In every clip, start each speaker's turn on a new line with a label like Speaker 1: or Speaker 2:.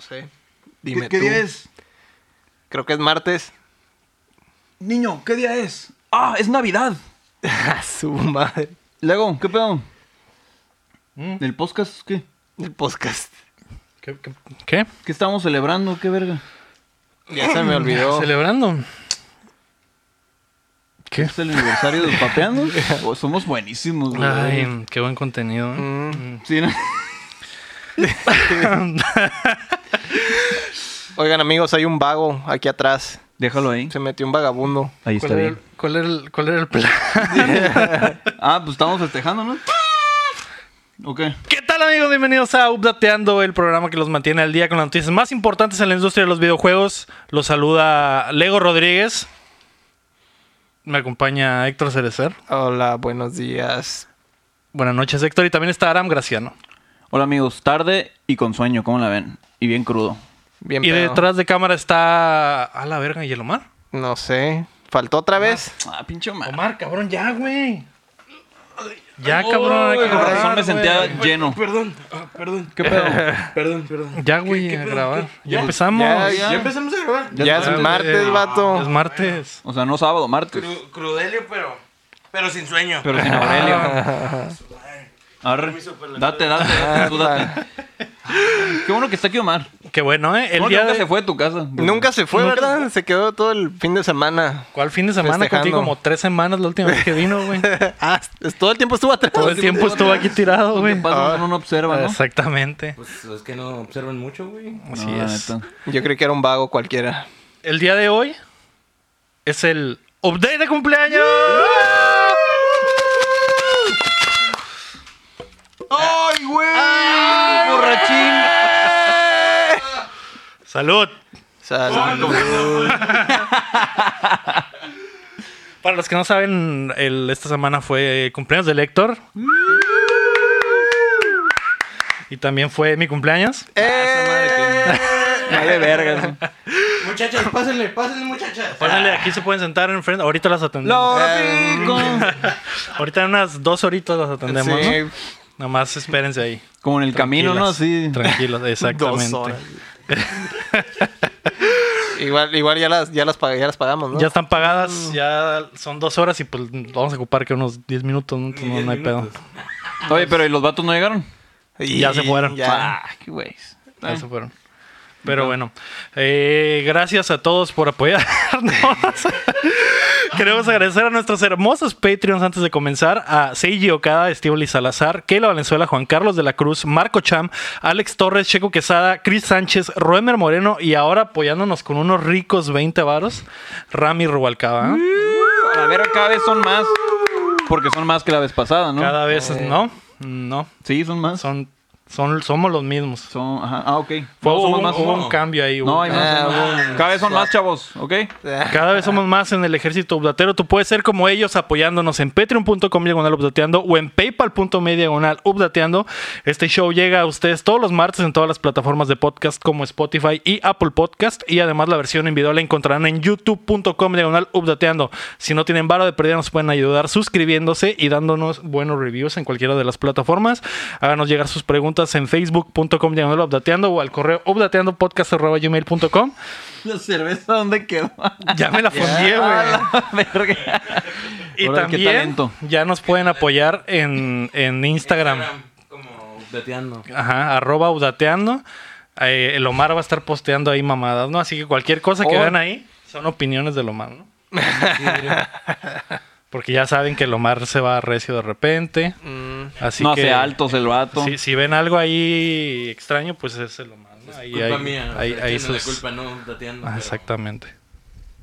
Speaker 1: sé.
Speaker 2: ¿Qué,
Speaker 1: Dime
Speaker 2: qué
Speaker 1: tú.
Speaker 2: día es?
Speaker 1: Creo que es martes.
Speaker 2: Niño, ¿qué día es? Ah, es Navidad.
Speaker 1: A su madre.
Speaker 2: Luego, ¿qué pedo?
Speaker 3: Mm.
Speaker 2: ¿El podcast qué?
Speaker 1: El podcast.
Speaker 3: ¿Qué? qué- qué?
Speaker 2: ¿Qué estamos celebrando? ¿Qué verga?
Speaker 1: Ya se me olvidó.
Speaker 3: ¿Celebrando? ¿Qué?
Speaker 2: ¿Es el aniversario del papeando? Oh, somos buenísimos, güey.
Speaker 3: Ay, qué buen contenido. ¿eh?
Speaker 2: Sí, ¿no?
Speaker 1: Oigan, amigos, hay un vago aquí atrás.
Speaker 2: Déjalo ahí.
Speaker 1: Se metió un vagabundo.
Speaker 2: Ahí
Speaker 3: ¿Cuál, era, el- cuál, era el, ¿Cuál era el plan?
Speaker 2: Ah, pues estamos festejando, ¿no? Ok.
Speaker 3: ¿Qué tal amigos? Bienvenidos a Updateando, el programa que los mantiene al día con las noticias más importantes en la industria de los videojuegos. Los saluda Lego Rodríguez. Me acompaña Héctor Cerecer.
Speaker 1: Hola, buenos días.
Speaker 3: Buenas noches Héctor y también está Aram Graciano.
Speaker 2: Hola, amigos. Tarde y con sueño, ¿cómo la ven? Y bien crudo.
Speaker 1: Bien,
Speaker 3: y
Speaker 1: pedo.
Speaker 3: detrás de cámara está... A la verga, ¿y el Omar?
Speaker 1: No sé. ¿Faltó otra vez?
Speaker 2: Ah, pinche madre.
Speaker 3: Omar, cabrón, ya, güey. Ya, cabrón. hay que
Speaker 2: Con
Speaker 3: grabar,
Speaker 2: razón me sentía
Speaker 3: güey.
Speaker 2: lleno.
Speaker 4: Perdón, ah, perdón.
Speaker 2: ¿Qué pedo?
Speaker 4: Perdón, perdón.
Speaker 3: Ya, güey,
Speaker 4: ¿Qué- qué
Speaker 3: a
Speaker 4: pedo?
Speaker 3: grabar.
Speaker 4: ¿Qué?
Speaker 3: Ya empezamos.
Speaker 1: Ya, ya.
Speaker 4: Ya empezamos a grabar.
Speaker 1: Ya,
Speaker 2: Ya
Speaker 1: es
Speaker 3: güey.
Speaker 1: martes, vato.
Speaker 3: Es martes.
Speaker 2: O sea, no sábado, martes.
Speaker 4: Cru- crudelio, pero. Pues- Pero sin sueño.
Speaker 2: Pero sin
Speaker 3: Ah,
Speaker 2: Aurelio. Arre.
Speaker 4: Permiso para la
Speaker 2: Date, date, date, tú date. Qué bueno que está aquí Omar.
Speaker 3: Qué bueno, ¿eh? El
Speaker 2: Bueno,
Speaker 3: día
Speaker 2: nunca
Speaker 3: de...
Speaker 2: se fue de tu casa.
Speaker 1: Nunca se fue,
Speaker 3: Nunca-
Speaker 1: ¿verdad? Se quedó todo el fin de semana.
Speaker 3: ¿Cuál fin de semana?
Speaker 1: Festejando.
Speaker 3: Contigo como tres semanas la última vez que vino, güey.
Speaker 1: Ah, es- todo el tiempo estuvo atrás.
Speaker 3: Todo el tiempo estuvo aquí tirado,
Speaker 2: Lo que
Speaker 3: güey.
Speaker 2: pasa es que uno no observa, ¿no?
Speaker 3: Exactamente.
Speaker 4: Pues es que no observan mucho, güey.
Speaker 3: Así
Speaker 2: No, la
Speaker 3: es.
Speaker 2: neta.
Speaker 1: Yo creí que era un vago cualquiera.
Speaker 3: El día de hoy es el update de cumpleaños.
Speaker 2: ¡Ay, güey! ¡Borrachín!
Speaker 3: Salud.
Speaker 1: Salud.
Speaker 3: Para los que no saben, el- esta semana fue cumpleaños de Héctor. Y también fue mi cumpleaños.
Speaker 1: Eh.
Speaker 2: Vale verga. sí.
Speaker 4: Muchachas, pásenle, pásenle, muchachas.
Speaker 3: Pásenle, aquí se pueden sentar enfrente. Ahorita las atendemos.
Speaker 2: ¡Lo pico!
Speaker 3: Ahorita en unas dos horitas las atendemos,
Speaker 1: Sí.
Speaker 3: ¿no? Nomás espérense ahí.
Speaker 2: Como en el camino, ¿no?
Speaker 3: Tranquilas,
Speaker 2: Así.
Speaker 3: Tranquilos, exactamente.
Speaker 1: Dos horas. Igual, igual ya las, ya las, pag- ya las pagamos, ¿no?
Speaker 3: Ya están pagadas, ya son dos horas y pues vamos a ocupar que unos 10 minutos, no, Entonces, no- no hay pedo.
Speaker 2: Oye, pero ¿y los vatos no llegaron?
Speaker 1: Y-
Speaker 3: ya se fueron.
Speaker 1: ya.
Speaker 2: Ah, qué güeyes.
Speaker 3: Ya se fueron. Pero bueno, eh, gracias a todos por apoyarnos. Queremos agradecer a nuestros hermosos Patreons antes de comenzar, a Seiji Okada, Estíbali Salazar, Keila Valenzuela, Juan Carlos de la Cruz, Marco Cham, Alex Torres, Checo Quesada, Chris Sánchez, Roemer Moreno y ahora apoyándonos con unos ricos 20 varos, Rami Rubalcaba. ¿eh?
Speaker 2: A ver, cada vez son más. Porque son más que la vez pasada, ¿no?
Speaker 3: Cada vez, ¿no? No,
Speaker 2: Sí, son más.
Speaker 3: son, son, somos los mismos.
Speaker 2: Son, ajá. Ah, ok.
Speaker 3: Fue-
Speaker 2: No,
Speaker 3: hubo,
Speaker 2: somos
Speaker 3: un-
Speaker 2: más.
Speaker 3: hubo un cambio ahí. hubo
Speaker 2: No,
Speaker 3: un
Speaker 2: hay
Speaker 3: cambio.
Speaker 2: más.
Speaker 1: Ah,
Speaker 2: hay más.
Speaker 1: bueno.
Speaker 2: Cada vez son más, chavos, ¿ok?
Speaker 3: Cada vez somos más en el ejército updatero. Tú puedes ser como ellos apoyándonos en patreon.com diagonal updateando o en paypal.me diagonal updateando. Este show llega a ustedes todos los martes en todas las plataformas de podcast como Spotify y Apple Podcast. Y además la versión en video la encontrarán en youtube.com diagonal updateando. Si no tienen varo de pérdida nos pueden ayudar suscribiéndose y dándonos buenos reviews en cualquiera de las plataformas. Háganos llegar sus preguntas en facebook.com diagonal updateando o al correo updateandopodcast.gmail.com.
Speaker 2: La cerveza, ¿dónde quedó?
Speaker 3: Ya me la fundí, güey.
Speaker 2: Ah, la verga.
Speaker 3: Y
Speaker 2: Órale, qué
Speaker 3: también
Speaker 2: talento.
Speaker 3: ya nos pueden apoyar en, en Instagram.
Speaker 4: Como dateando.
Speaker 3: Ajá, arroba audateando. Eh, el Omar va a estar posteando ahí mamadas, ¿no? Así que cualquier cosa que
Speaker 1: Oh.
Speaker 3: vean ahí son opiniones del Omar, ¿no? Porque ya saben que el Omar se va recio de repente.
Speaker 2: Mm.
Speaker 3: Así
Speaker 2: no
Speaker 3: que
Speaker 2: hace altos el vato.
Speaker 3: Si, si ven algo ahí extraño, pues es el Omar, ¿no? Ahí,
Speaker 4: Culpa
Speaker 3: ahí-
Speaker 4: mía.
Speaker 3: ahí- ahí
Speaker 4: échenle
Speaker 3: sus-
Speaker 4: la culpa, no dateando.
Speaker 3: Ah,
Speaker 4: pero-
Speaker 3: exactamente.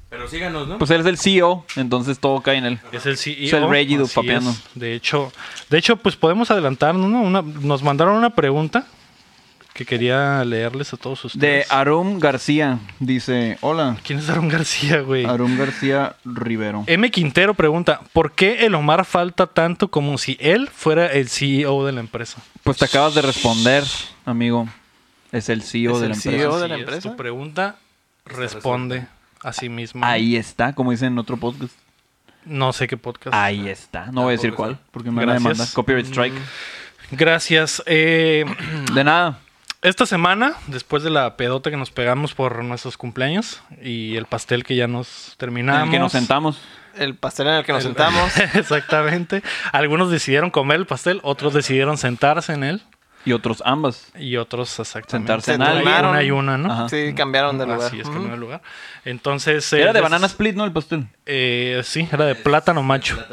Speaker 4: Pero síganos, ¿no?
Speaker 2: Pues él es el CEO, entonces todo cae en él.
Speaker 3: Es el CEO.
Speaker 2: Es el Reggie
Speaker 3: así
Speaker 2: Dupapiano.
Speaker 3: es. De hecho, de hecho, pues podemos adelantarnos, ¿no? Una- nos mandaron una pregunta que quería leerles a todos
Speaker 2: De
Speaker 3: ustedes.
Speaker 2: Arum García, dice, hola,
Speaker 3: ¿Quién es Aaron García, güey?
Speaker 2: Arum García Rivero.
Speaker 3: M. Quintero pregunta, ¿por qué el Omar falta tanto como si él fuera el CEO de la empresa?
Speaker 2: Pues te acabas de responder, amigo. Es el CEO
Speaker 1: Es
Speaker 2: E de
Speaker 1: el
Speaker 2: la empresa.
Speaker 1: CEO. de
Speaker 3: Así
Speaker 1: la
Speaker 3: es, E
Speaker 1: empresa?
Speaker 3: Tu pregunta responde a sí misma.
Speaker 2: Ahí está, como dicen en otro podcast.
Speaker 3: No sé qué podcast.
Speaker 2: Ahí está. No voy a decir
Speaker 4: Tampoco
Speaker 2: cuál,
Speaker 4: sé.
Speaker 3: Mm.
Speaker 2: porque me van a
Speaker 3: Gracias.
Speaker 2: demandar. Copyright strike.
Speaker 3: Gracias. eh,
Speaker 2: De nada.
Speaker 3: Esta semana, después de la pedota que nos pegamos por nuestros cumpleaños y el pastel que ya nos terminamos.
Speaker 2: En el que nos sentamos.
Speaker 1: El pastel en el que nos sentamos.
Speaker 3: Exactamente. Algunos decidieron comer el pastel, otros decidieron sentarse en él
Speaker 2: Y otros ambas.
Speaker 3: y otros exactamente.
Speaker 2: Sentarse en
Speaker 3: Una y
Speaker 1: algo.
Speaker 3: Una y una, ¿no?
Speaker 2: Ajá.
Speaker 1: Sí, cambiaron de lugar.
Speaker 3: Así Ah, es,
Speaker 1: Ujú.
Speaker 3: cambió de lugar. Entonces. eh,
Speaker 2: Era de
Speaker 3: les-
Speaker 2: banana split, ¿no? El pastel.
Speaker 3: eh, sí, era de plátano macho.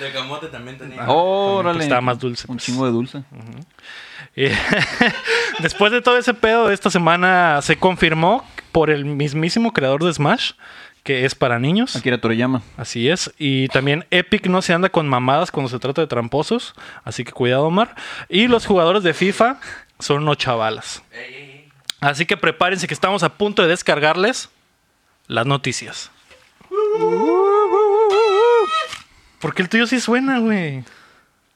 Speaker 4: De camote también tenía.
Speaker 3: Ah.
Speaker 2: Órale.
Speaker 3: pues, Estaba más dulce,
Speaker 2: Un
Speaker 3: pues.
Speaker 2: chingo de dulce.
Speaker 3: Eh, Después de todo ese pedo, esta semana se confirmó por el mismísimo creador de Smash que es para niños.
Speaker 2: Akira Toriyama.
Speaker 3: Así es. Y también Epic no se anda con mamadas cuando se trata de tramposos. Así que cuidado, Omar. Y los jugadores de FIFA son no chavalas.
Speaker 4: Ey, ey, ey.
Speaker 3: Así que prepárense que estamos a punto de descargarles las noticias. Porque el tuyo sí suena, güey.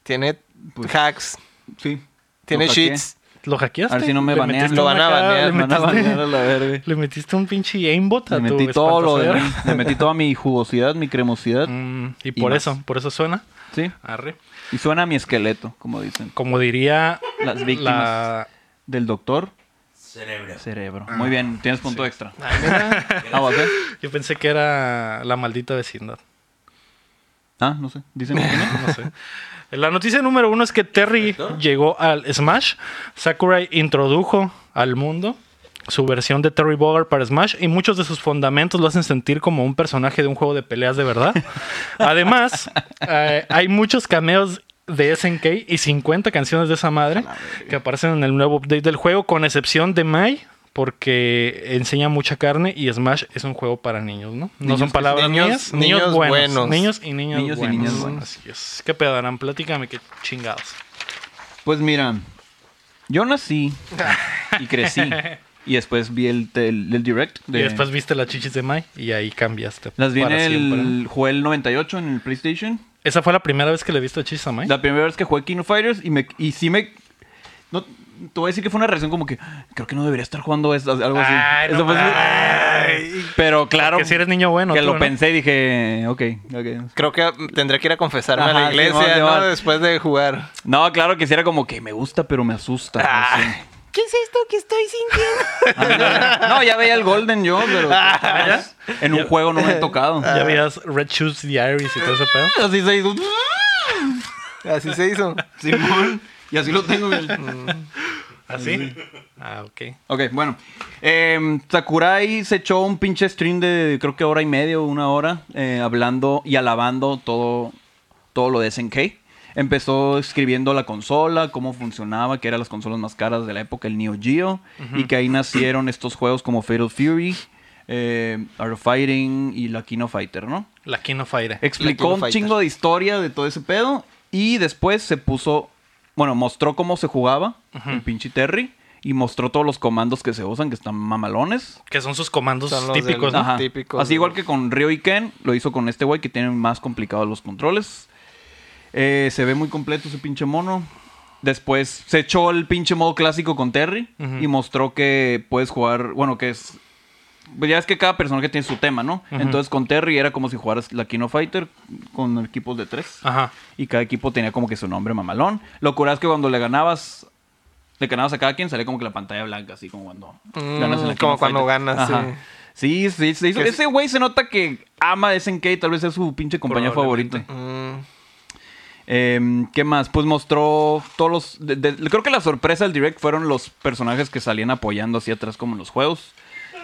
Speaker 1: Tiene
Speaker 2: Pues,
Speaker 1: hacks.
Speaker 2: Sí.
Speaker 1: Tiene
Speaker 2: Lo hackeé.
Speaker 1: cheats.
Speaker 3: ¿Lo
Speaker 2: A
Speaker 3: hackeaste?
Speaker 2: ver si no me
Speaker 3: Le
Speaker 2: banean.
Speaker 3: metiste
Speaker 1: Lo van a
Speaker 3: una cara,
Speaker 1: banear,
Speaker 3: le
Speaker 2: Me van a
Speaker 3: metiste-
Speaker 2: banear a la verga.
Speaker 3: Le metiste un pinche aimbot a
Speaker 2: Le
Speaker 3: tu
Speaker 2: metí todo lo de mí.
Speaker 3: espantasuegro.
Speaker 2: Le metí toda mi jugosidad, mi cremosidad.
Speaker 3: Mm, y
Speaker 2: Y
Speaker 3: por
Speaker 2: más.
Speaker 3: eso, por eso suena.
Speaker 2: Sí.
Speaker 3: Arre.
Speaker 2: Y suena a mi esqueleto, como dicen.
Speaker 3: Como diría
Speaker 2: Las víctimas.
Speaker 3: la-
Speaker 2: Del doctor
Speaker 4: Cerebro.
Speaker 2: cerebro.
Speaker 3: Ah,
Speaker 2: Muy bien, tienes punto extra.
Speaker 1: Ay, mira.
Speaker 2: Ah, ¿vas a ver?
Speaker 3: Yo pensé que era la maldita vecindad.
Speaker 2: Ah, no sé. Dicen que no.
Speaker 3: No sé. La noticia número uno es que Terry
Speaker 4: Perfecto.
Speaker 3: llegó al Smash. Sakurai introdujo al mundo su versión de Terry Bogard para Smash y muchos de sus fundamentos lo hacen sentir como un personaje de un juego de peleas de verdad. Además, eh, hay muchos cameos de SNK y 50 canciones de esa madre que aparecen en el nuevo update del juego, con excepción de Mai. Porque enseña mucha carne y Smash es un juego para niños, ¿no? No
Speaker 2: Niños
Speaker 3: son
Speaker 2: que-
Speaker 3: palabras
Speaker 1: niños-
Speaker 3: mías.
Speaker 1: niños
Speaker 3: Niños buenos.
Speaker 1: buenos.
Speaker 3: Niños y niños
Speaker 2: Niños y
Speaker 3: buenos.
Speaker 2: niñas buenas.
Speaker 3: Así es. ¿Qué pedo, Aram? Platícame qué chingados.
Speaker 2: Pues mira, yo nací y crecí. Y después vi el, tel- el direct. De,
Speaker 3: Y después viste las chichis de Mai y ahí cambiaste.
Speaker 2: las vi en
Speaker 3: para siempre, ¿no?
Speaker 2: el. Jugué el 98 en el PlayStation.
Speaker 3: Esa fue la primera vez que le viste chichis a Mai.
Speaker 2: La primera vez que jugué King of Fighters y, me, y sí me. No, te voy a decir que fue una reacción como que creo que no debería estar jugando esto", algo así.
Speaker 3: Ay, no
Speaker 2: Eso fue así. Pero claro
Speaker 3: Que si eres niño bueno.
Speaker 2: que
Speaker 3: tú,
Speaker 2: lo
Speaker 3: ¿no?
Speaker 2: pensé y dije, ok, ok.
Speaker 1: Creo que tendré que ir a confesarme a
Speaker 2: Ajá,
Speaker 1: la iglesia
Speaker 2: Simón,
Speaker 1: ¿no?
Speaker 2: Simón.
Speaker 1: después de jugar.
Speaker 2: No, claro que sí era como que me gusta, pero me asusta. no
Speaker 3: Ah.
Speaker 2: sé.
Speaker 1: ¿Qué es esto que estoy sintiendo?
Speaker 2: Ándale. no, ya veía el Golden yo, pero en un juego no me he tocado.
Speaker 3: Ah. Ya veías Red Shoes The Iris y todo ese pedo.
Speaker 2: Así se hizo.
Speaker 1: Así se hizo.
Speaker 2: Simón. Y así lo tengo. güey.
Speaker 3: ¿Así? Ah, ok.
Speaker 2: ok, bueno. Eh, Sakurai se echó un pinche stream de creo que hora y media o una hora eh, hablando y alabando todo, todo lo de SNK. Empezó escribiendo la consola, cómo funcionaba, que eran las consolas más caras de la época, el Neo Geo, y que ahí nacieron estos juegos como Fatal Fury, eh, Art of Fighting y la Kino Fighter, ¿no?
Speaker 3: La King of Fire.
Speaker 2: Explicó un
Speaker 1: Fighter.
Speaker 2: chingo de historia de todo ese pedo. Y después se puso. Bueno, mostró cómo se jugaba el pinche Terry. Y mostró todos los comandos que se usan, que están mamalones.
Speaker 3: que son sus comandos
Speaker 1: Son los del-
Speaker 3: típicos, ¿no?
Speaker 1: Ajá.
Speaker 2: Típico.
Speaker 1: típicos
Speaker 2: Así
Speaker 1: de
Speaker 2: igual
Speaker 1: los-
Speaker 2: que con Ryo y Ken, lo hizo con este güey que tiene más complicados los controles. Eh, se ve muy completo ese pinche mono. Después se echó el pinche modo clásico con Terry
Speaker 3: Ujú.
Speaker 2: y mostró que puedes jugar, bueno, que es... Pues ya es que cada personaje tiene su tema, ¿no?
Speaker 3: Ujú.
Speaker 2: Entonces con Terry era como si jugaras la Kino Fighter con equipos de tres.
Speaker 3: Ajá.
Speaker 2: Y cada equipo tenía como que su nombre mamalón. Lo curado es que cuando le ganabas, le ganabas a cada quien, salía como que la pantalla blanca, así como cuando
Speaker 1: Mm,
Speaker 2: ganas en la
Speaker 1: como
Speaker 2: King of
Speaker 1: cuando
Speaker 2: Fighters.
Speaker 1: ganas,
Speaker 2: Ajá. Sí, sí, se hizo-
Speaker 1: Que sí.
Speaker 2: Ese güey se nota que ama SNK, tal vez es su pinche compañía
Speaker 3: Probablemente.
Speaker 2: favorita.
Speaker 1: Mm,
Speaker 2: Em, ¿Qué más? Pues mostró todos los. de- de- creo que la sorpresa del direct fueron los personajes que salían apoyando hacia atrás, como en los juegos.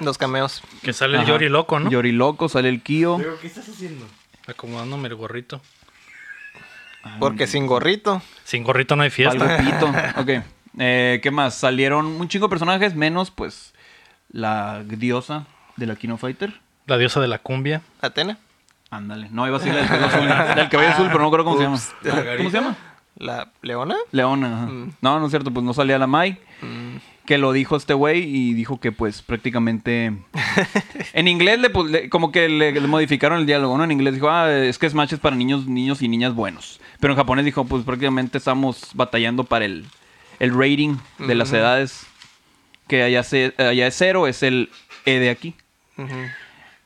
Speaker 1: los cameos.
Speaker 3: Que sale el
Speaker 2: Ajá.
Speaker 3: Yori loco, ¿no?
Speaker 2: Yori Loco, sale el Kyo.
Speaker 4: Digo, ¿qué estás haciendo?
Speaker 3: Acomodándome el gorrito.
Speaker 2: Mm.
Speaker 1: Porque sin gorrito.
Speaker 3: Sin gorrito no hay fiesta.
Speaker 2: Algo pito. Ok. Eh, ¿Qué más? Salieron un chingo de personajes, menos pues la diosa de la Kino Fighter.
Speaker 3: La diosa de la cumbia.
Speaker 1: Atena.
Speaker 2: Ándale. No, iba a ser la del pelo azul. La del cabello azul, pero no creo cómo se llama.
Speaker 1: Ups.
Speaker 2: ¿Cómo se llama?
Speaker 1: La leona.
Speaker 2: Leona. ajá.
Speaker 1: Mm.
Speaker 2: No, no es cierto, pues no salía la Mai. Que lo dijo este güey y dijo que pues prácticamente... en inglés le, pu- le- como que le, le modificaron el diálogo, ¿no? En inglés dijo, ah, es que Smash es para niños, niños y niñas buenos. Pero en japonés dijo, pues prácticamente estamos batallando para el, el rating de
Speaker 1: Mm.
Speaker 2: las edades. Que allá, se, allá es cero, es el E de aquí.
Speaker 1: Ujú.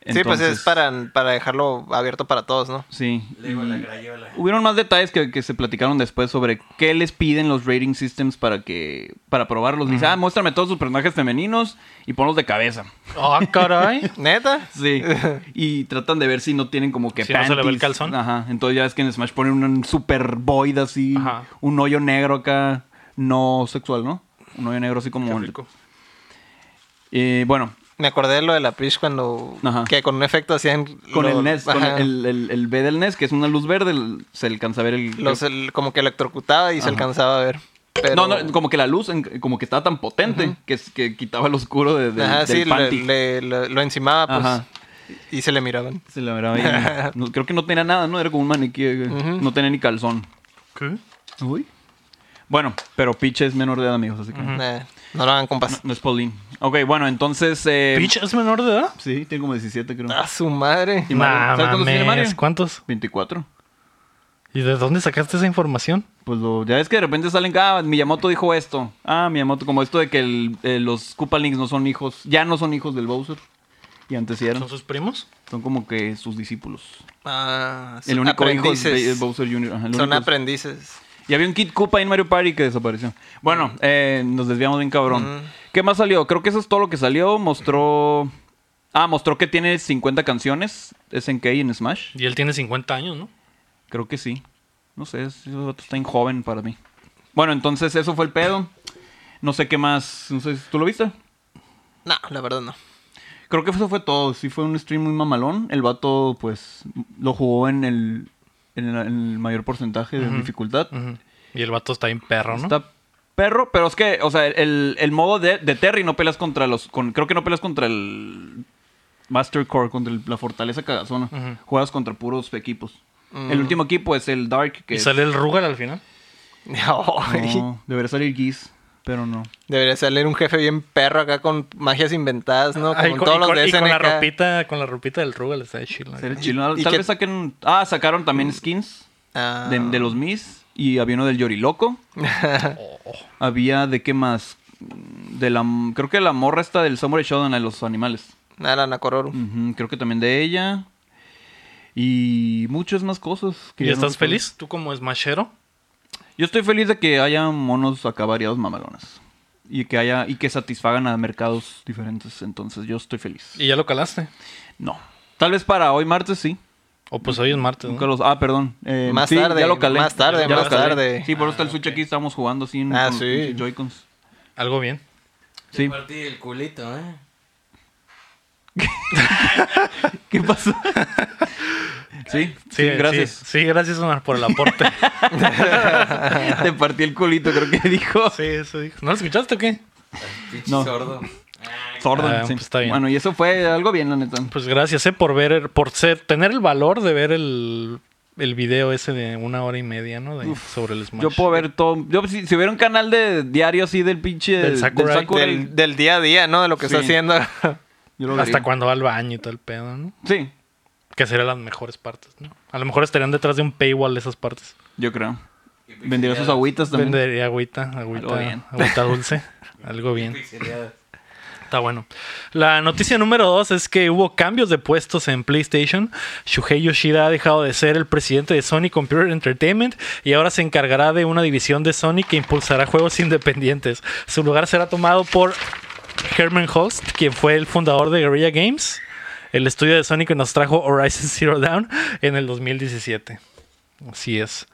Speaker 1: Sí, pues
Speaker 2: Entonces,
Speaker 1: es para, para dejarlo abierto para todos, ¿no?
Speaker 2: Sí.
Speaker 4: Lego
Speaker 2: y-
Speaker 4: la crayola.
Speaker 2: Hubieron más detalles que, que se platicaron después sobre qué les piden los rating systems para que para probarlos. Dice, ah, muéstrame todos sus personajes femeninos y ponlos de cabeza.
Speaker 3: Ah, caray.
Speaker 1: ¿Neta?
Speaker 2: Sí. y tratan de ver si no tienen como que
Speaker 3: Si no se le ve
Speaker 2: panties.
Speaker 3: el calzón.
Speaker 2: Ajá. Entonces ya es que en Smash ponen un super void así,
Speaker 3: Ajá.
Speaker 2: un hoyo negro acá, no sexual, ¿no? Un hoyo negro así como...
Speaker 3: Qué rico.
Speaker 2: Eh, bueno,
Speaker 1: Me acordé de lo de la Peach cuando...
Speaker 2: Ajá.
Speaker 1: Que con un efecto hacían...
Speaker 2: con
Speaker 1: lo-
Speaker 2: el NES, con
Speaker 1: ajá,
Speaker 2: el, el- el B del NES, que es una luz verde, el- se alcanza a ver el...
Speaker 1: los- el- como que electrocutaba y se alcanzaba a ver. Pero,
Speaker 2: No, no, como que la luz, en- como que estaba tan potente que, es- que quitaba el oscuro de, de-
Speaker 1: Ajá,
Speaker 2: del
Speaker 1: sí, le-
Speaker 2: panty.
Speaker 1: le- lo- lo encimaba, pues.
Speaker 2: Ajá.
Speaker 1: Y se le miraban.
Speaker 2: Se la miraba ahí. No, creo que no tenía nada, ¿no? Era como un maniquí. eh, No tenía ni calzón.
Speaker 3: ¿Qué?
Speaker 2: Uy. Bueno, pero Peach es menor de edad, amigos, así que... No,
Speaker 1: Nah, Eh, no lo hagan compas.
Speaker 2: no es Pauline. Ok, bueno, entonces... Eh,
Speaker 3: ¿Peach es menor de edad?
Speaker 2: Sí, tiene como 17, creo.
Speaker 1: A su madre.
Speaker 2: Y Mario. ¿Sabes cuántos tiene
Speaker 3: mames,
Speaker 2: Mario?
Speaker 3: ¿Cuántos?
Speaker 2: 24.
Speaker 3: ¿Y de dónde sacaste esa información?
Speaker 2: Pues lo, ya es que de repente salen, ah, Miyamoto dijo esto. Ah, Miyamoto, como esto de que el- eh, los Koopalings no son hijos, ya no son hijos del Bowser. Y antes sí eran.
Speaker 3: ¿Son sus primos?
Speaker 2: Son como que sus discípulos.
Speaker 1: Ah,
Speaker 2: El único hijo es
Speaker 1: aprendices.
Speaker 2: Ba- Bowser Jr. Ajá, el
Speaker 1: Son
Speaker 2: único-
Speaker 1: aprendices.
Speaker 2: Y había un Kid Koopa en Mario Party que desapareció. Bueno,
Speaker 1: Mm.
Speaker 2: eh, nos desviamos bien cabrón. ¿Qué más salió? Creo que eso es todo lo que salió. Mostró... Ah, mostró que tiene 50 canciones SNK en Smash.
Speaker 3: Y él tiene 50 años, ¿no?
Speaker 2: Creo que sí. No sé, ese vato está en joven para mí. Bueno, entonces eso fue el pedo. No sé qué más... No sé, si- ¿tú lo viste?
Speaker 1: No, la verdad no.
Speaker 2: Creo que eso fue todo. Sí fue un stream muy mamalón. El vato, pues, lo jugó en el, en la- en el mayor porcentaje de dificultad.
Speaker 3: Ujú. Y el vato está bien perro, ¿no?
Speaker 2: Está perro, pero es que, o sea, el, el modo de, de Terry no peleas contra los. con- creo que no peleas contra el Master Core, contra el- la fortaleza cagazona.
Speaker 3: Ujú.
Speaker 2: Juegas contra puros equipos.
Speaker 1: Mm.
Speaker 2: El último equipo es el Dark, que
Speaker 3: Y
Speaker 2: es-
Speaker 3: sale el Rugal al final.
Speaker 1: No.
Speaker 2: no, debería salir Geese, pero no.
Speaker 1: Debería salir un jefe bien perro acá con magias inventadas, ¿no?
Speaker 3: Ah, y
Speaker 1: Como
Speaker 3: con,
Speaker 1: todos
Speaker 3: y
Speaker 1: los
Speaker 3: con-
Speaker 1: de
Speaker 3: y con la
Speaker 1: SNK.
Speaker 3: ropita, con la ropita del Rugal está de chill. ¿no?
Speaker 2: Sería chido.
Speaker 1: y
Speaker 2: Tal
Speaker 1: que-
Speaker 2: vez saquen. Ah, sacaron también skins
Speaker 1: Ah.
Speaker 2: de, de los Mis y había uno del Yoriloco. Había de qué más. De la, creo que la morra esta del Samurai Shodown de los animales.
Speaker 1: Ah, la Nakororu.
Speaker 2: Ujú, creo que también de ella. Y muchas más cosas. que
Speaker 3: ¿Y
Speaker 2: ya no
Speaker 3: estás
Speaker 2: recuerdo.
Speaker 3: feliz? ¿Tú como smashero?
Speaker 2: Yo estoy feliz de que haya monos acá variados mamalones. Y que haya, y que satisfagan a mercados diferentes. Entonces yo estoy feliz.
Speaker 3: ¿Y ya lo calaste?
Speaker 2: No. Tal vez para hoy martes sí.
Speaker 3: O pues hoy es martes,
Speaker 2: Nunca
Speaker 3: ¿no?
Speaker 2: los- ah, perdón. Eh,
Speaker 1: Más
Speaker 2: sí,
Speaker 1: tarde,
Speaker 2: ya lo calé.
Speaker 1: más tarde,
Speaker 2: Ya lo
Speaker 1: más
Speaker 2: calé.
Speaker 1: tarde.
Speaker 2: Sí, por eso está el Switch aquí. Estamos jugando así en
Speaker 1: Ah,
Speaker 2: con-
Speaker 1: sí.
Speaker 2: con Joy-Cons.
Speaker 3: Algo bien.
Speaker 2: Sí.
Speaker 4: Te partí el culito, ¿eh?
Speaker 2: ¿Qué pasó? sí, sí, gracias.
Speaker 3: Sí, sí, gracias, Omar, por el aporte.
Speaker 2: Te partí el culito, creo que dijo.
Speaker 3: sí, eso dijo. ¿No lo escuchaste o qué?
Speaker 4: Pinche
Speaker 2: No.
Speaker 4: sordo.
Speaker 2: Sordo.
Speaker 3: Ah,
Speaker 2: sí.
Speaker 3: pues está bien.
Speaker 2: Bueno, y eso fue algo bien, la neta.
Speaker 3: Pues gracias, eh, por ver, el- por ser, tener el valor de ver el, el video ese de una hora y media, ¿no? De- sobre el Smash.
Speaker 2: Yo puedo ver todo. Yo, si, si hubiera un canal de diario así del pinche.
Speaker 3: Del Sakurai.
Speaker 1: Del, del día a día, ¿no? De lo que está
Speaker 2: Sí.
Speaker 1: haciendo.
Speaker 2: yo lo vería.
Speaker 3: Hasta cuando va al baño y todo el pedo, ¿no?
Speaker 2: Sí,
Speaker 3: Que serían las mejores partes, ¿no? A lo mejor estarían detrás de un paywall esas partes.
Speaker 2: yo creo.
Speaker 4: Y
Speaker 2: Vendería sus agüitas también.
Speaker 3: Vendería agüita, agüita,
Speaker 2: Algo bien.
Speaker 3: agüita dulce. Algo bien.
Speaker 4: Pixeleadas.
Speaker 3: Está bueno. La noticia número dos es que hubo cambios de puestos en PlayStation. Shuhei Yoshida ha dejado de ser el presidente de Sony Computer Entertainment y ahora se encargará de una división de Sony que impulsará juegos independientes. Su lugar será tomado por Herman Host, quien fue el fundador de Guerrilla Games, el estudio de Sony que nos trajo Horizon Zero Dawn en el 2017. Así es.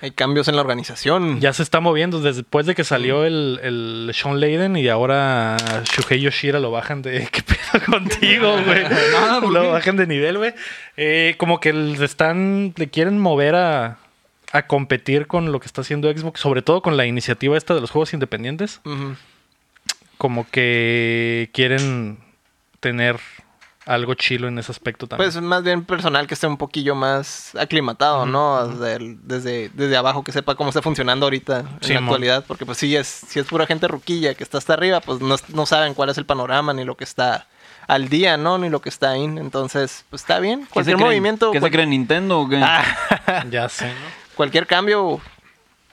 Speaker 1: Hay cambios en la organización.
Speaker 3: Ya se está moviendo después de que salió el, el Sean Layden y ahora Shuhei Yoshira lo bajan de... ¿Qué pedo contigo, güey?
Speaker 2: Nada, ¿por qué?
Speaker 3: lo bajan de nivel, güey. Eh, como que le están... Le quieren mover a, a competir con lo que está haciendo Xbox. Sobre todo con la iniciativa esta de los juegos independientes.
Speaker 1: Ujú.
Speaker 3: Como que quieren tener algo chilo en ese aspecto también.
Speaker 1: Pues más bien personal que esté un poquillo más aclimatado, ¿no? Desde, el- desde, desde abajo, que sepa cómo está funcionando ahorita en
Speaker 3: Sí,
Speaker 1: la
Speaker 3: mo.
Speaker 1: actualidad. Porque pues sí, es, si es pura gente ruquilla que está hasta arriba, pues no, no saben cuál es el panorama, ni lo que está al día, ¿no? Ni lo que está ahí. Entonces, pues está bien.
Speaker 2: ¿Qué se
Speaker 1: Cualquier
Speaker 2: creen?
Speaker 1: movimiento...
Speaker 2: ¿Qué
Speaker 1: cual-
Speaker 2: se cree Nintendo o qué?
Speaker 1: Ah,
Speaker 3: ya sé, ¿no?
Speaker 1: cualquier cambio,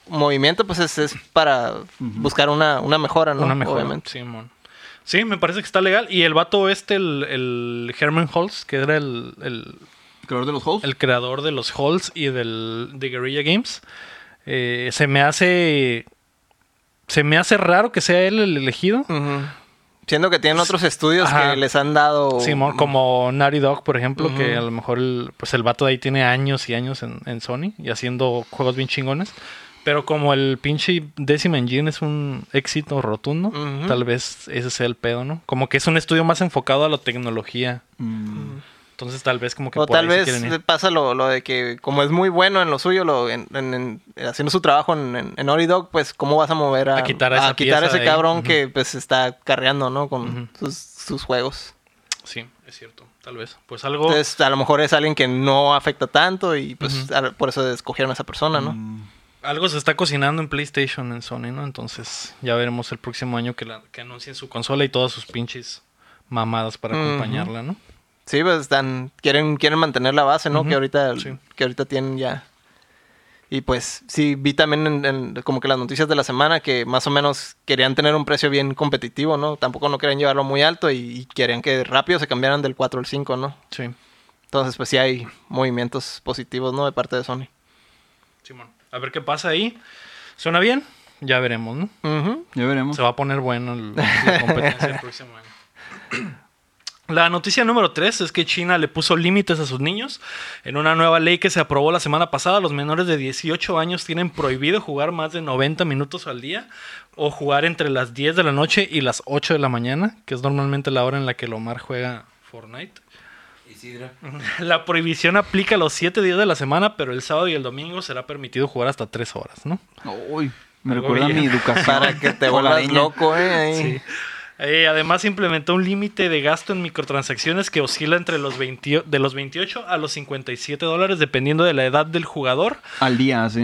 Speaker 1: movimiento, pues es, es para buscar una, una mejora, ¿no?
Speaker 3: Una mejora.
Speaker 1: Obviamente.
Speaker 3: Simón. Sí, me parece que está legal. Y el vato este, el, el Herman Holtz, que era el, el,
Speaker 2: ¿Creador de los Halls?
Speaker 3: el creador de los Halls y del, de Guerrilla Games, eh, se me hace... Se me hace raro que sea él el elegido.
Speaker 1: Ujú. Siendo que tienen otros estudios
Speaker 3: Ajá.
Speaker 1: que les han dado.
Speaker 3: Simón, como Naughty Dog, por ejemplo, que a lo mejor el, pues el vato de ahí tiene años y años en, en Sony y haciendo juegos bien chingones. Pero como el pinche Decima Engine es un éxito rotundo,
Speaker 1: Ujú.
Speaker 3: tal vez ese sea el pedo, ¿no? Como que es un estudio más enfocado a la tecnología.
Speaker 2: Mm.
Speaker 3: Entonces tal vez como que
Speaker 1: O
Speaker 3: por
Speaker 1: tal
Speaker 3: ahí se
Speaker 1: vez
Speaker 3: quieren ir.
Speaker 1: pasa lo, lo de que como es muy bueno en lo suyo, lo, en, en- en- haciendo su trabajo en, en, en Naughty Dog, pues cómo vas a mover a,
Speaker 3: A quitar a
Speaker 1: quitar
Speaker 3: esa pieza
Speaker 1: a ese
Speaker 3: de ahí.
Speaker 1: cabrón
Speaker 3: Ujú.
Speaker 1: que pues está carreando, ¿no? Con
Speaker 3: Ujú.
Speaker 1: sus, sus juegos.
Speaker 3: Sí, es cierto, tal vez. Pues algo...
Speaker 1: Entonces, a lo mejor es alguien que no afecta tanto y pues a- por eso escogieron a esa persona, ¿no?
Speaker 3: Algo se está cocinando en PlayStation, en Sony, ¿no? Entonces ya veremos el próximo año que, la, que anuncien su consola y todas sus pinches mamadas para
Speaker 1: Ujú.
Speaker 3: acompañarla, ¿no?
Speaker 1: Sí, pues están, quieren, quieren mantener la base, ¿no?
Speaker 3: Ujú,
Speaker 1: Que ahorita,
Speaker 3: sí.
Speaker 1: que ahorita tienen ya. Y pues sí, vi también en, en como que las noticias de la semana que más o menos querían tener un precio bien competitivo, ¿no? Tampoco no querían llevarlo muy alto y, y querían que rápido se cambiaran del 4 al 5, ¿no?
Speaker 3: Sí.
Speaker 1: Entonces pues sí hay movimientos positivos, ¿no? De parte de Sony.
Speaker 3: Simón. A ver qué pasa ahí. ¿Suena bien? Ya veremos, ¿no?
Speaker 1: Ujú.
Speaker 2: Ya veremos.
Speaker 3: Se va a poner bueno el- la competencia el próximo año. La noticia número 3 es que China le puso límites a sus niños. En una nueva ley que se aprobó la semana pasada, los menores de 18 años tienen prohibido jugar más de 90 minutos al día o jugar entre las 10 de la noche y las 8 de la mañana, que es normalmente la hora en la que el Omar juega Fortnite.
Speaker 4: Isidra.
Speaker 3: La prohibición aplica los 7 días de la semana, pero el sábado y el domingo será permitido jugar hasta 3 horas, ¿no?
Speaker 2: Uy, me recuerda a
Speaker 3: bien.
Speaker 2: mi educación.
Speaker 1: Para que te vuelvas
Speaker 2: hogareña.
Speaker 1: loco, ¿eh? Ahí.
Speaker 3: Sí. Eh, además implementó un límite de gasto en microtransacciones que oscila entre los 20 de los 28 a los 57 dólares dependiendo de la edad del jugador.
Speaker 2: Al día, sí.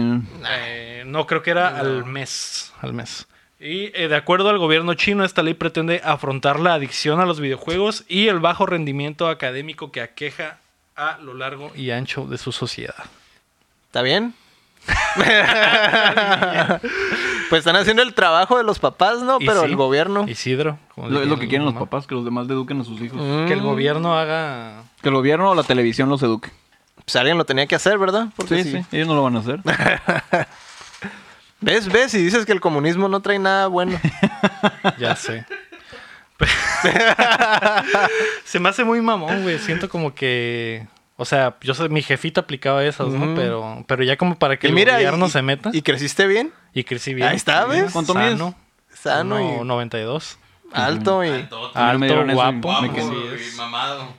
Speaker 3: Eh, no, creo que era al mes. Al mes. Y eh, de acuerdo al gobierno chino, esta ley pretende afrontar la adicción a los videojuegos y el bajo rendimiento académico que aqueja a lo largo y ancho de su sociedad.
Speaker 1: ¿Está bien? pues están haciendo el trabajo de los papás, ¿no?
Speaker 3: Y
Speaker 1: Pero
Speaker 3: sí,
Speaker 1: el gobierno.
Speaker 3: Isidro. como
Speaker 2: Lo- Es lo
Speaker 3: diría
Speaker 2: que quieren los
Speaker 3: mamá.
Speaker 2: papás, que los demás eduquen a sus hijos.
Speaker 3: Que el
Speaker 1: Mm.
Speaker 3: gobierno haga...
Speaker 2: Que el gobierno o la televisión los eduque.
Speaker 1: Pues alguien lo tenía que hacer, ¿verdad? Porque
Speaker 2: Sí,
Speaker 1: si-
Speaker 2: sí, ellos no lo van a hacer.
Speaker 1: ¿Ves? ¿Ves? Y dices que el comunismo no trae nada bueno.
Speaker 3: Ya sé. Pe- se me hace muy mamón, güey. Siento como que. O sea, yo sé, mi jefita aplicaba esas, ¿no?
Speaker 1: Ujú.
Speaker 3: Pero, pero ya como para que
Speaker 1: y
Speaker 3: el
Speaker 1: mira,
Speaker 3: gobierno
Speaker 1: y,
Speaker 3: se meta
Speaker 1: ¿Y creciste bien?
Speaker 3: y, crecí bien.
Speaker 1: ahí está, ¿ves?
Speaker 2: ¿Cuánto
Speaker 3: Sano,
Speaker 1: Sano
Speaker 3: uno
Speaker 1: y
Speaker 3: 92.
Speaker 1: alto y,
Speaker 4: Alto,
Speaker 2: Ah,
Speaker 3: Alto,
Speaker 2: me dieron eso y
Speaker 3: guapo.
Speaker 2: me
Speaker 4: guapo,
Speaker 2: quedé.
Speaker 3: sí
Speaker 4: y
Speaker 3: es.
Speaker 4: mamado.
Speaker 1: y todo,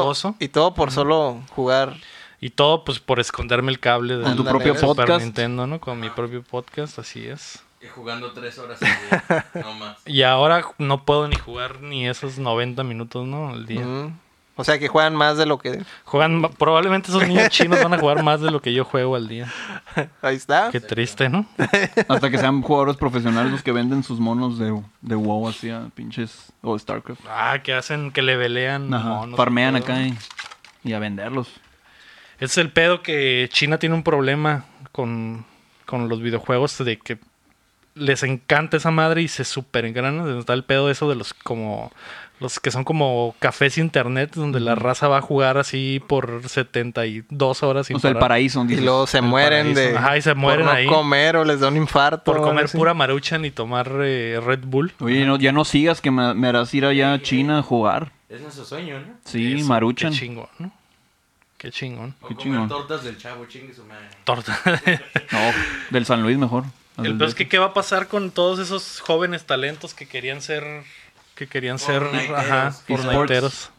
Speaker 3: exitoso.
Speaker 1: y todo por solo jugar.
Speaker 3: Y todo, pues, por esconderme el cable de
Speaker 2: Con tu
Speaker 1: Ándale,
Speaker 2: propio
Speaker 1: ves.
Speaker 3: Super
Speaker 2: podcast.
Speaker 3: Nintendo, ¿no? Con mi propio podcast, así es.
Speaker 4: Y jugando tres horas al día. No más.
Speaker 3: Y ahora no puedo ni jugar ni esos 90 minutos, ¿no? Al día.
Speaker 1: Ujú. O sea, que juegan más de lo que...
Speaker 3: Juegan, probablemente esos niños chinos van a jugar más de lo que yo juego al día.
Speaker 1: Ahí está.
Speaker 3: Qué triste, ¿no?
Speaker 2: Hasta que sean jugadores profesionales los que venden sus monos de, de WoW así a pinches. O de StarCraft.
Speaker 3: Ah, que hacen, que le velean.
Speaker 2: Ajá,
Speaker 3: monos y
Speaker 2: Farmean
Speaker 3: todo.
Speaker 2: acá y, y a venderlos.
Speaker 3: Ese es el pedo que China tiene un problema con, con los videojuegos de que les encanta esa madre y se super engranan. Está el pedo de eso de los como los que son como cafés internet donde la raza va a jugar así por 72 horas sin
Speaker 2: O sea, el
Speaker 3: parar.
Speaker 2: paraíso.
Speaker 1: Y
Speaker 2: dices.
Speaker 1: luego se mueren
Speaker 3: paraíso.
Speaker 1: de...
Speaker 3: Ajá, y se mueren
Speaker 1: por no
Speaker 3: ahí.
Speaker 1: comer o les da un infarto.
Speaker 3: por
Speaker 1: o
Speaker 3: comer
Speaker 1: algo así.
Speaker 3: pura maruchan y tomar eh, Red Bull.
Speaker 2: Oye, no- ya no sigas que me, me harás ir allá a China a jugar.
Speaker 4: Es nuestro sueño, ¿no?
Speaker 2: Sí,
Speaker 3: Eso,
Speaker 2: maruchan.
Speaker 3: Qué chingón, ¿no? Qué chingón.
Speaker 4: O
Speaker 2: Qué
Speaker 4: comer
Speaker 2: chingón.
Speaker 4: tortas del chavo, chingue su madre.
Speaker 3: Torta.
Speaker 2: No, del San Luis mejor.
Speaker 3: El peor es que qué va a pasar con todos esos jóvenes talentos que querían ser que querían ser
Speaker 4: Fortniteros.
Speaker 3: ajá,
Speaker 2: Esports.
Speaker 3: fortniteros.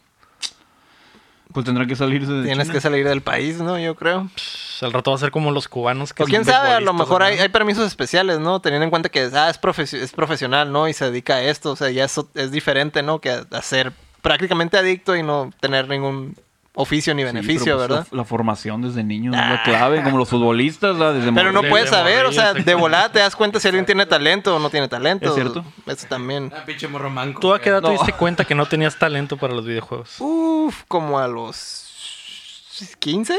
Speaker 2: Pues tendrá que salirse de
Speaker 1: Tienes que
Speaker 2: China.
Speaker 1: salir del país, ¿no? Yo creo.
Speaker 3: Psh, Pues, Al rato va a ser como los cubanos que
Speaker 1: O
Speaker 3: son
Speaker 1: Pues, quién sabe, a lo
Speaker 3: beisbolistas,
Speaker 1: mejor hay,
Speaker 3: ¿verdad?
Speaker 1: hay permisos especiales, ¿no? Teniendo en cuenta que ah, es, profe- es profesional, ¿no? Y se dedica a esto, o sea, ya eso es diferente, ¿no? Que a, a ser prácticamente adicto y no tener ningún oficio ni
Speaker 2: Sí,
Speaker 1: beneficio,
Speaker 2: pero pues
Speaker 1: ¿verdad? Ah.
Speaker 2: La, la formación desde niño es la clave, como los futbolistas, ¿verdad? desde
Speaker 1: Pero no
Speaker 2: morrillo.
Speaker 1: puedes
Speaker 3: Desde
Speaker 1: saber, o sea,
Speaker 3: morir,
Speaker 1: de volada te das cuenta si alguien tiene talento o no tiene talento.
Speaker 2: Es cierto.
Speaker 1: Eso también.
Speaker 4: Ah, pinche morro manco.
Speaker 3: ¿Tú a qué edad
Speaker 2: No.
Speaker 3: te diste cuenta que no tenías talento para los videojuegos?
Speaker 1: Uf, como a los 15.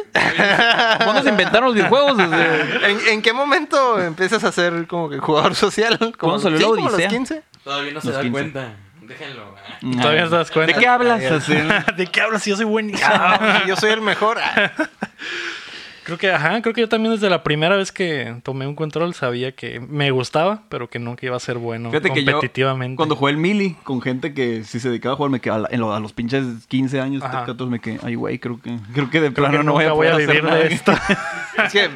Speaker 2: ¿Cuándo se inventaron los videojuegos? Desde...
Speaker 1: ¿En, en qué momento empiezas a ser como que jugador social? Como
Speaker 2: ¿Cuándo salió la
Speaker 1: sí, como a los
Speaker 2: Odisea?
Speaker 1: 15.
Speaker 4: Todavía no se
Speaker 2: Los
Speaker 4: da
Speaker 2: 15.
Speaker 4: cuenta. Déjenlo. ah.
Speaker 3: Todavía no te das cuenta.
Speaker 2: ¿De qué hablas? Así, ¿no?
Speaker 3: ¿De qué hablas? Yo soy buenísimo.
Speaker 1: Ah, yo soy el mejor. Ah.
Speaker 3: Creo que, ajá, creo que yo también desde la primera vez que tomé un control sabía que me gustaba, pero que nunca iba a ser bueno
Speaker 2: Fíjate que yo,
Speaker 3: competitivamente.
Speaker 2: cuando jugué el Mili, con gente que sí se dedicaba a jugar, me quedé a, la- en lo- a los pinches 15 años,
Speaker 3: Ajá.
Speaker 2: 14, me quedé, ay, güey, creo que, creo que de
Speaker 3: Creo
Speaker 2: plano
Speaker 3: que
Speaker 2: no voy a,
Speaker 3: nunca voy a
Speaker 2: poder hacer
Speaker 3: vivir
Speaker 2: nada.
Speaker 3: de esto.
Speaker 1: Es que,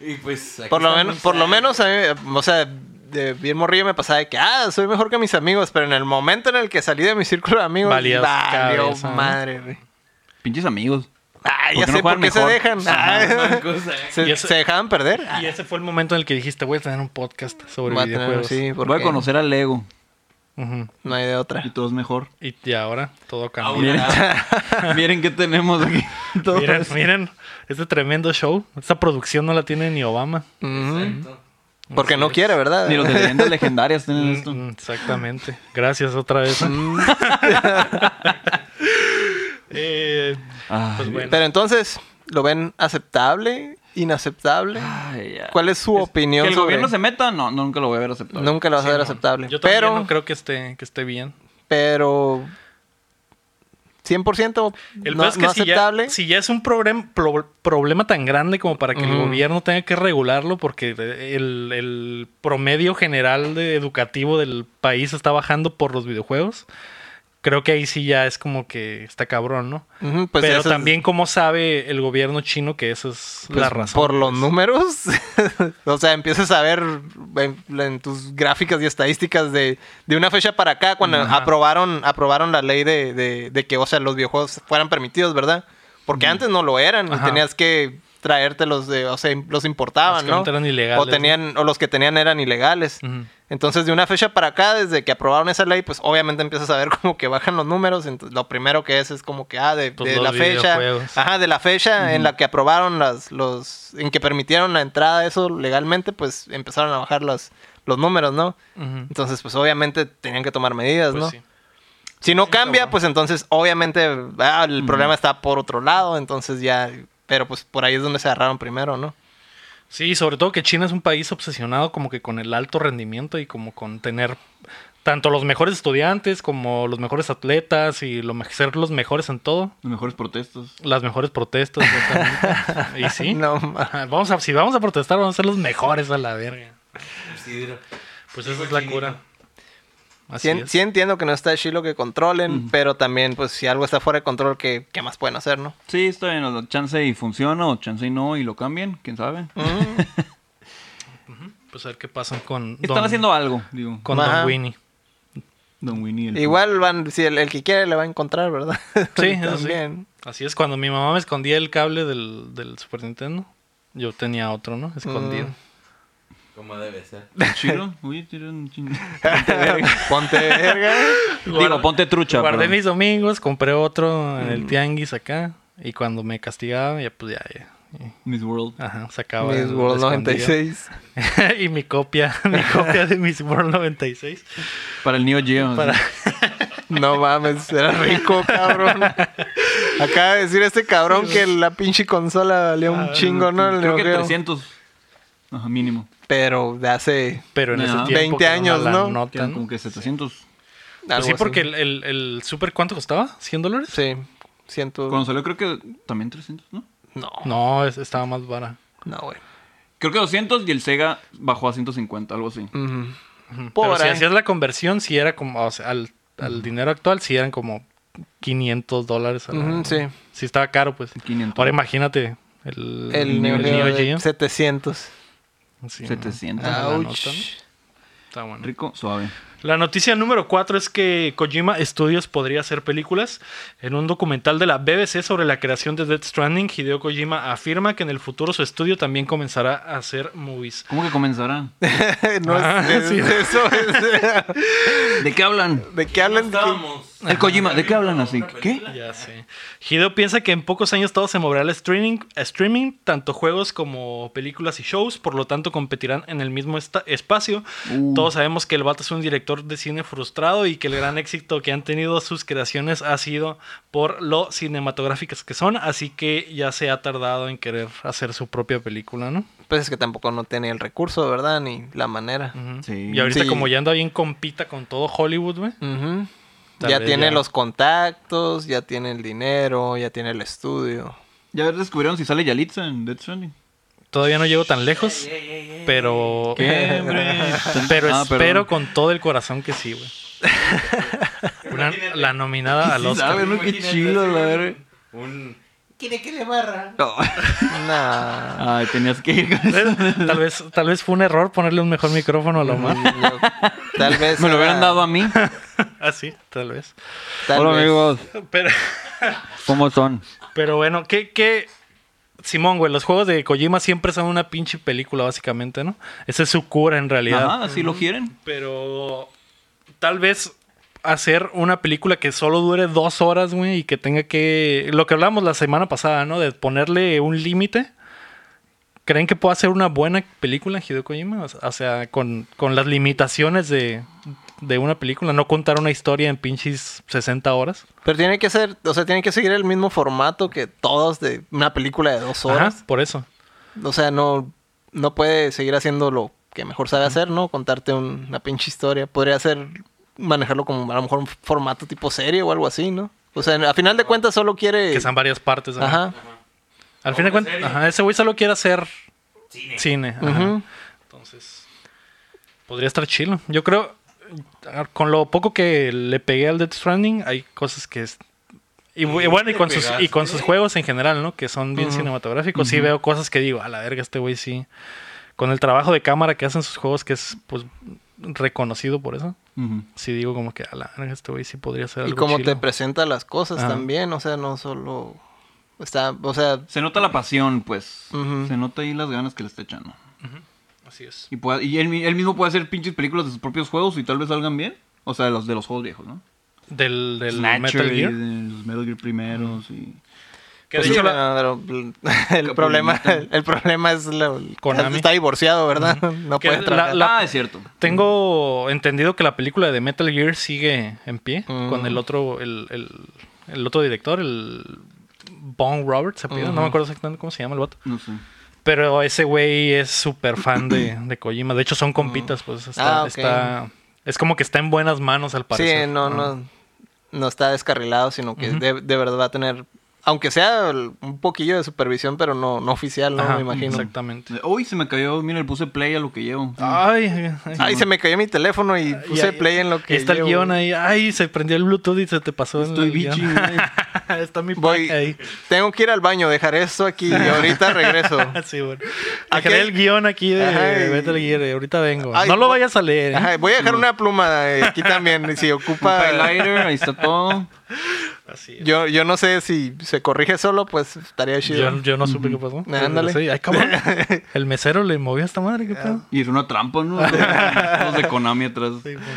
Speaker 4: Y pues. aquí
Speaker 1: por lo,
Speaker 4: estamos,
Speaker 1: menos, por lo
Speaker 4: ah.
Speaker 1: menos a mí, o sea, de bien morrillo me pasaba de que, ah, soy mejor que mis amigos, pero en el momento en el que salí de mi círculo de amigos,
Speaker 3: Valías
Speaker 1: valió
Speaker 3: cabeza, ¿no?
Speaker 1: madre, güey.
Speaker 2: Pinches amigos.
Speaker 1: Ah,
Speaker 2: ¿Por
Speaker 1: ya
Speaker 2: qué no
Speaker 1: sé por
Speaker 2: juegan
Speaker 1: qué se
Speaker 2: mejor?
Speaker 1: dejan. Ah,
Speaker 4: Mancos, ah.
Speaker 2: ¿eh?
Speaker 1: se,
Speaker 3: Y eso-
Speaker 1: se dejaban perder. Ah,
Speaker 3: Y ese fue el momento en el que dijiste, voy a tener un podcast sobre
Speaker 1: voy a tener-
Speaker 3: videojuegos.
Speaker 1: sí, porque
Speaker 2: Voy a conocer al Lego
Speaker 3: Ujú.
Speaker 1: No hay de otra.
Speaker 2: y todo es mejor.
Speaker 3: Y, y ahora todo cambió.
Speaker 4: Ahora.
Speaker 2: Miren, miren qué tenemos aquí. Todo
Speaker 3: Miren,
Speaker 2: es-
Speaker 3: miren, este tremendo show. Esta producción no la tiene ni Obama.
Speaker 1: Ujú.
Speaker 4: Exacto.
Speaker 1: Porque no quiere, ¿verdad?
Speaker 2: Ni los de leyendas legendarias tienen esto.
Speaker 3: Mm, Exactamente. Gracias otra vez.
Speaker 1: Mm.
Speaker 3: Eh,
Speaker 2: Ay,
Speaker 3: pues bueno.
Speaker 1: Pero entonces, ¿lo ven aceptable? ¿Inaceptable?
Speaker 2: ay, ya.
Speaker 1: ¿Cuál es su
Speaker 2: ¿Que
Speaker 1: opinión
Speaker 2: el
Speaker 1: sobre-
Speaker 2: gobierno se meta? No, nunca lo voy a ver aceptado.
Speaker 1: Nunca lo vas
Speaker 3: sí,
Speaker 1: a ver
Speaker 3: no.
Speaker 1: aceptable.
Speaker 3: Yo también
Speaker 1: pero,
Speaker 3: no creo que esté, que esté bien.
Speaker 1: pero... 100%
Speaker 3: El
Speaker 1: no,
Speaker 3: peor es que
Speaker 1: no
Speaker 3: si,
Speaker 1: aceptable.
Speaker 3: Ya, si ya es un problem- pro- problema tan grande como para que el
Speaker 1: Ujú.
Speaker 3: gobierno tenga que regularlo, porque el, el promedio general de educativo del país está bajando por los videojuegos, creo que ahí sí ya es como que está cabrón, ¿no?
Speaker 1: Ujú, pues
Speaker 3: Pero
Speaker 1: eso es-
Speaker 3: también, ¿cómo sabe el gobierno chino que esa es
Speaker 1: pues,
Speaker 3: la razón?
Speaker 1: Por los
Speaker 3: pues?
Speaker 1: números. o sea, empiezas a ver en, en tus gráficas y estadísticas de, de una fecha para acá, cuando
Speaker 3: Ajá.
Speaker 1: aprobaron, aprobaron la ley de, de- de que, o sea, los videojuegos fueran permitidos, ¿verdad? Porque antes no lo eran. y
Speaker 3: Ajá.
Speaker 1: Tenías que traértelos de, o sea, los
Speaker 3: Los
Speaker 1: importaban,
Speaker 3: que antes
Speaker 1: ¿no?
Speaker 3: eran ilegales,
Speaker 1: o tenían, o los que tenían eran ilegales.
Speaker 3: Ujú.
Speaker 1: Entonces, de una fecha para acá, desde que aprobaron esa ley, pues obviamente empiezas a ver como que bajan los números. Entonces, lo primero que es es como que, ah, de,
Speaker 3: Pues,
Speaker 1: de
Speaker 3: los
Speaker 1: la fecha.
Speaker 3: videojuegos.
Speaker 1: Ajá, de la fecha en la que aprobaron las, los, en que permitieron la entrada de eso legalmente, pues empezaron a bajar las, los números, ¿no?
Speaker 3: Ujú.
Speaker 1: Entonces, pues obviamente tenían que tomar medidas,
Speaker 3: Pues
Speaker 1: ¿no?
Speaker 3: sí.
Speaker 1: Si no cambia, pues entonces obviamente ah, el problema está por otro lado, entonces ya, pero pues por ahí es donde se agarraron primero, ¿no?
Speaker 3: Sí, sobre todo que China es un país obsesionado como que con el alto rendimiento y como con tener tanto los mejores estudiantes como los mejores atletas y lo, me- ser los mejores en todo,
Speaker 2: Los mejores protestos.
Speaker 3: las mejores protestas. exactamente. y sí,
Speaker 1: No, ma-
Speaker 3: vamos a, si vamos a protestar vamos a ser los mejores a la verga.
Speaker 4: Isidro.
Speaker 3: Pues
Speaker 4: Dijo
Speaker 3: esa es la
Speaker 4: Chinito.
Speaker 3: cura. Así
Speaker 1: Sí, en-
Speaker 3: es.
Speaker 1: sí entiendo que no está Shilo que controlen, pero también, pues, si algo está fuera de control, ¿qué, qué más pueden hacer, no?
Speaker 2: Sí, está bien. o Chance y funciona, o chance y no, y lo cambian, quién sabe.
Speaker 1: Mm.
Speaker 3: Pues a ver qué pasa con
Speaker 2: Están
Speaker 3: Don-
Speaker 2: haciendo algo, digo.
Speaker 3: con
Speaker 1: Ajá.
Speaker 3: Don Winnie.
Speaker 2: Don Winnie. el-
Speaker 1: Igual van, si el, el que quiere le va a encontrar, ¿verdad?
Speaker 3: Sí, eso sí.
Speaker 1: también.
Speaker 3: Así es, cuando mi mamá me escondía el cable del, del Super Nintendo, yo tenía otro, ¿no? Escondido.
Speaker 1: Ah.
Speaker 4: Como debe ser.
Speaker 2: Chido. Uy, tira un chingo.
Speaker 1: Ponte verga. Ponte verga.
Speaker 2: Digo, ponte trucha.
Speaker 3: Guardé
Speaker 2: pero-
Speaker 3: mis domingos, compré otro en
Speaker 1: Mm.
Speaker 3: el tianguis acá. Y cuando me castigaba, ya pues ya, ya, ya,
Speaker 2: Miss World.
Speaker 3: ajá, sacaba.
Speaker 1: Miss
Speaker 3: el
Speaker 1: World
Speaker 3: escondido.
Speaker 1: 96.
Speaker 3: y mi copia, mi copia de Miss World 96.
Speaker 2: Para el Neo Geo.
Speaker 3: Para-
Speaker 1: No mames, era rico, cabrón. Acaba de decir este cabrón que la pinche consola valía un
Speaker 3: Ah,
Speaker 1: chingo, ¿no? El
Speaker 2: Creo que
Speaker 1: Neo Geo.
Speaker 2: 300. Ajá, mínimo.
Speaker 1: Pero de hace...
Speaker 3: Pero en ese
Speaker 2: Ajá.
Speaker 3: tiempo.
Speaker 1: 20
Speaker 3: que era
Speaker 1: años,
Speaker 3: una
Speaker 1: ¿no?
Speaker 3: lanota,
Speaker 2: Quedan
Speaker 3: ¿no?
Speaker 2: como que 700.
Speaker 3: Pues
Speaker 1: algo
Speaker 3: sí,
Speaker 1: así.
Speaker 3: porque el, el, el Super, ¿cuánto costaba? ¿100 dólares?
Speaker 1: Sí, siento...
Speaker 2: Cuando salió creo que también 300, ¿no?
Speaker 1: No,
Speaker 3: No, es- estaba más vara.
Speaker 1: no, güey.
Speaker 2: Creo que 200 y el Sega bajó a 150, algo así.
Speaker 1: Ujú.
Speaker 3: Pero
Speaker 1: Por
Speaker 3: si
Speaker 1: ahí.
Speaker 3: hacías la conversión, si era como, o sea, al, al dinero actual, si eran como 500 dólares. a la-
Speaker 1: Ujú, sí.
Speaker 3: Sí estaba caro, pues.
Speaker 2: 500.
Speaker 3: Ahora imagínate el,
Speaker 1: El Neo Geo de 700.
Speaker 3: Sí, ¿no?
Speaker 2: 700.
Speaker 3: Ah,
Speaker 1: Ouch.
Speaker 3: la nota, ¿no? Está bueno.
Speaker 2: Rico, suave.
Speaker 3: La noticia número 4 es que Kojima Studios podría hacer películas. En un documental de la BBC sobre la creación de Death Stranding, Hideo Kojima afirma que en el futuro su estudio también comenzará a hacer movies.
Speaker 2: ¿Cómo que comenzará?
Speaker 1: no es-
Speaker 3: Ah,
Speaker 1: es-
Speaker 3: sí.
Speaker 1: eso es-
Speaker 2: ¿De qué hablan?
Speaker 1: ¿De qué hablan?
Speaker 4: Estábamos.
Speaker 2: El Kojima, ¿de qué hablan así?
Speaker 4: Una
Speaker 2: ¿Qué?
Speaker 4: película.
Speaker 3: Ya sé. Hideo piensa que en pocos años todo se moverá al streaming, a streaming, tanto juegos como películas y shows, por lo tanto competirán en el mismo esta- espacio.
Speaker 2: Uh.
Speaker 3: Todos sabemos que el vato es un director de cine frustrado y que el gran éxito que han tenido sus creaciones ha sido por lo cinematográficas que son, así que ya se ha tardado en querer hacer su propia película, ¿no?
Speaker 1: Pues es que tampoco no tenía el recurso, ¿verdad? Ni la manera.
Speaker 3: Ujú.
Speaker 2: Sí.
Speaker 3: Y ahorita
Speaker 1: Sí.
Speaker 3: como ya anda bien compita con todo Hollywood, güey.
Speaker 1: Ujú.
Speaker 3: Tal
Speaker 1: ya
Speaker 3: vez
Speaker 1: tiene
Speaker 3: ya.
Speaker 1: los contactos, ya tiene el dinero, ya tiene el estudio.
Speaker 2: Ya descubrieron si sale Yalitza en Death Stranding.
Speaker 3: Todavía no llego tan lejos,
Speaker 4: Ey, ey, ey.
Speaker 3: pero...
Speaker 2: ¿Qué, hombre?
Speaker 3: Pero
Speaker 2: Ah,
Speaker 3: espero
Speaker 2: perdón.
Speaker 3: con todo el corazón que sí, güey. Una- la nominada al
Speaker 2: Sí
Speaker 3: Oscar.
Speaker 2: sabe, ¿no? Qué
Speaker 4: Imagínate
Speaker 2: chido,
Speaker 4: así,
Speaker 2: la
Speaker 4: un-
Speaker 2: verga.
Speaker 4: Un... ¿Quiere que le barra?
Speaker 2: No.
Speaker 1: Nah.
Speaker 2: Ay, tenías que ir con eso.
Speaker 3: Tal vez, tal vez fue un error ponerle un mejor micrófono a la Omar.
Speaker 1: Yo- tal vez.
Speaker 2: Me lo hubieran
Speaker 1: era-
Speaker 2: dado a mí.
Speaker 3: Así, tal vez.
Speaker 1: tal
Speaker 2: Hola,
Speaker 1: vez.
Speaker 2: amigos.
Speaker 3: Pero,
Speaker 2: ¿Cómo son?
Speaker 3: pero bueno, ¿qué, qué? Simón, güey, los juegos de Kojima siempre son una pinche película, básicamente, ¿no? Esa es su cura, en realidad.
Speaker 2: Ajá, si lo quieren.
Speaker 3: Pero tal vez hacer una película que solo dure dos horas, güey, y que tenga que... Lo que hablamos la semana pasada, ¿no? De ponerle un límite. ¿Creen que pueda ser una buena película Hideo Kojima? O sea- O sea, con, con las limitaciones de, de una película. No contar una historia en pinches 60 horas.
Speaker 1: Pero tiene que ser, o sea, tiene que seguir el mismo formato que todos de una película de dos horas.
Speaker 3: Ajá, por eso.
Speaker 1: O sea, no, no puede seguir haciendo lo que mejor sabe hacer, ¿no? Contarte un- una pinche historia. Podría ser manejarlo como a lo mejor un formato tipo serie o algo así, ¿no? O sea, a final de cuentas solo quiere.
Speaker 3: Que sean varias partes. ¿no?
Speaker 1: Ajá.
Speaker 3: Al fin de
Speaker 4: O una
Speaker 3: cuentas,
Speaker 4: serie.
Speaker 3: ajá, ese güey solo quiere hacer
Speaker 4: Cine.
Speaker 3: cine. ajá.
Speaker 1: Ujú.
Speaker 3: Entonces, podría estar chilo. Yo creo, eh, con lo poco que le pegué al Death Stranding, hay cosas que... es- y, bu- y bueno, y
Speaker 4: Le
Speaker 3: con, sus, y con sus
Speaker 4: pegaste.
Speaker 3: juegos en general, ¿no? Que son bien
Speaker 1: Ujú.
Speaker 3: cinematográficos. Sí veo cosas que digo, a la verga, este güey sí. Con el trabajo de cámara que hacen sus juegos, que es, pues, reconocido por eso. Sí digo como que, a la verga, este güey sí podría ser
Speaker 1: Y
Speaker 3: algo
Speaker 1: cómo
Speaker 3: chilo".
Speaker 1: te presenta las cosas
Speaker 3: Ajá.
Speaker 1: también. O sea, no solo. Está, o sea,
Speaker 2: Se nota la pasión, pues.
Speaker 1: Ujú.
Speaker 2: Se nota ahí las ganas que le está echando.
Speaker 3: Así es.
Speaker 2: Y, pueda- y él, mi- él mismo puede hacer pinches películas de sus propios juegos y tal vez salgan bien. O sea, de los de los juegos viejos, ¿no?
Speaker 3: Del, del
Speaker 2: Snatcher
Speaker 3: Metal
Speaker 2: y
Speaker 3: Gear.
Speaker 2: de los Metal Gear primeros y...
Speaker 3: Que
Speaker 1: Pues
Speaker 3: de hecho
Speaker 1: sí,
Speaker 3: la-
Speaker 1: pero- pero el problema el problema es la,
Speaker 3: Konami.
Speaker 1: está divorciado, ¿verdad? No
Speaker 3: Que
Speaker 1: puede
Speaker 3: la-
Speaker 1: trabajar.
Speaker 3: La-
Speaker 2: Ah, es cierto.
Speaker 3: Tengo entendido que la película de Metal Gear sigue en pie
Speaker 1: Mm.
Speaker 3: con el otro, el, el- el otro director, el Bon Roberts, se apellida, no me acuerdo exactamente cómo se llama el vato.
Speaker 2: No sé.
Speaker 3: Pero ese güey es súper fan de, de Kojima. De hecho, son compitas, pues está,
Speaker 1: Ah, ok.
Speaker 3: está- Es como que está en buenas manos al parecer.
Speaker 1: Sí, no, no, no está descarrilado, sino que de, de verdad va a tener, aunque sea el- un poquillo de supervisión, pero no, no oficial, ¿no?
Speaker 3: Ajá,
Speaker 1: me imagino.
Speaker 3: Exactamente.
Speaker 2: Uy, se me cayó. Mira, le puse play a lo que llevo.
Speaker 3: Ay, ay,
Speaker 1: Ay, se me cayó mi teléfono y
Speaker 3: ay,
Speaker 1: puse
Speaker 3: ay,
Speaker 1: play en lo que.
Speaker 3: ahí Está el
Speaker 1: llevo.
Speaker 3: guión ahí. Ay, se prendió el Bluetooth y se te pasó. el
Speaker 2: Estoy
Speaker 3: guión.
Speaker 2: bitching. güey.
Speaker 3: está mi pack
Speaker 1: Voy,
Speaker 3: ahí.
Speaker 1: tengo que ir al baño, dejar esto aquí y ahorita regreso.
Speaker 3: sí, bueno.
Speaker 1: Aquí-
Speaker 3: Dejaré el guión aquí de
Speaker 1: Ajá, y-
Speaker 3: Metal Gear. eh, Ahorita vengo.
Speaker 1: Ay,
Speaker 3: no lo
Speaker 1: voy-
Speaker 3: vayas a leer. ¿eh?
Speaker 1: Ajá, voy a dejar una pluma eh, aquí también, y si
Speaker 2: Un
Speaker 1: ocupa.
Speaker 2: highlighter, ahí está todo.
Speaker 3: Así es.
Speaker 1: Yo, yo no sé si se corrige solo, pues estaría chido.
Speaker 3: Yo, yo no supe qué pasó.
Speaker 1: Ah, ándale.
Speaker 3: Sí, ay, cabrón. El mesero le movió a esta madre. ¿Qué pedo?
Speaker 2: Y es una trampa, ¿no? Los de Konami atrás.
Speaker 3: Sí, bueno.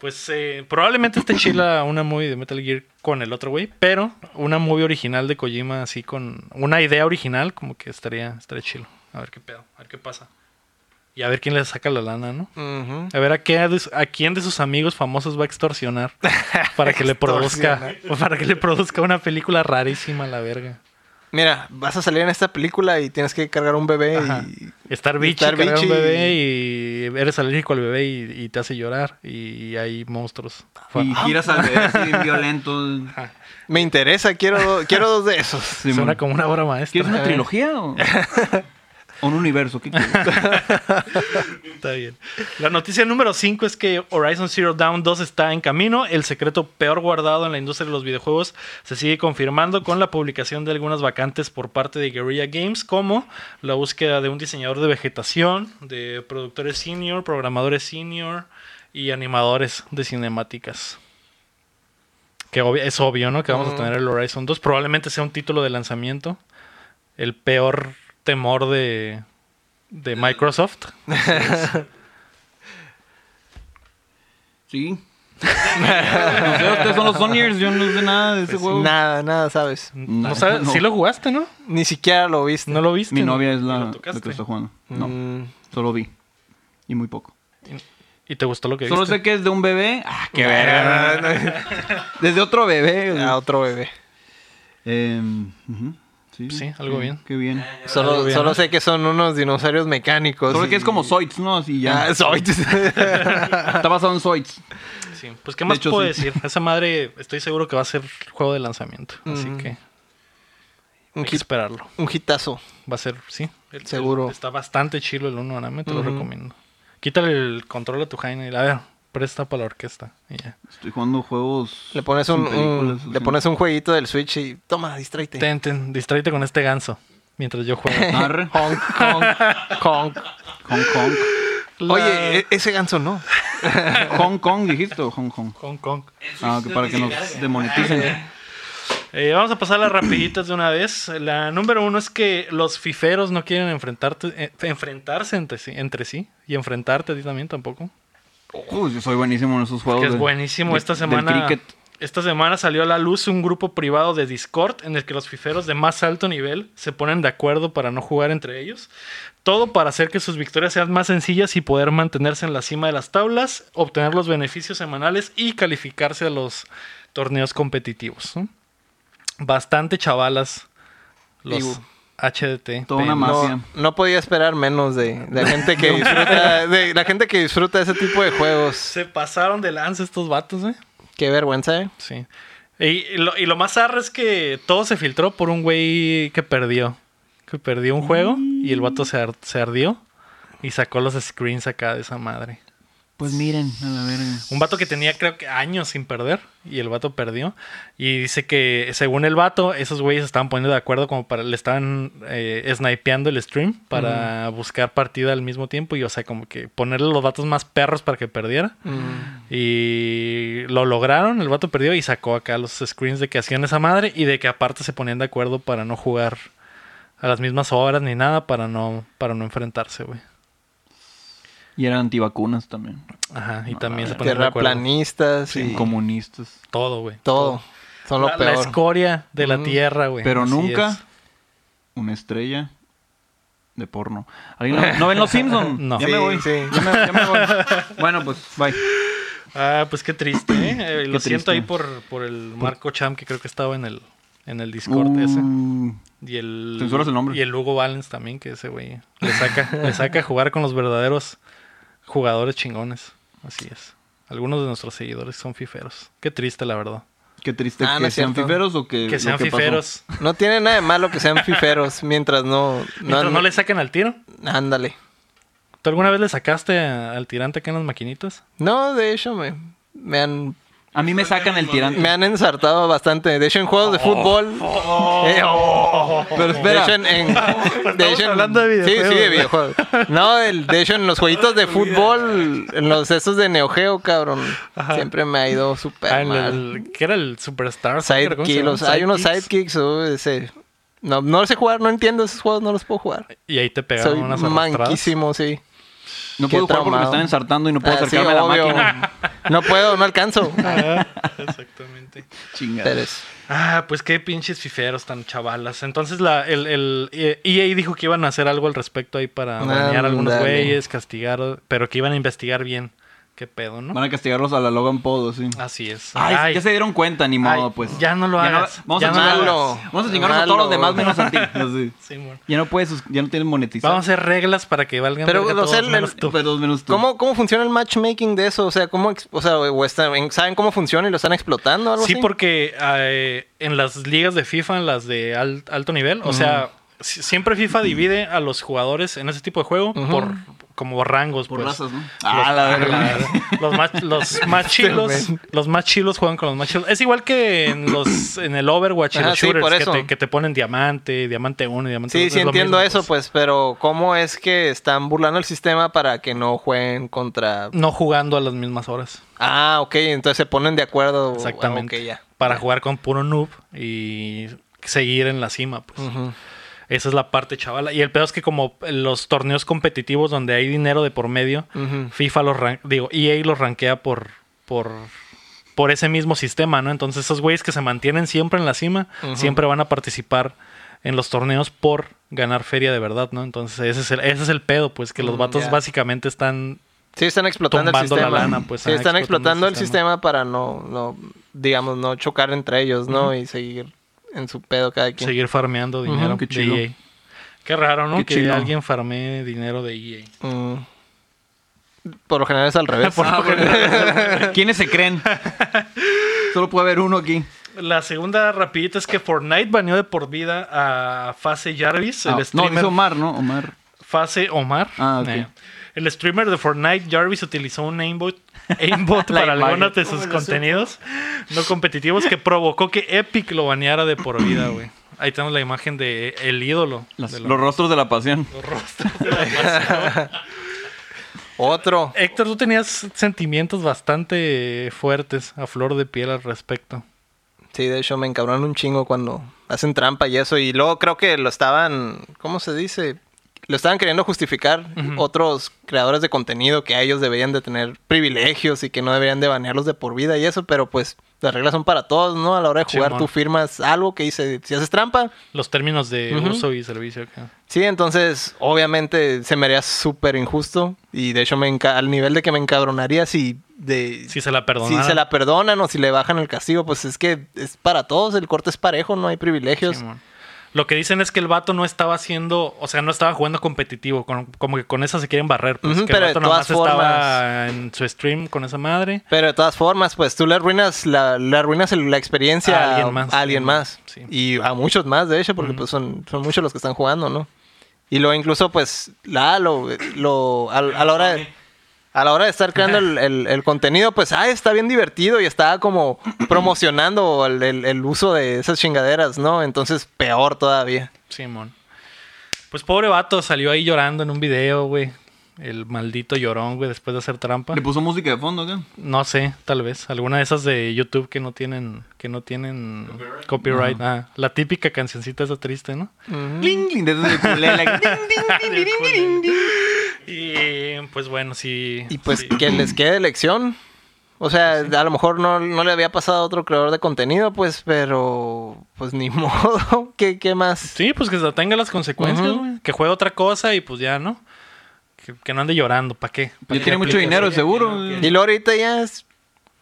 Speaker 3: Pues eh, probablemente esté chila una movie de Metal Gear con el otro güey, pero una movie original de Kojima, así con una idea original, como que estaría, estaría chilo. A ver qué pedo, a ver qué pasa. Y a ver quién le saca la lana, ¿no?
Speaker 1: Ujú.
Speaker 3: A ver a, qué, a quién de sus amigos famosos va a extorsionar para que le produzca para que le produzca una película rarísima a la verga.
Speaker 1: Mira, vas a salir en esta película y tienes que cargar un bebé
Speaker 3: Ajá.
Speaker 1: y.
Speaker 3: Estar bichi,
Speaker 1: Estar
Speaker 3: cargar un
Speaker 1: bichi.
Speaker 3: bebé y eres alérgico al bebé y, y te hace llorar y hay monstruos.
Speaker 2: Y giras
Speaker 3: Ah.
Speaker 2: al bebé así bien violento.
Speaker 1: Me interesa, quiero, do- quiero dos de esos.
Speaker 2: Sí,
Speaker 3: Suena
Speaker 2: man.
Speaker 3: como una obra maestra.
Speaker 2: ¿Quieres una trilogía o, o un universo? ¿Qué quieres?
Speaker 3: Está bien. La noticia número 5 es que Horizon Zero Dawn 2 está en camino. El secreto peor guardado en la industria de los videojuegos se sigue confirmando con la publicación de algunas vacantes por parte de Guerrilla Games, como la búsqueda de un diseñador de vegetación, de productores senior, programadores senior y animadores de cinemáticas. Que obvi- es obvio, ¿no? Que vamos a
Speaker 1: Mm.
Speaker 3: tener el Horizon 2. Probablemente sea un título de lanzamiento. El peor temor de, de Microsoft.
Speaker 2: Sí. No sé, ustedes son los Sonyers, yo no sé nada de
Speaker 1: Pues,
Speaker 2: ese este juego.
Speaker 1: Nada, nada, sabes.
Speaker 3: No,
Speaker 2: No,
Speaker 3: sabes,
Speaker 2: no.
Speaker 3: sí lo jugaste, ¿no?
Speaker 1: Ni siquiera lo viste.
Speaker 3: No lo viste.
Speaker 2: Mi
Speaker 3: ¿no?
Speaker 2: novia es
Speaker 3: Ni
Speaker 2: la,
Speaker 3: lo
Speaker 2: la
Speaker 3: tocaste.
Speaker 2: que está jugando. No,
Speaker 1: Mm,
Speaker 2: solo vi. Y muy poco.
Speaker 3: ¿Y te gustó lo que
Speaker 2: Solo
Speaker 3: viste?
Speaker 2: sé que es de un bebé. Ah, qué verga. Desde otro bebé.
Speaker 1: a otro bebé.
Speaker 2: Em, ujú.
Speaker 3: Sí, algo
Speaker 2: qué-
Speaker 3: bien.
Speaker 2: Qué bien.
Speaker 1: Solo,
Speaker 3: bien,
Speaker 1: solo
Speaker 3: ¿no?
Speaker 1: sé que son unos dinosaurios mecánicos.
Speaker 2: Solo que
Speaker 1: y-
Speaker 2: es como Zoids, ¿no? Así ya.
Speaker 1: Pues Ah, Zoids.
Speaker 2: Está basado en Zoids.
Speaker 3: Sí, pues qué
Speaker 2: De
Speaker 3: más
Speaker 2: hecho,
Speaker 3: puedo
Speaker 2: sí.
Speaker 3: decir. Esa madre estoy seguro que va a ser juego de lanzamiento. Así
Speaker 2: Mm.
Speaker 1: Ujú.
Speaker 3: que hay
Speaker 1: un,
Speaker 3: que
Speaker 1: hit-
Speaker 3: esperarlo.
Speaker 1: un hitazo.
Speaker 3: Va a ser, sí. el- el-
Speaker 1: Seguro.
Speaker 3: está bastante chilo el uno, Aname, te lo
Speaker 1: Ujú.
Speaker 3: recomiendo. Quítale el control a tu Jaina y a ver, presta para la orquesta. Y ya.
Speaker 2: Estoy jugando juegos.
Speaker 1: Le pones un,
Speaker 2: sin películas,
Speaker 1: un-
Speaker 2: o
Speaker 1: le
Speaker 2: sea.
Speaker 1: pones un jueguito del Switch y toma, distráete.
Speaker 3: Ten, ten, distráete con este ganso mientras yo juego.
Speaker 2: Arre.
Speaker 1: Honk, honk, honk.
Speaker 2: Hong Kong.
Speaker 1: Oye, e- ese ganso no.
Speaker 2: Hong Kong, dijiste, o Hong Kong.
Speaker 3: Hong Kong.
Speaker 2: Ah, que para que nos demoneticen.
Speaker 3: Eh, vamos a pasar a las rapiditas de una vez. La número uno es que los fiferos no quieren enfrentarte, eh, enfrentarse entre sí, entre sí. Y enfrentarte a ti también tampoco.
Speaker 2: Uy, yo soy buenísimo en esos juegos.
Speaker 3: Que es
Speaker 2: de-
Speaker 3: buenísimo.
Speaker 2: de-
Speaker 3: esta
Speaker 2: del
Speaker 3: semana.
Speaker 2: cricket.
Speaker 3: Esta semana salió a la luz un grupo privado de Discord en el que los fiferos de más alto nivel se ponen de acuerdo para no jugar entre ellos. Todo para hacer que sus victorias sean más sencillas y poder mantenerse en la cima de las tablas, obtener los beneficios semanales y calificarse a los torneos competitivos. ¿no? Bastante chavalas los
Speaker 1: Digo,
Speaker 3: HDT.
Speaker 2: toda una
Speaker 3: PM.
Speaker 2: ma-
Speaker 1: No,
Speaker 2: Masia.
Speaker 1: no podía esperar menos de, de la gente que disfruta, de la gente que disfruta ese tipo de juegos.
Speaker 3: Se pasaron de lanza estos vatos, ¿eh?
Speaker 1: Qué vergüenza, eh.
Speaker 3: Sí. Y, y lo, y lo más arre es que todo se filtró por un güey que perdió. Que perdió un juego y el vato se, ar- se ardió y sacó los screens acá de esa madre.
Speaker 2: Pues miren, a la verga.
Speaker 3: Un vato que tenía creo que años sin perder y el vato perdió. Y dice que según el vato, esos güeyes estaban poniendo de acuerdo como para... Le estaban eh, snipeando el stream para buscar partida al mismo tiempo y o sea como que ponerle los vatos más perros para que perdiera.
Speaker 2: Mm,
Speaker 3: Y lo lograron, el vato perdió y sacó acá los screens de que hacían esa madre y de que aparte se ponían de acuerdo para no jugar a las mismas horas ni nada para no, para no enfrentarse, güey.
Speaker 2: Y eran antivacunas también.
Speaker 3: Ajá, y también se ponían de acuerdo.
Speaker 1: Terraplanistas y
Speaker 2: Comunistas.
Speaker 3: Todo, güey.
Speaker 1: todo. Son lo
Speaker 3: la, la
Speaker 1: peor.
Speaker 3: escoria de la
Speaker 1: Mm.
Speaker 3: tierra, güey.
Speaker 2: Pero
Speaker 3: Así
Speaker 2: nunca
Speaker 3: es.
Speaker 2: una estrella de porno. ¿Alguien la- ¿No ven los Simpsons?
Speaker 3: No.
Speaker 2: Ya
Speaker 1: Sí,
Speaker 2: me voy.
Speaker 1: sí.
Speaker 2: Ya, me, ya me voy. Bueno, pues, bye.
Speaker 3: Ah, pues qué triste, ¿eh? Eh, lo
Speaker 2: triste.
Speaker 3: siento ahí por, por el Marco Cham que creo que estaba en el, en el Discord ese.
Speaker 2: Uh,
Speaker 3: Y el,
Speaker 2: Censuras el nombre.
Speaker 3: Y el Hugo Valens también, que ese güey le saca, le saca a jugar con los verdaderos jugadores chingones. Así es. Algunos de nuestros seguidores son fiferos. Qué triste, la verdad.
Speaker 2: Qué triste.
Speaker 1: Ah,
Speaker 2: ¿Que
Speaker 1: no es
Speaker 2: sean
Speaker 1: cierto.
Speaker 2: fiferos o que.?
Speaker 3: Que
Speaker 2: lo
Speaker 3: sean
Speaker 2: pasó?
Speaker 3: fiferos.
Speaker 1: No tiene nada de malo que sean fiferos mientras no.
Speaker 3: Mientras no le saquen al tiro.
Speaker 1: Ándale.
Speaker 3: ¿Tú alguna vez le sacaste a- al tirante acá en las maquinitas?
Speaker 1: No, de hecho me, me han
Speaker 2: A mí me sacan el tirante.
Speaker 1: me han ensartado bastante. De hecho en juegos de fútbol. Eh, oh.
Speaker 2: Pero
Speaker 1: De
Speaker 2: espera.
Speaker 1: hecho, en, en- de hecho, en-
Speaker 3: hablando de
Speaker 1: Sí, sí, de
Speaker 3: videojuegos.
Speaker 1: videojuegos. No, el- de hecho, en los jueguitos de fútbol, en los esos de Neo Geo, cabrón, siempre me ha ido súper
Speaker 3: Ah, el-
Speaker 1: mal.
Speaker 3: el- ¿Qué era el Superstar? Soccer? ¿Cómo se
Speaker 1: Sidekicks,
Speaker 3: llama?
Speaker 1: los- hay unos sidekicks, oh, ese- No, no lo sé jugar, no entiendo esos juegos, no los puedo jugar.
Speaker 3: Y ahí te pegaron
Speaker 1: Soy
Speaker 3: unas arrastradas.
Speaker 1: manquísimo, sí.
Speaker 2: No
Speaker 1: Qué
Speaker 2: puedo jugar porque me
Speaker 1: traumado.
Speaker 2: están ensartando y no puedo
Speaker 1: Ah, sí,
Speaker 2: acercarme a la
Speaker 1: obvio.
Speaker 2: máquina.
Speaker 1: No puedo, no alcanzo.
Speaker 3: Ah, Exactamente.
Speaker 2: Chingada.
Speaker 1: Pero es-
Speaker 3: Ah, pues qué pinches fiferos tan chavalas. Entonces la, el, el eh, EA dijo que iban a hacer algo al respecto ahí para
Speaker 1: Ah,
Speaker 3: banear a algunos
Speaker 1: dale.
Speaker 3: güeyes, castigar, pero que iban a investigar bien. Qué pedo, ¿no?
Speaker 2: Van a castigarlos a la Logan Podo, sí.
Speaker 3: Así es.
Speaker 2: Ay,
Speaker 3: Ay,
Speaker 2: ya se dieron cuenta, ni modo,
Speaker 3: Ay,
Speaker 2: pues.
Speaker 3: ya no lo hagas.
Speaker 2: vamos,
Speaker 3: Ya
Speaker 2: a
Speaker 3: no lo
Speaker 2: chingarlos.
Speaker 1: hagas.
Speaker 2: vamos a chingarlos a todos los
Speaker 1: Malo.
Speaker 2: demás menos a ti. Así.
Speaker 3: sí, bueno.
Speaker 2: Ya no puedes, sus- ya no tienes monetizado.
Speaker 3: Vamos a hacer reglas para que valgan
Speaker 1: Pero
Speaker 3: verga
Speaker 1: los
Speaker 3: todos
Speaker 1: el-
Speaker 3: menos
Speaker 1: el-
Speaker 3: tú.
Speaker 2: Pues dos menos tú.
Speaker 1: ¿Cómo, ¿Cómo funciona el matchmaking de eso? O sea, ¿cómo, ex- o sea o están- en- ¿saben cómo funciona y lo están explotando o algo
Speaker 3: Sí,
Speaker 1: así?
Speaker 3: porque eh, en las ligas de FIFA, en las de al- alto nivel, o sea, si- siempre FIFA divide a los jugadores en ese tipo de juego
Speaker 1: Ujú.
Speaker 3: por como rangos,
Speaker 2: Por
Speaker 3: pues.
Speaker 2: razas, ¿no?
Speaker 3: Los-
Speaker 2: Ah, la verga.
Speaker 3: Los más, los más chilos,
Speaker 1: men.
Speaker 3: los más chilos juegan con los más chilos. Es igual que en los en el Overwatch, y
Speaker 1: Ajá,
Speaker 3: los
Speaker 1: sí,
Speaker 3: shooters
Speaker 1: por
Speaker 3: que,
Speaker 1: eso.
Speaker 3: te, que te ponen diamante, diamante 1, diamante 2.
Speaker 1: Sí, sí entiendo eso, pues. pero ¿cómo es que están burlando el sistema para que no jueguen contra...
Speaker 3: No jugando a las mismas horas.
Speaker 1: Ah, ok, entonces se ponen de acuerdo.
Speaker 3: Exactamente.
Speaker 1: Ah, ok, ya.
Speaker 3: Para jugar con puro noob y seguir en la cima, pues.
Speaker 1: Ujú.
Speaker 3: Esa es la parte chavala. Y el pedo es que como los torneos competitivos donde hay dinero de por medio,
Speaker 1: Ujú.
Speaker 3: FIFA los ran- digo, EA los rankea por, por, por ese mismo sistema, ¿no? Entonces esos güeyes que se mantienen siempre en la cima,
Speaker 1: Ujú.
Speaker 3: siempre van a participar en los torneos por ganar feria de verdad, ¿no? Entonces ese es el, ese es el pedo, pues que los
Speaker 1: Mm,
Speaker 3: vatos
Speaker 1: ya.
Speaker 3: básicamente están...
Speaker 1: Sí, están explotando el
Speaker 3: Tumbando la
Speaker 1: sistema.
Speaker 3: lana, pues,
Speaker 1: sí,
Speaker 3: ah,
Speaker 1: están explotando
Speaker 3: explotando el
Speaker 1: el sistema para no, no, digamos, no chocar entre ellos, ¿no? Y seguir en su pedo cada quien.
Speaker 3: Seguir farmeando
Speaker 1: Ujú,
Speaker 3: dinero
Speaker 2: qué
Speaker 3: de
Speaker 2: chido.
Speaker 3: EA. Qué raro, ¿no?
Speaker 2: Qué
Speaker 3: que
Speaker 2: chido.
Speaker 3: alguien farmee dinero de E EA.
Speaker 1: Mm. Por lo general es al revés.
Speaker 3: Por-
Speaker 2: Ah, bueno. ¿Quiénes se creen? Solo puede haber uno aquí.
Speaker 3: La segunda rapidita es que Fortnite baneó de por vida a Fase Jarvis,
Speaker 2: Ah,
Speaker 3: el
Speaker 2: no,
Speaker 3: streamer
Speaker 2: dice Omar, ¿no? Omar.
Speaker 3: Fase Omar.
Speaker 2: Ah, ok.
Speaker 3: Eh, El streamer de Fortnite, Jarvis, utilizó un aimbot, aimbot
Speaker 2: La
Speaker 3: para
Speaker 2: imagen.
Speaker 3: algunos de sus
Speaker 4: ¿Cómo lo
Speaker 3: contenidos no competitivos que provocó que Epic lo baneara de por vida, güey. Ahí tenemos la imagen de el ídolo.
Speaker 2: Las-
Speaker 3: de la-
Speaker 2: los rostros de la pasión.
Speaker 3: los rostros de la pasión.
Speaker 1: Otro.
Speaker 3: Héctor, tú tenías sentimientos bastante fuertes a flor de piel al respecto.
Speaker 1: Sí, de hecho me encabronan un chingo cuando hacen trampa y eso. Y luego creo que lo estaban, ¿cómo se dice? Lo estaban queriendo justificar otros creadores de contenido que a ellos deberían de tener privilegios y que no deberían de banearlos de por vida y eso. Pero pues las reglas son para todos, ¿no? A la hora de jugar
Speaker 3: Simón.
Speaker 1: tú firmas algo que dice, si haces trampa,
Speaker 3: Los términos de
Speaker 1: Ujú.
Speaker 3: uso y servicio. acá.
Speaker 1: Sí, entonces obviamente se me haría súper injusto y de hecho me enca- al nivel de que me encabronaría si de
Speaker 3: Si se la
Speaker 1: si
Speaker 3: perdonaron.
Speaker 1: se la perdonan o si le bajan el castigo, pues es que es para todos, el corte es parejo, no hay privilegios.
Speaker 3: Simón. Lo que dicen es que el vato no estaba haciendo, o sea, no estaba jugando competitivo, con- como que con esa se quieren barrer, pues
Speaker 1: Ujú,
Speaker 3: que el
Speaker 1: pero de
Speaker 3: vato nomás
Speaker 1: todas
Speaker 3: estaba en su stream con esa madre.
Speaker 1: Pero de todas formas, pues tú le arruinas la, le arruinas el- la experiencia
Speaker 3: A alguien más.
Speaker 1: a alguien
Speaker 3: Sí.
Speaker 1: más.
Speaker 3: Sí.
Speaker 1: Y a muchos más, de hecho, porque pues son, son muchos los que están jugando, ¿no? Y luego incluso, pues, la lo, lo- a, a la hora de. A la hora de estar creando el, el- el contenido, pues, ah, está bien divertido y está como promocionando el, el- el uso de esas chingaderas, ¿no? Entonces, peor todavía.
Speaker 3: Simón. Pues pobre vato, salió ahí llorando en un video, güey. El maldito llorón, güey, después de hacer trampa.
Speaker 2: Le puso música de fondo acá.
Speaker 3: No sé, tal vez. Alguna de esas de YouTube que no tienen, que no tienen copyright. Ah, la típica cancioncita esa triste, ¿no?
Speaker 2: Ling, ling, desde el culé, like, ding, ding.
Speaker 3: Y pues bueno, sí.
Speaker 1: Y pues
Speaker 3: sí. Pues
Speaker 1: que les quede lección. O sea, a lo mejor no, no le había pasado a otro creador de contenido, pues, pero pues ni modo. ¿Qué, qué más?
Speaker 3: Sí, pues que se tenga las consecuencias,
Speaker 1: Ujú.
Speaker 3: güey. Que juegue otra cosa y pues ya, ¿no? Que, que no ande llorando, ¿para qué? ¿Pa'
Speaker 2: Ya
Speaker 3: qué
Speaker 2: tiene mucho
Speaker 3: aplicas?
Speaker 2: dinero, seguro.
Speaker 1: Y luego ahorita ya es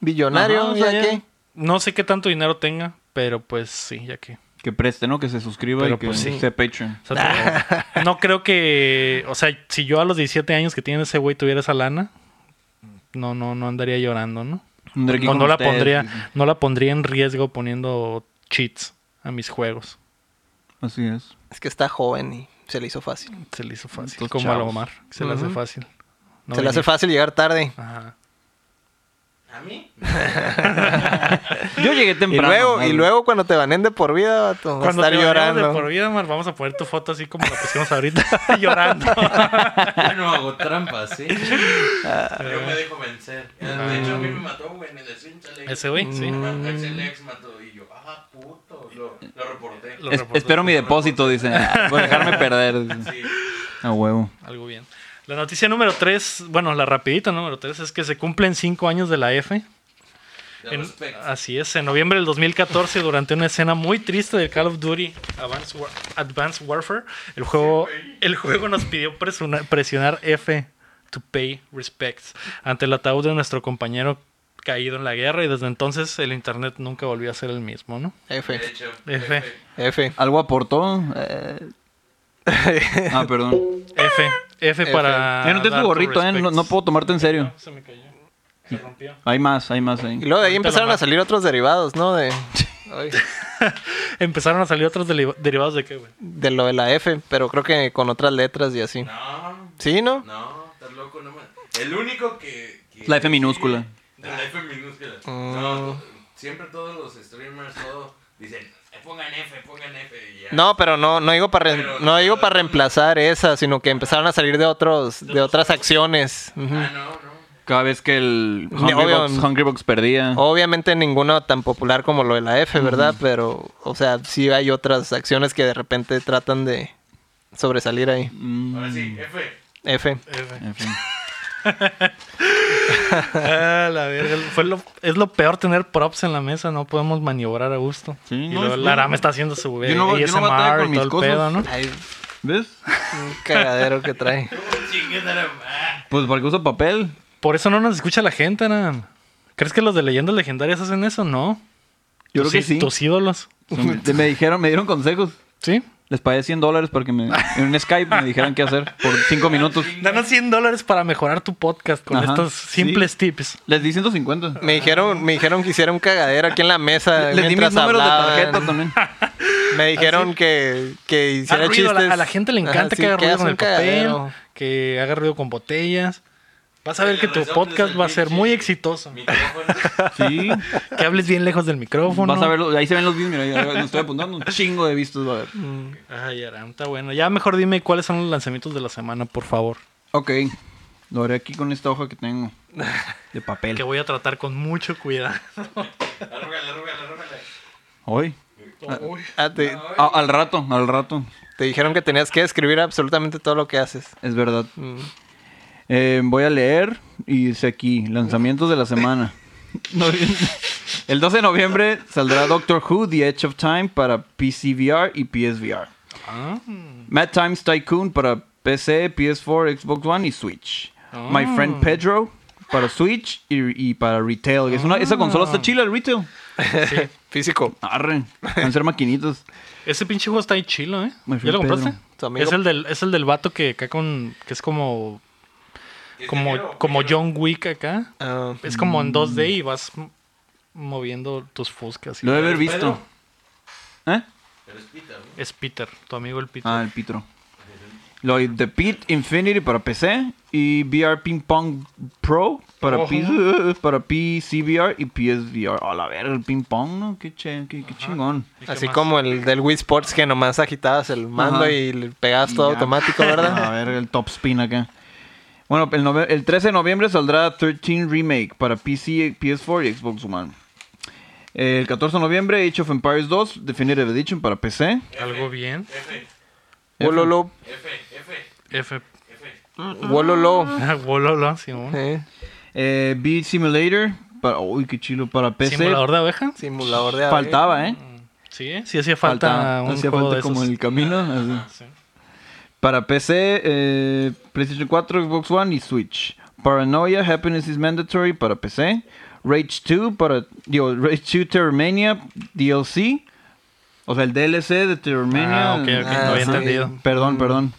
Speaker 1: billonario,
Speaker 2: Ajá, o sea,
Speaker 1: ¿ya
Speaker 2: ya-
Speaker 1: qué?
Speaker 3: No sé qué tanto dinero tenga, pero pues sí, ya que.
Speaker 2: Que preste, ¿no? Que se suscriba
Speaker 3: Pero
Speaker 2: y que
Speaker 3: pues sí.
Speaker 2: sea Patreon.
Speaker 3: O sea, te- no creo que. O sea, si yo a los 17 años que tiene ese güey tuviera esa lana, no, no, no andaría llorando, ¿no?
Speaker 2: André aquí
Speaker 3: No,
Speaker 2: con
Speaker 3: no la
Speaker 2: ustedes.
Speaker 3: pondría, no la pondría en riesgo poniendo cheats a mis juegos.
Speaker 2: Así es.
Speaker 1: Es que está joven y se le hizo fácil.
Speaker 3: Se le hizo fácil.
Speaker 2: Estos
Speaker 3: como a lo
Speaker 2: chavos.
Speaker 3: Omar. Se le hace
Speaker 1: Ujú.
Speaker 3: fácil. No
Speaker 1: se le hace
Speaker 3: venir.
Speaker 1: fácil llegar tarde.
Speaker 3: Ajá.
Speaker 4: ¿A mí?
Speaker 2: Yo llegué
Speaker 1: Y
Speaker 2: temprano.
Speaker 1: luego, y
Speaker 2: madre.
Speaker 1: luego cuando te banen de por vida, vato, vas a
Speaker 3: Cuando
Speaker 1: estar
Speaker 3: te llorando.
Speaker 1: llorando.
Speaker 3: por vida, Omar, vamos a poner tu foto así como la pusimos ahorita, llorando.
Speaker 4: Yo no hago trampas, ¿eh?
Speaker 2: Ah.
Speaker 4: Yo me dejo vencer. De hecho, a mí me mató, güey, en el stream. chale.
Speaker 3: Ah. Ese güey, sí.
Speaker 1: Mm.
Speaker 4: Axel X mató y yo, ah, puto. Lo, lo reporté.
Speaker 3: Lo-
Speaker 2: Es-
Speaker 3: reportes,
Speaker 2: espero mi depósito, dice. Voy a dejarme perder. dice.
Speaker 4: Sí.
Speaker 2: A huevo.
Speaker 3: Algo bien. La noticia número 3, bueno, la rapidita número 3 es que se cumplen 5 años de la F.
Speaker 4: De
Speaker 3: En- ah.
Speaker 4: respeto.
Speaker 3: así es, en noviembre del 2014, durante una escena muy triste de Call of Duty Advanced, War- Advanced Warfare, el juego, el juego nos pidió presuna- presionar F to pay respects ante el ataúd de nuestro compañero caído en la guerra y desde entonces el internet nunca volvió a ser el mismo, ¿no?
Speaker 1: F,
Speaker 4: De hecho.
Speaker 3: F.
Speaker 4: F.
Speaker 1: F.
Speaker 2: ¿Algo aportó? Eh, Ah, perdón.
Speaker 3: F, F para...
Speaker 2: Eh, no tienes
Speaker 3: dar
Speaker 2: tu
Speaker 3: Ah, tu
Speaker 2: gorrito, eh. No,
Speaker 3: respects.
Speaker 2: no puedo tomarte en serio.
Speaker 3: Se me cayó. Se rompió.
Speaker 2: Hay más, hay más
Speaker 1: Y
Speaker 2: ahí.
Speaker 1: luego de ahí
Speaker 3: Ahorita
Speaker 1: empezaron
Speaker 3: lo
Speaker 1: a salir otros derivados, ¿no? De, Ay,
Speaker 3: Empezaron a salir otros deli- derivados de qué, güey.
Speaker 1: de lo de la F, pero creo que con otras letras y así.
Speaker 4: No,
Speaker 1: ¿Sí, no?
Speaker 4: no, estás loco, no más. El único que. que-
Speaker 2: La F minúscula.
Speaker 4: De la F minúscula.
Speaker 3: Oh.
Speaker 4: No, siempre todos los streamers, todo, dicen, "Eh, pongan F, pongan F. y ya.
Speaker 1: No, pero no, no digo para re-
Speaker 4: Pero-
Speaker 1: no digo para reemplazar esa, sino que empezaron a salir de otros, de otras acciones. Ujú.
Speaker 4: Ah, no, no.
Speaker 2: Cada vez que el Hungry,
Speaker 1: Obvio. Oh.
Speaker 2: Box, Hungry Box perdía.
Speaker 1: Obviamente ninguno tan popular como lo de la F, ¿verdad? Pero, o sea, sí hay otras acciones que de repente tratan de sobresalir ahí.
Speaker 2: Mm,
Speaker 4: Ahora sí, F.
Speaker 1: F.
Speaker 3: F.
Speaker 2: en fin.
Speaker 3: Ah, la verga. Fue lo- es lo peor tener props en la mesa. No podemos maniobrar a gusto.
Speaker 2: Sí,
Speaker 3: y
Speaker 2: no,
Speaker 3: luego
Speaker 2: es-
Speaker 3: Lara me está haciendo su
Speaker 2: Yo no- yo no
Speaker 3: ASMR
Speaker 2: batallo con
Speaker 3: y todo el
Speaker 2: mis cosas.
Speaker 3: pedo, ¿no?
Speaker 1: Hay
Speaker 2: ¿Ves?
Speaker 1: un cagadero que trae.
Speaker 4: Chingue, era- ah.
Speaker 2: Pues porque usa papel.
Speaker 3: Por eso no nos escucha la gente, Aran. ¿Crees que los de leyendas legendarias hacen eso? No.
Speaker 2: Yo creo
Speaker 3: Tus
Speaker 2: que
Speaker 3: i-
Speaker 2: sí.
Speaker 3: Tus ídolos.
Speaker 2: Son- me dijeron, me dieron consejos.
Speaker 3: ¿Sí?
Speaker 2: Les pagué 100 dólares para que me, en un Skype me dijeran qué hacer por 5 minutos.
Speaker 3: Danos 100 dólares para mejorar tu podcast con
Speaker 2: Ajá,
Speaker 3: estos
Speaker 2: sí.
Speaker 3: simples tips.
Speaker 2: Les di 150.
Speaker 1: Me dijeron, me dijeron que hiciera un cagadero aquí en la mesa
Speaker 2: Les di mis
Speaker 1: mientras
Speaker 2: números
Speaker 1: hablaban.
Speaker 2: de tarjeta también.
Speaker 1: Me dijeron que, que hiciera
Speaker 3: Ah, ruido, a,
Speaker 1: chistes.
Speaker 3: la, a la gente le
Speaker 1: Ajá,
Speaker 3: encanta
Speaker 1: sí,
Speaker 3: que haga ruido
Speaker 1: hagas
Speaker 3: con
Speaker 1: un
Speaker 3: el papel,
Speaker 1: cagadero.
Speaker 3: que haga ruido con botellas. Vas a ver que tu
Speaker 4: Regresamos
Speaker 3: podcast
Speaker 4: al
Speaker 3: va a ser
Speaker 4: pinche
Speaker 3: muy exitoso.
Speaker 4: micrófono.
Speaker 2: Sí.
Speaker 3: Que hables bien lejos del micrófono.
Speaker 2: Vas a verlo. Ahí se ven los views. Mira, ya, me estoy apuntando. Un chingo de vistos va a haber.
Speaker 3: Ay, Aram, está bueno. Ya mejor dime cuáles son los lanzamientos de la semana, por favor.
Speaker 2: Ok. Lo haré aquí con esta hoja que tengo. De
Speaker 3: Que
Speaker 2: papel.
Speaker 3: voy a tratar con mucho cuidado.
Speaker 4: Arrúgale, arrúgale, arrúgale.
Speaker 2: Hoy.
Speaker 1: Ah, te,
Speaker 2: A- al rato, al rato.
Speaker 1: te dijeron que tenías que escribir absolutamente todo lo que haces.
Speaker 2: Es verdad.
Speaker 1: Mm.
Speaker 2: Eh, voy a leer y dice aquí, lanzamientos de la semana. No- El 12 de noviembre saldrá Doctor Who, The Edge of Time para PCVR y PSVR.
Speaker 3: Ah,
Speaker 2: Mad Times Tycoon para PC, PS4, Xbox One y Switch. My Friend Pedro para Switch y, y para Retail. que Es una, esa consola está chila, el Retail.
Speaker 1: Físico.
Speaker 2: Arre, van a ser maquinitas.
Speaker 3: ese pinche juego está ahí chilo, ¿eh?
Speaker 2: Me fui
Speaker 3: ¿Ya lo
Speaker 2: un pedo.
Speaker 3: compraste?
Speaker 1: Tu amigo-
Speaker 3: Es el del, es el del vato que acá con. que es como.
Speaker 4: ¿Es dinero
Speaker 3: como,
Speaker 4: o
Speaker 3: como
Speaker 4: dinero?
Speaker 3: John Wick acá.
Speaker 1: Ah,
Speaker 3: Es como en 2D y vas m- moviendo tus fuscas. y-
Speaker 2: Mm. Lo debe haber visto. ¿Eh?
Speaker 4: Pero es pita, güey.
Speaker 3: Es Peter, tu amigo el Peter.
Speaker 2: Ah, el Pitro. Lo de The Pit Infinity para PC y VR Ping Pong Pro para,
Speaker 3: Ojo.
Speaker 2: PC, para PCVR y PSVR. A la ver, el Ping Pong, ¿no? Qué, che- qué- qué chingón.
Speaker 3: ¿Y qué
Speaker 1: así
Speaker 3: más?
Speaker 1: como el del Wii Sports que nomás agitabas el mando
Speaker 2: Ajá.
Speaker 1: y le pegabas todo
Speaker 2: Y ya.
Speaker 1: automático,
Speaker 2: A
Speaker 1: ¿verdad?
Speaker 2: ver, el top spin acá. Bueno, el, nove- el 13 de noviembre saldrá 13 Remake para PC, PS4 y Xbox One. El 14 de noviembre, Age of Empires 2 Definitive Edition para PC.
Speaker 4: Eh,
Speaker 3: Algo bien.
Speaker 4: F,
Speaker 1: Wololo.
Speaker 4: F, F,
Speaker 3: F. ah,
Speaker 4: F.
Speaker 1: Wololo.
Speaker 3: Wololo, Simón.
Speaker 1: Eh,
Speaker 2: Eh, Beat Simulator. Para, uy, qué chilo. Para PC.
Speaker 3: Simulador de abeja.
Speaker 1: Simulador de
Speaker 2: Faltaba, ¿eh?
Speaker 3: Sí, ¿eh? sí hacía falta
Speaker 2: Faltaba.
Speaker 3: un
Speaker 2: Hacía
Speaker 3: juego
Speaker 2: falta
Speaker 3: de
Speaker 2: como
Speaker 3: esos.
Speaker 2: el camino. así.
Speaker 3: Sí.
Speaker 2: Para PC, eh, PlayStation 4, Xbox One y Switch. Paranoia, Happiness is Mandatory para PC. Rage 2 para. Digo, Rage 2 Terrormania DLC. O sea, el DLC de Terrormania.
Speaker 3: Ah, ok, ok,
Speaker 1: no había
Speaker 2: Ajá.
Speaker 3: entendido. Mm.
Speaker 2: Perdón, perdón.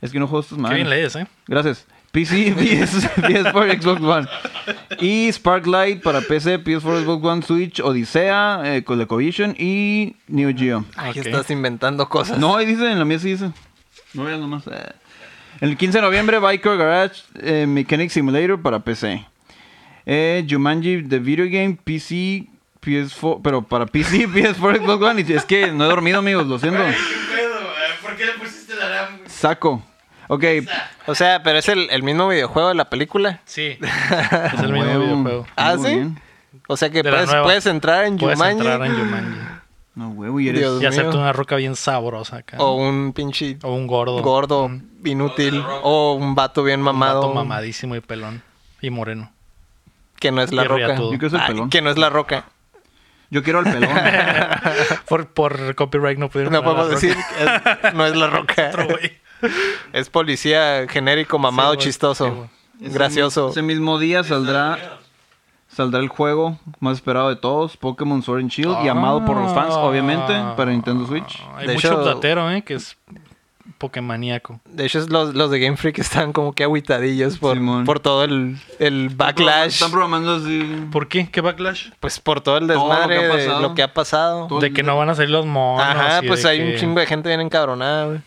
Speaker 2: Es que no juego estos
Speaker 3: Qué bien
Speaker 2: mal.
Speaker 3: lees, ¿eh?
Speaker 2: Gracias. PC, PS, PS4, Xbox One. Y Sparklight para PC, PS4, Xbox One, Switch, Odisea, eh, con The Coalition y Neo Geo.
Speaker 1: Ay,
Speaker 3: Ok.
Speaker 1: estás inventando cosas.
Speaker 2: No, ahí dice, en la mía sí dice. No veas nomás. eh. El 15 de noviembre, Biker Garage eh, Mechanic Simulator para PC. Eh, Jumanji The Video Game PC, PS4, pero para PC, PS4, Xbox One. y Es que no he dormido, amigos, lo siento.
Speaker 4: Ay, qué pedo, güey. ¿Por qué le pusiste la RAM? güey?
Speaker 2: Saco. Ok.
Speaker 1: O sea, pero es el, el mismo videojuego de la película.
Speaker 3: Sí. es el mismo
Speaker 2: Huevo.
Speaker 3: videojuego.
Speaker 1: Ah,
Speaker 2: Muy
Speaker 1: ¿sí?
Speaker 2: bien.
Speaker 1: O sea que
Speaker 3: De la
Speaker 1: puedes,
Speaker 3: nueva.
Speaker 1: puedes entrar en
Speaker 3: Puedes
Speaker 1: Jumanji
Speaker 3: entrar en Jumanji.
Speaker 2: No, huevo, y eres.
Speaker 1: Dios.
Speaker 3: Y hacerte
Speaker 1: mío.
Speaker 3: una roca bien sabrosa acá.
Speaker 1: o un pinche
Speaker 3: O un gordo.
Speaker 1: gordo inútil o un vato bien
Speaker 3: Un vato
Speaker 1: mamado
Speaker 3: mamadísimo y pelón. Y moreno.
Speaker 1: que no es la
Speaker 3: y
Speaker 1: roca.
Speaker 3: riatudo.
Speaker 2: Yo quiero ser
Speaker 1: Ay,
Speaker 2: pelón.
Speaker 1: que no es la roca.
Speaker 2: Yo quiero al pelón.
Speaker 3: Por, por copyright no pudieron
Speaker 1: No
Speaker 3: poner la
Speaker 1: podemos
Speaker 3: roca.
Speaker 1: decir que es- no es la roca.
Speaker 3: Otro güey.
Speaker 1: es policía genérico, mamado,
Speaker 3: Sí, güey. Sí,
Speaker 1: chistoso,
Speaker 3: güey.
Speaker 1: gracioso.
Speaker 2: Ese mismo día saldrá saldrá el juego más esperado de todos, Pokémon Sword and Shield, y amado por los fans, obviamente, para Nintendo Switch.
Speaker 3: Ah. Hay
Speaker 1: De
Speaker 3: mucho
Speaker 1: hecho-
Speaker 3: updatero, ¿eh? Que es Pokémoníaco.
Speaker 1: De hecho, es los, los de Game Freak están como que aguitadillos por,
Speaker 2: Simón.
Speaker 1: por todo el, el backlash,
Speaker 2: Están programando así.
Speaker 3: ¿Por qué? ¿Qué backlash?
Speaker 1: pues por todo el
Speaker 2: Todo lo que ha
Speaker 1: desmadre de
Speaker 2: pasado.
Speaker 1: lo que ha pasado.
Speaker 2: Todo
Speaker 3: De que no van a salir los monos.
Speaker 1: Ajá,
Speaker 3: y
Speaker 1: pues
Speaker 3: de
Speaker 1: hay un
Speaker 3: que-
Speaker 1: chingo de gente bien encabronada, güey.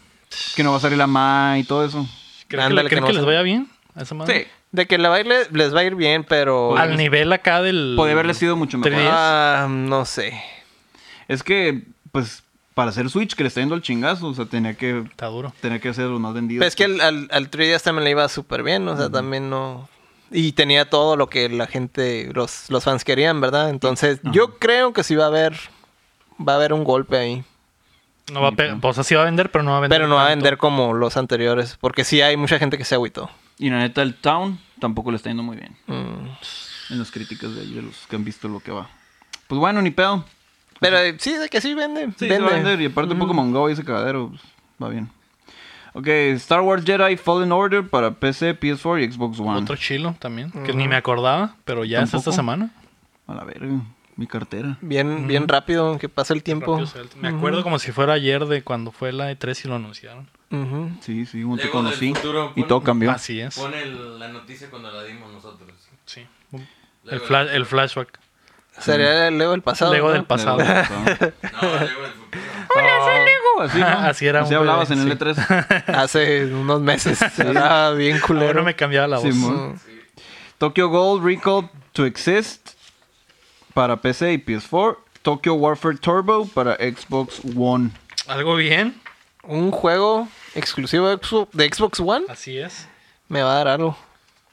Speaker 2: Que no va a salir la MA y todo eso.
Speaker 3: ¿Creen que,
Speaker 1: Ándale,
Speaker 3: creen
Speaker 1: que no
Speaker 3: que
Speaker 1: va a
Speaker 3: les
Speaker 1: ser-
Speaker 3: vaya bien a esa madre?
Speaker 2: Sí.
Speaker 1: De que la baile les va a ir bien, pero.
Speaker 3: Al nivel acá del...
Speaker 2: Podría haberle sido mucho mejor.
Speaker 3: Tres.
Speaker 1: Ah, no sé.
Speaker 2: Es que, pues, para hacer Switch, que le está yendo el chingazo, o sea, tenía que,
Speaker 3: Está duro.
Speaker 2: tenía que ser los más vendidos.
Speaker 1: Pero Pues es que al, al, al 3DS también le iba súper bien, o sea, también no. Y tenía todo lo que la gente, los, los fans querían, ¿verdad? Entonces, yo creo que sí va a haber. Va a haber un golpe ahí.
Speaker 3: No va a pegar. O sea, sí va a vender, pero no va a vender.
Speaker 1: Pero no va a
Speaker 3: tanto.
Speaker 1: vender como los anteriores, porque sí hay mucha gente que se agüitó.
Speaker 2: Y la neta, el Town tampoco le está yendo muy bien.
Speaker 1: Mm.
Speaker 2: En las críticas de ahí, de los que han visto lo que va. Pues bueno, ni pedo.
Speaker 1: Pero eh, sí, de que sí vende.
Speaker 2: Sí,
Speaker 1: vende.
Speaker 2: se va a vender. Y aparte Pokémon Go y ese cagadero pues, va bien. Ok, Star Wars Jedi Fallen Order para PC, PS4 y Xbox One.
Speaker 3: Otro chilo también, que ni me acordaba, pero ya es
Speaker 2: Tampoco.
Speaker 3: esta semana.
Speaker 2: A la verga. mi cartera.
Speaker 1: Bien, bien rápido, que pasa el tiempo.
Speaker 3: Rápido, suelto. Me acuerdo como si fuera ayer de cuando fue la E3 y lo anunciaron.
Speaker 1: Ujú.
Speaker 2: Sí, sí, un te
Speaker 4: Lego
Speaker 2: conocí
Speaker 4: del futuro,
Speaker 2: y
Speaker 4: pon-
Speaker 2: todo cambió.
Speaker 3: Así es.
Speaker 4: Pone el- la noticia cuando la dimos nosotros.
Speaker 3: Sí. El, flash- el flashback.
Speaker 1: Sería el Lego del pasado.
Speaker 3: Lego
Speaker 1: ¿no?
Speaker 3: del pasado.
Speaker 2: Luego, luego.
Speaker 4: No, Lego del futuro.
Speaker 2: Ah, Así, ¿no?
Speaker 3: Así era
Speaker 2: Así
Speaker 3: un
Speaker 2: hablabas en
Speaker 3: bebé,
Speaker 2: el E
Speaker 3: sí.
Speaker 2: E3.
Speaker 1: Hace unos meses. Era bien culero.
Speaker 3: Ahora me cambiaba la voz.
Speaker 2: Simón.
Speaker 1: Mm.
Speaker 2: Tokyo Gold Recall to Exist para PC y PS4. Tokyo Warfare Turbo para Xbox One.
Speaker 3: Algo bien.
Speaker 1: Un juego exclusivo de Xbox- de Xbox One
Speaker 3: Así es.
Speaker 1: me va a dar algo.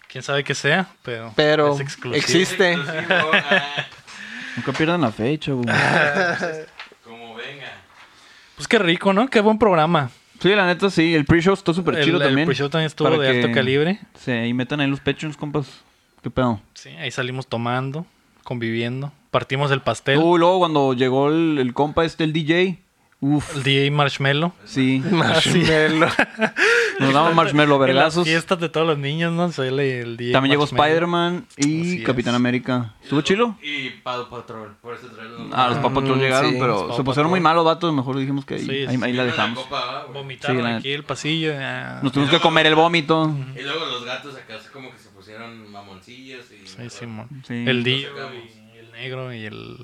Speaker 3: Quién sabe qué sea, pero.
Speaker 1: Pero
Speaker 3: es exclusivo.
Speaker 1: existe. Este.
Speaker 4: Exclusivo, ah,
Speaker 2: Nunca pierdan la fecha, güey.
Speaker 4: como venga.
Speaker 3: Pues qué rico, ¿no? Qué buen programa.
Speaker 2: Sí, la neta, sí. El pre-show está súper
Speaker 3: El-
Speaker 2: chido
Speaker 3: el
Speaker 2: también.
Speaker 3: pre-show también estuvo de alto calibre.
Speaker 2: Sí, y metan ahí los patrons, compas. ¿Qué pedo?
Speaker 3: Sí, ahí salimos tomando, conviviendo. Partimos el pastel.
Speaker 2: Uy, luego cuando llegó el, el compa este, el DJ. Uf,
Speaker 3: El DJ Marshmallow.
Speaker 2: sí.
Speaker 1: Marshmallow.
Speaker 2: Nos damos marshmallow
Speaker 3: En las
Speaker 2: vergazos.
Speaker 3: fiestas de todos los niños, ¿no? Sale el DJ
Speaker 2: También llegó
Speaker 3: Marshmello.
Speaker 2: Spider-Man y
Speaker 3: Así
Speaker 2: Capitán
Speaker 3: es.
Speaker 2: América. ¿Estuvo chilo?
Speaker 4: Y Pau Patrol, por eso traerlo.
Speaker 2: Ah, los papatos
Speaker 1: Mm,
Speaker 2: llegaron,
Speaker 1: sí,
Speaker 2: pero
Speaker 3: los
Speaker 2: se
Speaker 3: Paw
Speaker 2: pusieron
Speaker 3: Patrol.
Speaker 2: muy malos vatos. Mejor dijimos que ahí,
Speaker 3: Sí,
Speaker 2: ahí-
Speaker 3: sí.
Speaker 2: ahí la dejamos. Sí,
Speaker 3: Vomitaron
Speaker 2: la
Speaker 3: aquí el pasillo. ah.
Speaker 2: Nos tuvimos que comer el vómito.
Speaker 4: Y luego los gatos acá así como que se pusieron mamoncillos y...
Speaker 3: Sí, Simón.
Speaker 2: Sí.
Speaker 3: El Dio y el negro y el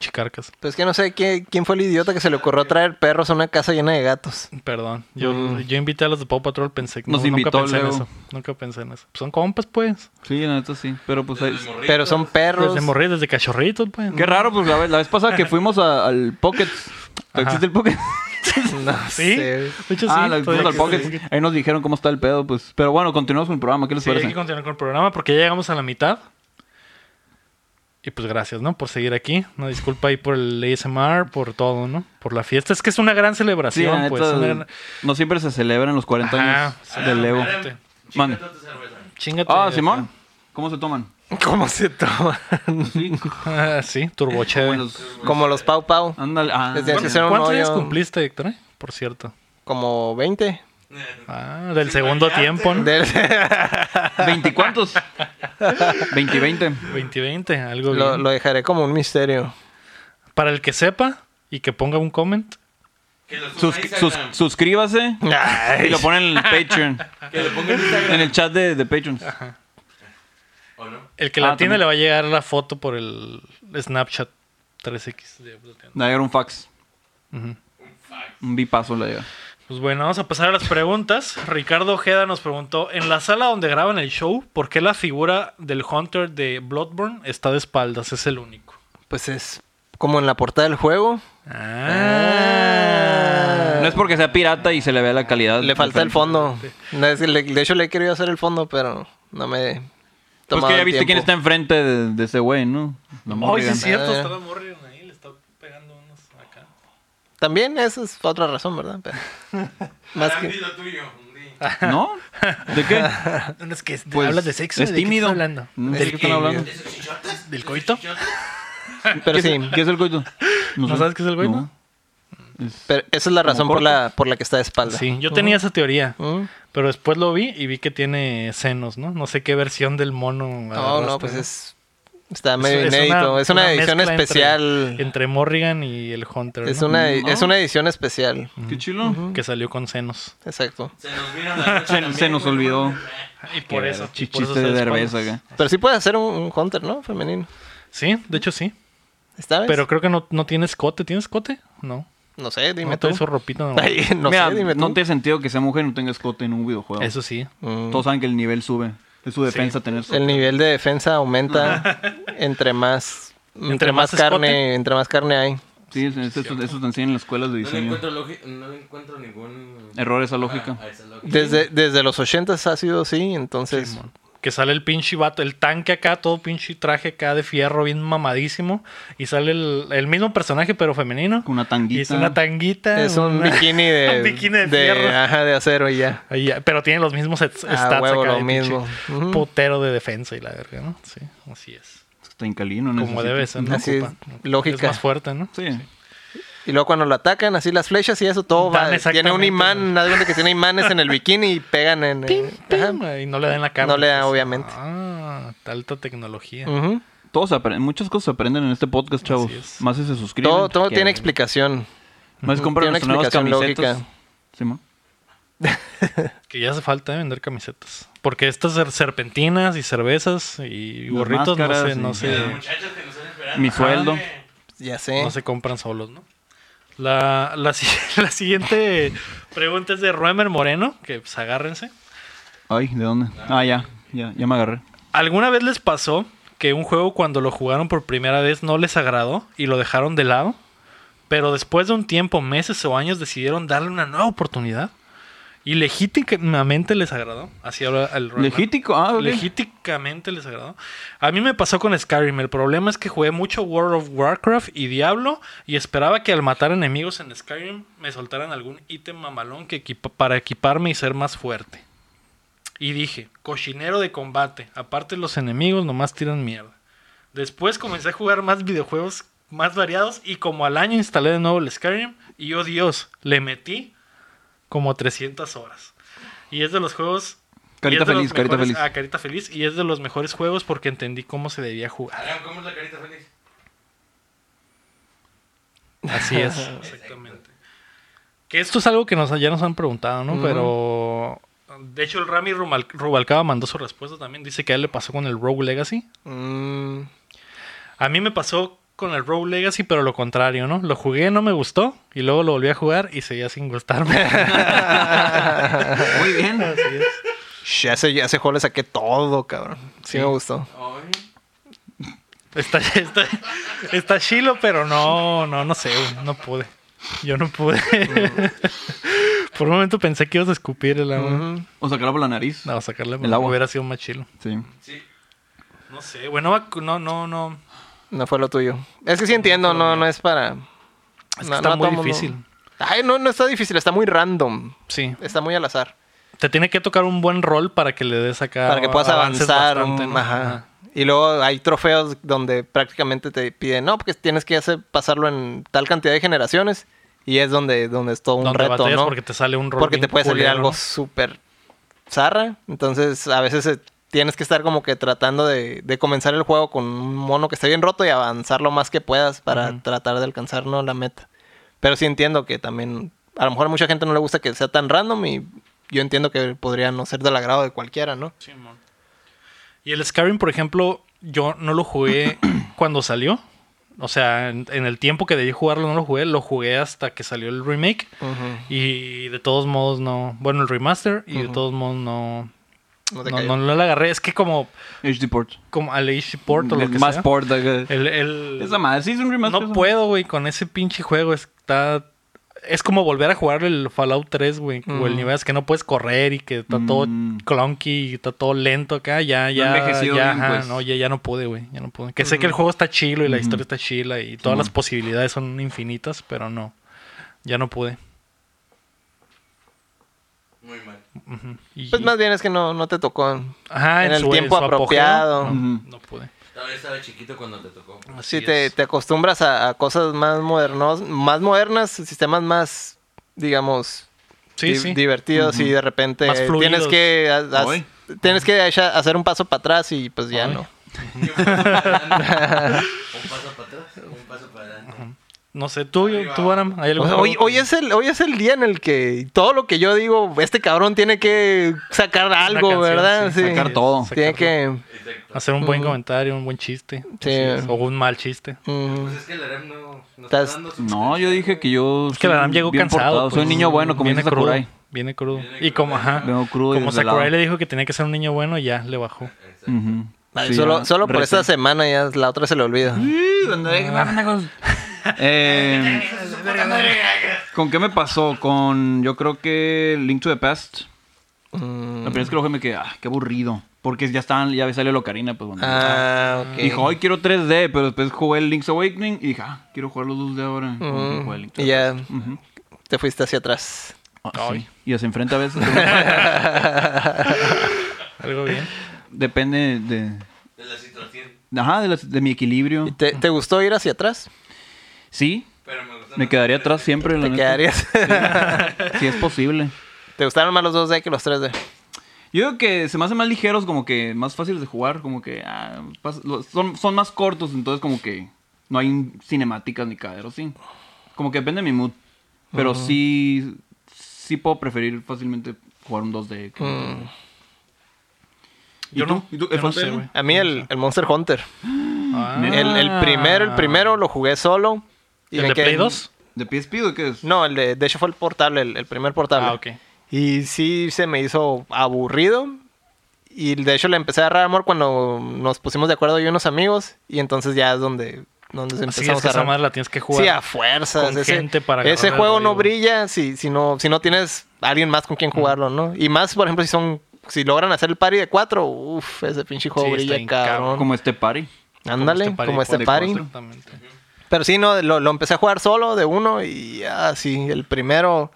Speaker 3: Chicarcas.
Speaker 1: Pues que no sé qué- quién fue el idiota que se le ocurrió traer perros a una casa llena de gatos.
Speaker 3: Perdón. Yo,
Speaker 1: Mm.
Speaker 3: yo invité a los de Paw Patrol, pensé que
Speaker 2: Pues, Nos
Speaker 3: no, nunca
Speaker 2: invitó
Speaker 3: pensé en
Speaker 2: luego.
Speaker 3: eso. Nunca pensé en eso. Son compas, pues.
Speaker 2: Sí, la neta sí. Pero pues. ahí-
Speaker 4: Desde morritos.
Speaker 1: Pero son perros.
Speaker 3: Desde morrer, desde cachorritos, pues.
Speaker 2: Qué raro, pues la vez, la vez pasada que fuimos a- al Pocket. ¿Existe el Pocket?
Speaker 1: No
Speaker 3: Sí.
Speaker 1: sé.
Speaker 3: De hecho,
Speaker 2: ah,
Speaker 3: sí,
Speaker 2: la
Speaker 3: todavía
Speaker 2: fuimos al Pocket.
Speaker 3: existe.
Speaker 2: Ahí nos dijeron cómo está el pedo, pues. Pero bueno, continuamos con el programa. ¿Qué les
Speaker 3: Sí, hay
Speaker 2: parece?
Speaker 3: que continuar con el programa porque ya llegamos a la mitad. Y pues gracias, ¿no? Por seguir aquí. No disculpa ahí por el ASMR, por todo, ¿no? Por la fiesta. Es que es una gran
Speaker 2: Sí, la
Speaker 3: celebración,
Speaker 2: neta,
Speaker 3: pues. una gran-
Speaker 2: No siempre se celebran los 40 años
Speaker 3: Ajá, Ah,
Speaker 2: del Lego.
Speaker 4: Espérame,
Speaker 2: Man.
Speaker 4: chícate tu cerveza.
Speaker 3: Chíngate.
Speaker 2: Ah, Simón. ¿Cómo se toman?
Speaker 1: ¿Cómo se toman?
Speaker 3: Ah, sí, turboche.
Speaker 2: Como los-
Speaker 1: Como los Pau Pau.
Speaker 2: Ándale. Ah,
Speaker 1: Les decía,
Speaker 2: bueno.
Speaker 1: hacer un
Speaker 3: ¿Cuántos años
Speaker 1: hoyo.
Speaker 3: cumpliste, Héctor? eh? Por cierto.
Speaker 1: Como 20.
Speaker 3: Ah, del segundo tiempo, ¿no?
Speaker 1: Del-
Speaker 2: ¿Veinticuántos? Veintiveinte.
Speaker 3: 2020, algo
Speaker 1: lo,
Speaker 3: bien.
Speaker 1: lo dejaré como un misterio.
Speaker 3: Para el que sepa y que ponga un comment.
Speaker 4: Que lo suba
Speaker 2: Sus-
Speaker 4: a
Speaker 2: sus-
Speaker 4: Instagram.
Speaker 2: suscríbase y
Speaker 1: Ay,
Speaker 2: lo ponen en el Patreon.
Speaker 4: Que lo ponga en
Speaker 2: En
Speaker 4: Instagram.
Speaker 2: el chat de, de Patreon.
Speaker 4: ¿O no?
Speaker 3: El que
Speaker 2: Ah,
Speaker 3: la
Speaker 2: también.
Speaker 3: tiene le va a llegar la foto por el Snapchat 3X. de Bloteando.
Speaker 2: Le llega un fax.
Speaker 3: Ujú.
Speaker 2: Un bipaso le llega.
Speaker 3: Pues bueno, vamos a pasar a las preguntas. Ricardo Ojeda nos preguntó, en la sala donde graban el show, ¿por qué la figura del Hunter de Bloodborne está de espaldas? Es el único.
Speaker 1: Pues es como en la portada del juego.
Speaker 3: Ah.
Speaker 2: No es porque sea pirata y se le vea la calidad.
Speaker 1: Le falta el fondo. No, es que le- De hecho, le he querido hacer el fondo, pero no me. he
Speaker 2: Pues
Speaker 1: tomado
Speaker 2: que ya
Speaker 1: el
Speaker 2: viste quién
Speaker 1: tiempo.
Speaker 2: está enfrente de, de ese güey, ¿no? La
Speaker 3: Ay, sí
Speaker 2: Morrigan.
Speaker 3: es cierto,
Speaker 1: Ah.
Speaker 3: estaba Morrigan ahí, le está pegando unos acá.
Speaker 1: También esa es otra razón, ¿verdad? Pero- más
Speaker 4: Aram,
Speaker 1: que.
Speaker 4: di lo tuyo, di.
Speaker 2: ¿No? ¿De qué?
Speaker 3: No, es que
Speaker 2: Pues,
Speaker 3: hablas de sexo,
Speaker 2: es
Speaker 3: ¿de qué estás
Speaker 2: tímido.
Speaker 3: hablando?
Speaker 2: No sé
Speaker 1: Es
Speaker 2: ¿De qué están
Speaker 1: que-
Speaker 2: hablando?
Speaker 4: ¿Esos chichotes?
Speaker 3: ¿Del coito?
Speaker 1: Pero
Speaker 2: ¿Qué
Speaker 1: sí.
Speaker 2: es- ¿Qué es el coito?
Speaker 3: ¿No sabes qué es el coito?
Speaker 2: Es-
Speaker 1: Pero esa es la razón por
Speaker 2: corto.
Speaker 1: la, por la que está de espalda.
Speaker 3: Sí, yo tenía esa teoría,
Speaker 1: ¿Mm?
Speaker 3: pero después lo vi y vi que tiene senos, ¿no? No sé qué versión del mono.
Speaker 1: No,
Speaker 3: agarraste,
Speaker 1: no, pues es. Está medio
Speaker 3: Es- es
Speaker 1: inédito. es una, edición
Speaker 3: mezcla entre-
Speaker 1: especial.
Speaker 3: Entre, Morrigan y el Hunter.
Speaker 1: es,
Speaker 3: ¿no?
Speaker 1: una,
Speaker 2: ¿no?
Speaker 1: es una edición especial.
Speaker 2: Qué chilo.
Speaker 3: que salió con senos.
Speaker 1: Exacto.
Speaker 4: Se nos vino la noche
Speaker 2: Se-
Speaker 4: también,
Speaker 2: se nos
Speaker 4: güey,
Speaker 2: olvidó.
Speaker 4: no mames.
Speaker 3: Y por eso. y por eso
Speaker 2: Chiste de
Speaker 3: se
Speaker 2: Derbez
Speaker 3: espaldas.
Speaker 2: acá.
Speaker 1: Pero sí puede hacer un, un Hunter, ¿no? Femenino.
Speaker 3: Sí, de hecho sí.
Speaker 1: ¿Está bien?
Speaker 3: Pero creo que no, no tiene escote. ¿Tienes escote? No.
Speaker 1: No sé, dime
Speaker 3: no
Speaker 1: tú.
Speaker 3: trae su ropita. no.
Speaker 1: Ay, no
Speaker 2: Mira,
Speaker 1: sé, dime
Speaker 2: no
Speaker 1: tú.
Speaker 2: tiene sentido que sea mujer y no tenga escote en un videojuego.
Speaker 3: Eso sí.
Speaker 1: Mm.
Speaker 2: Todos saben que el nivel sube. Es su defensa tener escote.
Speaker 1: Pues El nivel de defensa aumenta entre más. Entre,
Speaker 3: Entre
Speaker 1: más,
Speaker 3: más
Speaker 1: carne,
Speaker 3: escote.
Speaker 1: entre más carne hay.
Speaker 2: Sí, es- es- eso, eso te enseñan en las escuelas de
Speaker 4: No le
Speaker 2: diseño.
Speaker 4: encuentro, logi- no le encuentro ningún... Ah,
Speaker 2: Error esa lógica.
Speaker 4: a- a esa lógica.
Speaker 1: Desde, desde los 80 ha sido así, entonces.
Speaker 3: Simón. Que sale el pinche vato, el tanque acá, todo pinche traje acá de fierro, bien mamadísimo. Y sale el, el mismo personaje, pero femenino.
Speaker 2: Con una tanguita.
Speaker 3: Y es una tanguita.
Speaker 1: es un bikini de.
Speaker 3: un bikini de fierro.
Speaker 1: ajá, de acero y ya.
Speaker 3: Ahí ya, pero tiene los mismos et-
Speaker 1: Ah,
Speaker 3: stats
Speaker 1: huevo,
Speaker 3: acá
Speaker 1: lo
Speaker 3: de pinche
Speaker 1: mismo. Ujú.
Speaker 3: Putero de defensa y la verga, ¿no? Sí, así es.
Speaker 2: Está incalino.
Speaker 3: Como debe ser, ¿no?
Speaker 1: Así es,
Speaker 3: Ocupa.
Speaker 1: lógica.
Speaker 3: Es más fuerte, ¿no?
Speaker 2: Sí.
Speaker 1: Y luego cuando lo atacan, así las flechas y eso, todo
Speaker 3: Dan
Speaker 1: va. Tiene un
Speaker 3: exactamente.
Speaker 1: imán, haz de cuenta que tiene imanes en el bikini y pegan en. eh,
Speaker 3: Pim,
Speaker 1: ajá.
Speaker 3: pim, y no le dan la cara.
Speaker 1: No le dan, obviamente.
Speaker 3: Ah, alta tecnología.
Speaker 1: Ujú.
Speaker 2: todos apre- muchas cosas se aprenden en este podcast, chavos.
Speaker 3: Así es.
Speaker 2: Más si se suscriben.
Speaker 1: Todo, todo
Speaker 2: que-
Speaker 1: tiene explicación.
Speaker 2: Más compran
Speaker 1: tiene
Speaker 2: nuestras nuevas
Speaker 1: explicación
Speaker 2: camisetas.
Speaker 1: lógica.
Speaker 2: Simón.
Speaker 3: Que ya hace falta eh, vender camisetas. Porque estas ser- serpentinas y cervezas y
Speaker 2: Las
Speaker 3: gorritos no
Speaker 2: máscaras
Speaker 3: se, no
Speaker 2: y-
Speaker 3: se-
Speaker 4: Los muchachos que nos están esperando.
Speaker 2: Mi
Speaker 4: Ah,
Speaker 2: sueldo.
Speaker 4: hombre.
Speaker 1: Ya sé.
Speaker 3: no se compran solos, ¿no? La, la, si- la siguiente pregunta es de Ruemer Moreno, que pues agárrense.
Speaker 2: Ay, ¿de dónde? Ah, ya. Ya, ya me agarré.
Speaker 3: ¿Alguna vez les pasó que un juego cuando lo jugaron por primera vez no les agradó y lo dejaron de lado? Pero después de un tiempo, meses o años, decidieron darle una nueva oportunidad. Y legítimamente les agradó. Así habla el Rayman.
Speaker 2: Legítico. Ah, ok.
Speaker 3: Legíticamente les agradó. A mí me pasó con Skyrim. El problema es que jugué mucho World of Warcraft y Diablo. Y esperaba que al matar enemigos en Skyrim me soltaran algún ítem mamalón que equipa- para equiparme y ser más fuerte. Y dije, cochinero de combate. Aparte los enemigos nomás tiran mierda. Después comencé a jugar más videojuegos más variados y como al año instalé de nuevo el Skyrim y oh Dios, le metí como 300 horas. Y es de los juegos...
Speaker 2: Carita
Speaker 3: y es de los
Speaker 2: feliz, carita
Speaker 3: mejores-
Speaker 2: feliz.
Speaker 3: Ah, carita feliz. Y es de los mejores juegos porque entendí cómo se debía jugar.
Speaker 4: Alan, ¿cómo es la carita feliz?
Speaker 3: Así es, exactamente. Que esto es algo que nos, ya nos han preguntado, ¿no?
Speaker 1: Ujú.
Speaker 3: Pero... De hecho, el Rami Rumal- Rubalcaba mandó su respuesta también. Dice que a él le pasó con el Rogue Legacy.
Speaker 1: Mm,
Speaker 3: A mí me pasó con el Rogue Legacy, pero lo contrario, ¿no? Lo jugué, no me gustó, y luego lo volví a jugar y seguía sin gustarme.
Speaker 2: Muy bien.
Speaker 1: ya ese, ya ese juego le saqué todo, cabrón. Sí,
Speaker 3: Sí.
Speaker 1: me gustó.
Speaker 4: Ay,
Speaker 3: está, está, está chilo, pero no, no, no sé, güey, no pude. Yo no pude. Por un momento pensé que ibas a escupir el agua.
Speaker 1: Ujú.
Speaker 2: O sacarlo por la nariz.
Speaker 3: No, sacarle
Speaker 2: El agua.
Speaker 3: hubiera sido más chilo.
Speaker 2: Sí.
Speaker 4: sí.
Speaker 3: No sé, güey, no, va- no, no, no.
Speaker 1: No fue lo tuyo. Es que sí entiendo, no, no es para.
Speaker 3: Es que
Speaker 1: no-
Speaker 3: está
Speaker 1: no a
Speaker 3: muy
Speaker 1: todo mundo.
Speaker 3: difícil.
Speaker 1: Ay, no, no está difícil, está muy random.
Speaker 3: Sí.
Speaker 1: Está muy al azar.
Speaker 3: Te tiene que tocar un buen rol para que le des acá.
Speaker 1: para que puedas
Speaker 3: avances
Speaker 1: avanzar.
Speaker 3: bastante,
Speaker 1: mm,
Speaker 3: ¿no?
Speaker 1: ajá.
Speaker 3: Ajá.
Speaker 1: Y luego hay trofeos donde prácticamente te piden, no, porque tienes que hacer, pasarlo en tal cantidad de generaciones. Y es donde, donde es todo un
Speaker 3: Donde
Speaker 1: reto,
Speaker 3: batallas
Speaker 1: ¿no?
Speaker 3: porque te sale un rol.
Speaker 1: Porque te
Speaker 3: bien
Speaker 1: puede salir
Speaker 3: culero,
Speaker 1: algo
Speaker 3: ¿no?
Speaker 1: súper zarra. Entonces, a veces eh, tienes que estar como que tratando de, de comenzar el juego con un mono que esté bien roto y avanzar lo más que puedas para
Speaker 3: Ujú.
Speaker 1: tratar de alcanzar ¿no? la meta. Pero sí entiendo que también, a lo mejor a mucha gente no le gusta que sea tan random y yo entiendo que podría no ser del agrado de cualquiera, ¿no?
Speaker 3: Simón. Y el Skyrim, por ejemplo, yo no lo jugué cuando salió. O sea, en, en el tiempo que debí jugarlo no lo jugué. Lo jugué hasta que salió el remake. Y de todos modos no... Bueno, el remaster. Y de
Speaker 1: Ujú.
Speaker 3: todos modos no...
Speaker 1: No
Speaker 3: No,
Speaker 1: te cayó.
Speaker 3: no, no le agarré. Es que como...
Speaker 2: HD port.
Speaker 3: Como al HD Port o lo que
Speaker 2: Más
Speaker 3: sea.
Speaker 2: port. de-
Speaker 3: El, el-
Speaker 2: Esa madre sí es un remaster.
Speaker 3: no
Speaker 2: esa
Speaker 3: puedo, güey, con ese pinche juego. Está... Es como volver a jugar el Fallout 3, güey. O el
Speaker 1: Ujú.
Speaker 3: nivel es que no puedes correr y que está todo
Speaker 2: Mm.
Speaker 3: clunky y está todo lento acá. Ya, ya,
Speaker 2: envejecido
Speaker 3: ya,
Speaker 2: bien,
Speaker 3: ajá,
Speaker 2: pues.
Speaker 3: no, ya, ya no pude, güey. Ya no pude. Que sé que el juego está chilo y la historia está chila y todas las posibilidades son infinitas, pero no. Ya no pude.
Speaker 4: Muy mal.
Speaker 3: Ujú. Y-
Speaker 1: Pues más bien es que no, no te tocó.
Speaker 3: ajá,
Speaker 1: en el
Speaker 3: su-
Speaker 1: tiempo
Speaker 3: su apogeo,
Speaker 1: apropiado.
Speaker 3: No,
Speaker 2: Ujú.
Speaker 3: no pude.
Speaker 4: Todavía estaba chiquito cuando te tocó.
Speaker 3: Así
Speaker 1: Si te,
Speaker 3: es.
Speaker 1: te acostumbras a, a cosas más modernos, más modernas, sistemas más, digamos,
Speaker 3: Sí,
Speaker 1: di-
Speaker 3: sí.
Speaker 1: divertidos y de repente
Speaker 3: Más fluidos.
Speaker 1: tienes que ha- ha-
Speaker 2: Ay.
Speaker 1: tienes que echa- hacer un paso para atrás y pues ya
Speaker 3: Ay.
Speaker 1: no.
Speaker 4: un paso para atrás, un paso para adelante.
Speaker 3: No sé, tú, tú, Aram, ¿hay algún
Speaker 1: Hoy,
Speaker 3: juego
Speaker 1: hoy
Speaker 3: que-
Speaker 1: es el hoy es el día en el que todo lo que yo digo, este cabrón tiene que sacar
Speaker 3: una
Speaker 1: algo,
Speaker 3: canción,
Speaker 1: ¿verdad?
Speaker 3: sí,
Speaker 1: Sí.
Speaker 2: sacar todo.
Speaker 1: Tiene
Speaker 3: sacar
Speaker 1: que
Speaker 4: Exacto.
Speaker 3: Hacer un buen
Speaker 1: Ujú.
Speaker 3: comentario, un buen chiste.
Speaker 1: Sí.
Speaker 3: así es, O un mal chiste.
Speaker 1: mm,
Speaker 4: Pues es que el RM no, no
Speaker 1: Estás-
Speaker 4: está dando su...
Speaker 2: No, yo dije que yo.
Speaker 3: Es que la
Speaker 2: soy
Speaker 3: Aram llegó
Speaker 2: bien
Speaker 3: cansado.
Speaker 2: portado, Soy
Speaker 3: pues,
Speaker 2: un niño bueno, como
Speaker 3: viene
Speaker 2: dice Sakurai.
Speaker 3: Crudo, viene crudo.
Speaker 4: Viene
Speaker 3: Y como,
Speaker 4: crudo.
Speaker 3: ajá.
Speaker 2: Vengo crudo y
Speaker 3: como
Speaker 2: desvelado.
Speaker 3: Sakurai le dijo que tenía que ser un niño bueno, ya le bajó.
Speaker 4: Exacto.
Speaker 2: Ujú.
Speaker 1: ay,
Speaker 2: Sí,
Speaker 1: solo
Speaker 2: ya,
Speaker 1: solo por
Speaker 2: recé.
Speaker 1: esta semana ya la otra se le olvida.
Speaker 2: Ah. Eh, ¿Con qué me pasó? Con, yo creo que Link to the Past. La
Speaker 1: Mm.
Speaker 2: primera vez que lo jugué me quedé, ah, qué aburrido. Porque ya estaban, ya salió la ocarina, pues bueno.
Speaker 1: Ah, ok.
Speaker 2: Dijo, hoy quiero 3D, pero después jugué el Link's Awakening y dije, ah, quiero jugar los 2D ahora. Como que jugué el Link to
Speaker 1: Mm, y
Speaker 2: the
Speaker 1: ya
Speaker 2: Past. Ujú.
Speaker 1: te fuiste hacia atrás.
Speaker 2: Ah,
Speaker 3: Ay.
Speaker 2: sí. Y se enfrenta a veces.
Speaker 3: Algo bien.
Speaker 2: Depende de...
Speaker 4: De la situación.
Speaker 2: Ajá, de, las- de mi equilibrio.
Speaker 1: ¿Y ¿Te, te gustó ir hacia atrás?
Speaker 2: Sí,
Speaker 4: Pero me gusta
Speaker 2: me
Speaker 4: más-
Speaker 2: quedaría atrás siempre. la
Speaker 1: ¿Te
Speaker 2: neta.
Speaker 1: quedarías?
Speaker 2: Si es posible.
Speaker 1: ¿Te gustaron más los 2D que los 3D?
Speaker 2: Yo digo que se me hacen más ligeros, como que más fáciles de jugar, como que ah, pas- lo- son, son más cortos, entonces como que no hay cinemáticas ni caderos, sí. Como que depende de mi mood. Pero sí, sí puedo preferir fácilmente jugar un 2D. que-
Speaker 1: Mm.
Speaker 2: ¿Y
Speaker 3: Yo
Speaker 2: tú?
Speaker 3: no.
Speaker 2: ¿Y tú?
Speaker 3: Yo no
Speaker 2: ¿Efronte,
Speaker 3: sé,
Speaker 2: no?
Speaker 3: güey.
Speaker 1: A mí el, el Monster Hunter.
Speaker 3: Ah.
Speaker 2: Neta.
Speaker 1: El, el primero, el primero lo jugué solo. y
Speaker 3: ¿El
Speaker 1: me
Speaker 3: de
Speaker 1: quedé-
Speaker 3: Play 2?
Speaker 2: ¿De PSP o qué es?
Speaker 1: No, el de, de hecho fue el portable, el, el primer portable.
Speaker 3: Ah, ok.
Speaker 1: Y sí se me hizo aburrido. Y de hecho le empecé a agarrar amor cuando nos pusimos de acuerdo yo y unos amigos. Y entonces ya es donde, donde
Speaker 3: Así
Speaker 1: empezamos
Speaker 3: es que
Speaker 1: a
Speaker 3: esa
Speaker 1: agarrar.
Speaker 3: madre la tienes que
Speaker 1: Sí, a
Speaker 3: jugar. este
Speaker 1: fuerzas.
Speaker 3: con
Speaker 1: ese
Speaker 3: gente para
Speaker 1: ese
Speaker 3: agarrar
Speaker 1: juego
Speaker 3: el
Speaker 1: no
Speaker 3: rollo.
Speaker 1: brilla si, si, no, si no tienes alguien más con quien
Speaker 3: Mm.
Speaker 1: jugarlo, ¿no? Y más, por ejemplo, si son si logran hacer el party de cuatro, uff, ese pinche juego
Speaker 3: Sí, está
Speaker 1: brilla,
Speaker 3: bien
Speaker 1: cabrón.
Speaker 3: cabrón.
Speaker 2: Como este party.
Speaker 1: Ándale, como este
Speaker 3: de
Speaker 1: party.
Speaker 3: cuatro. pues. Exactamente.
Speaker 1: Pero sí, no, lo, lo empecé a jugar solo de uno y así, el primero,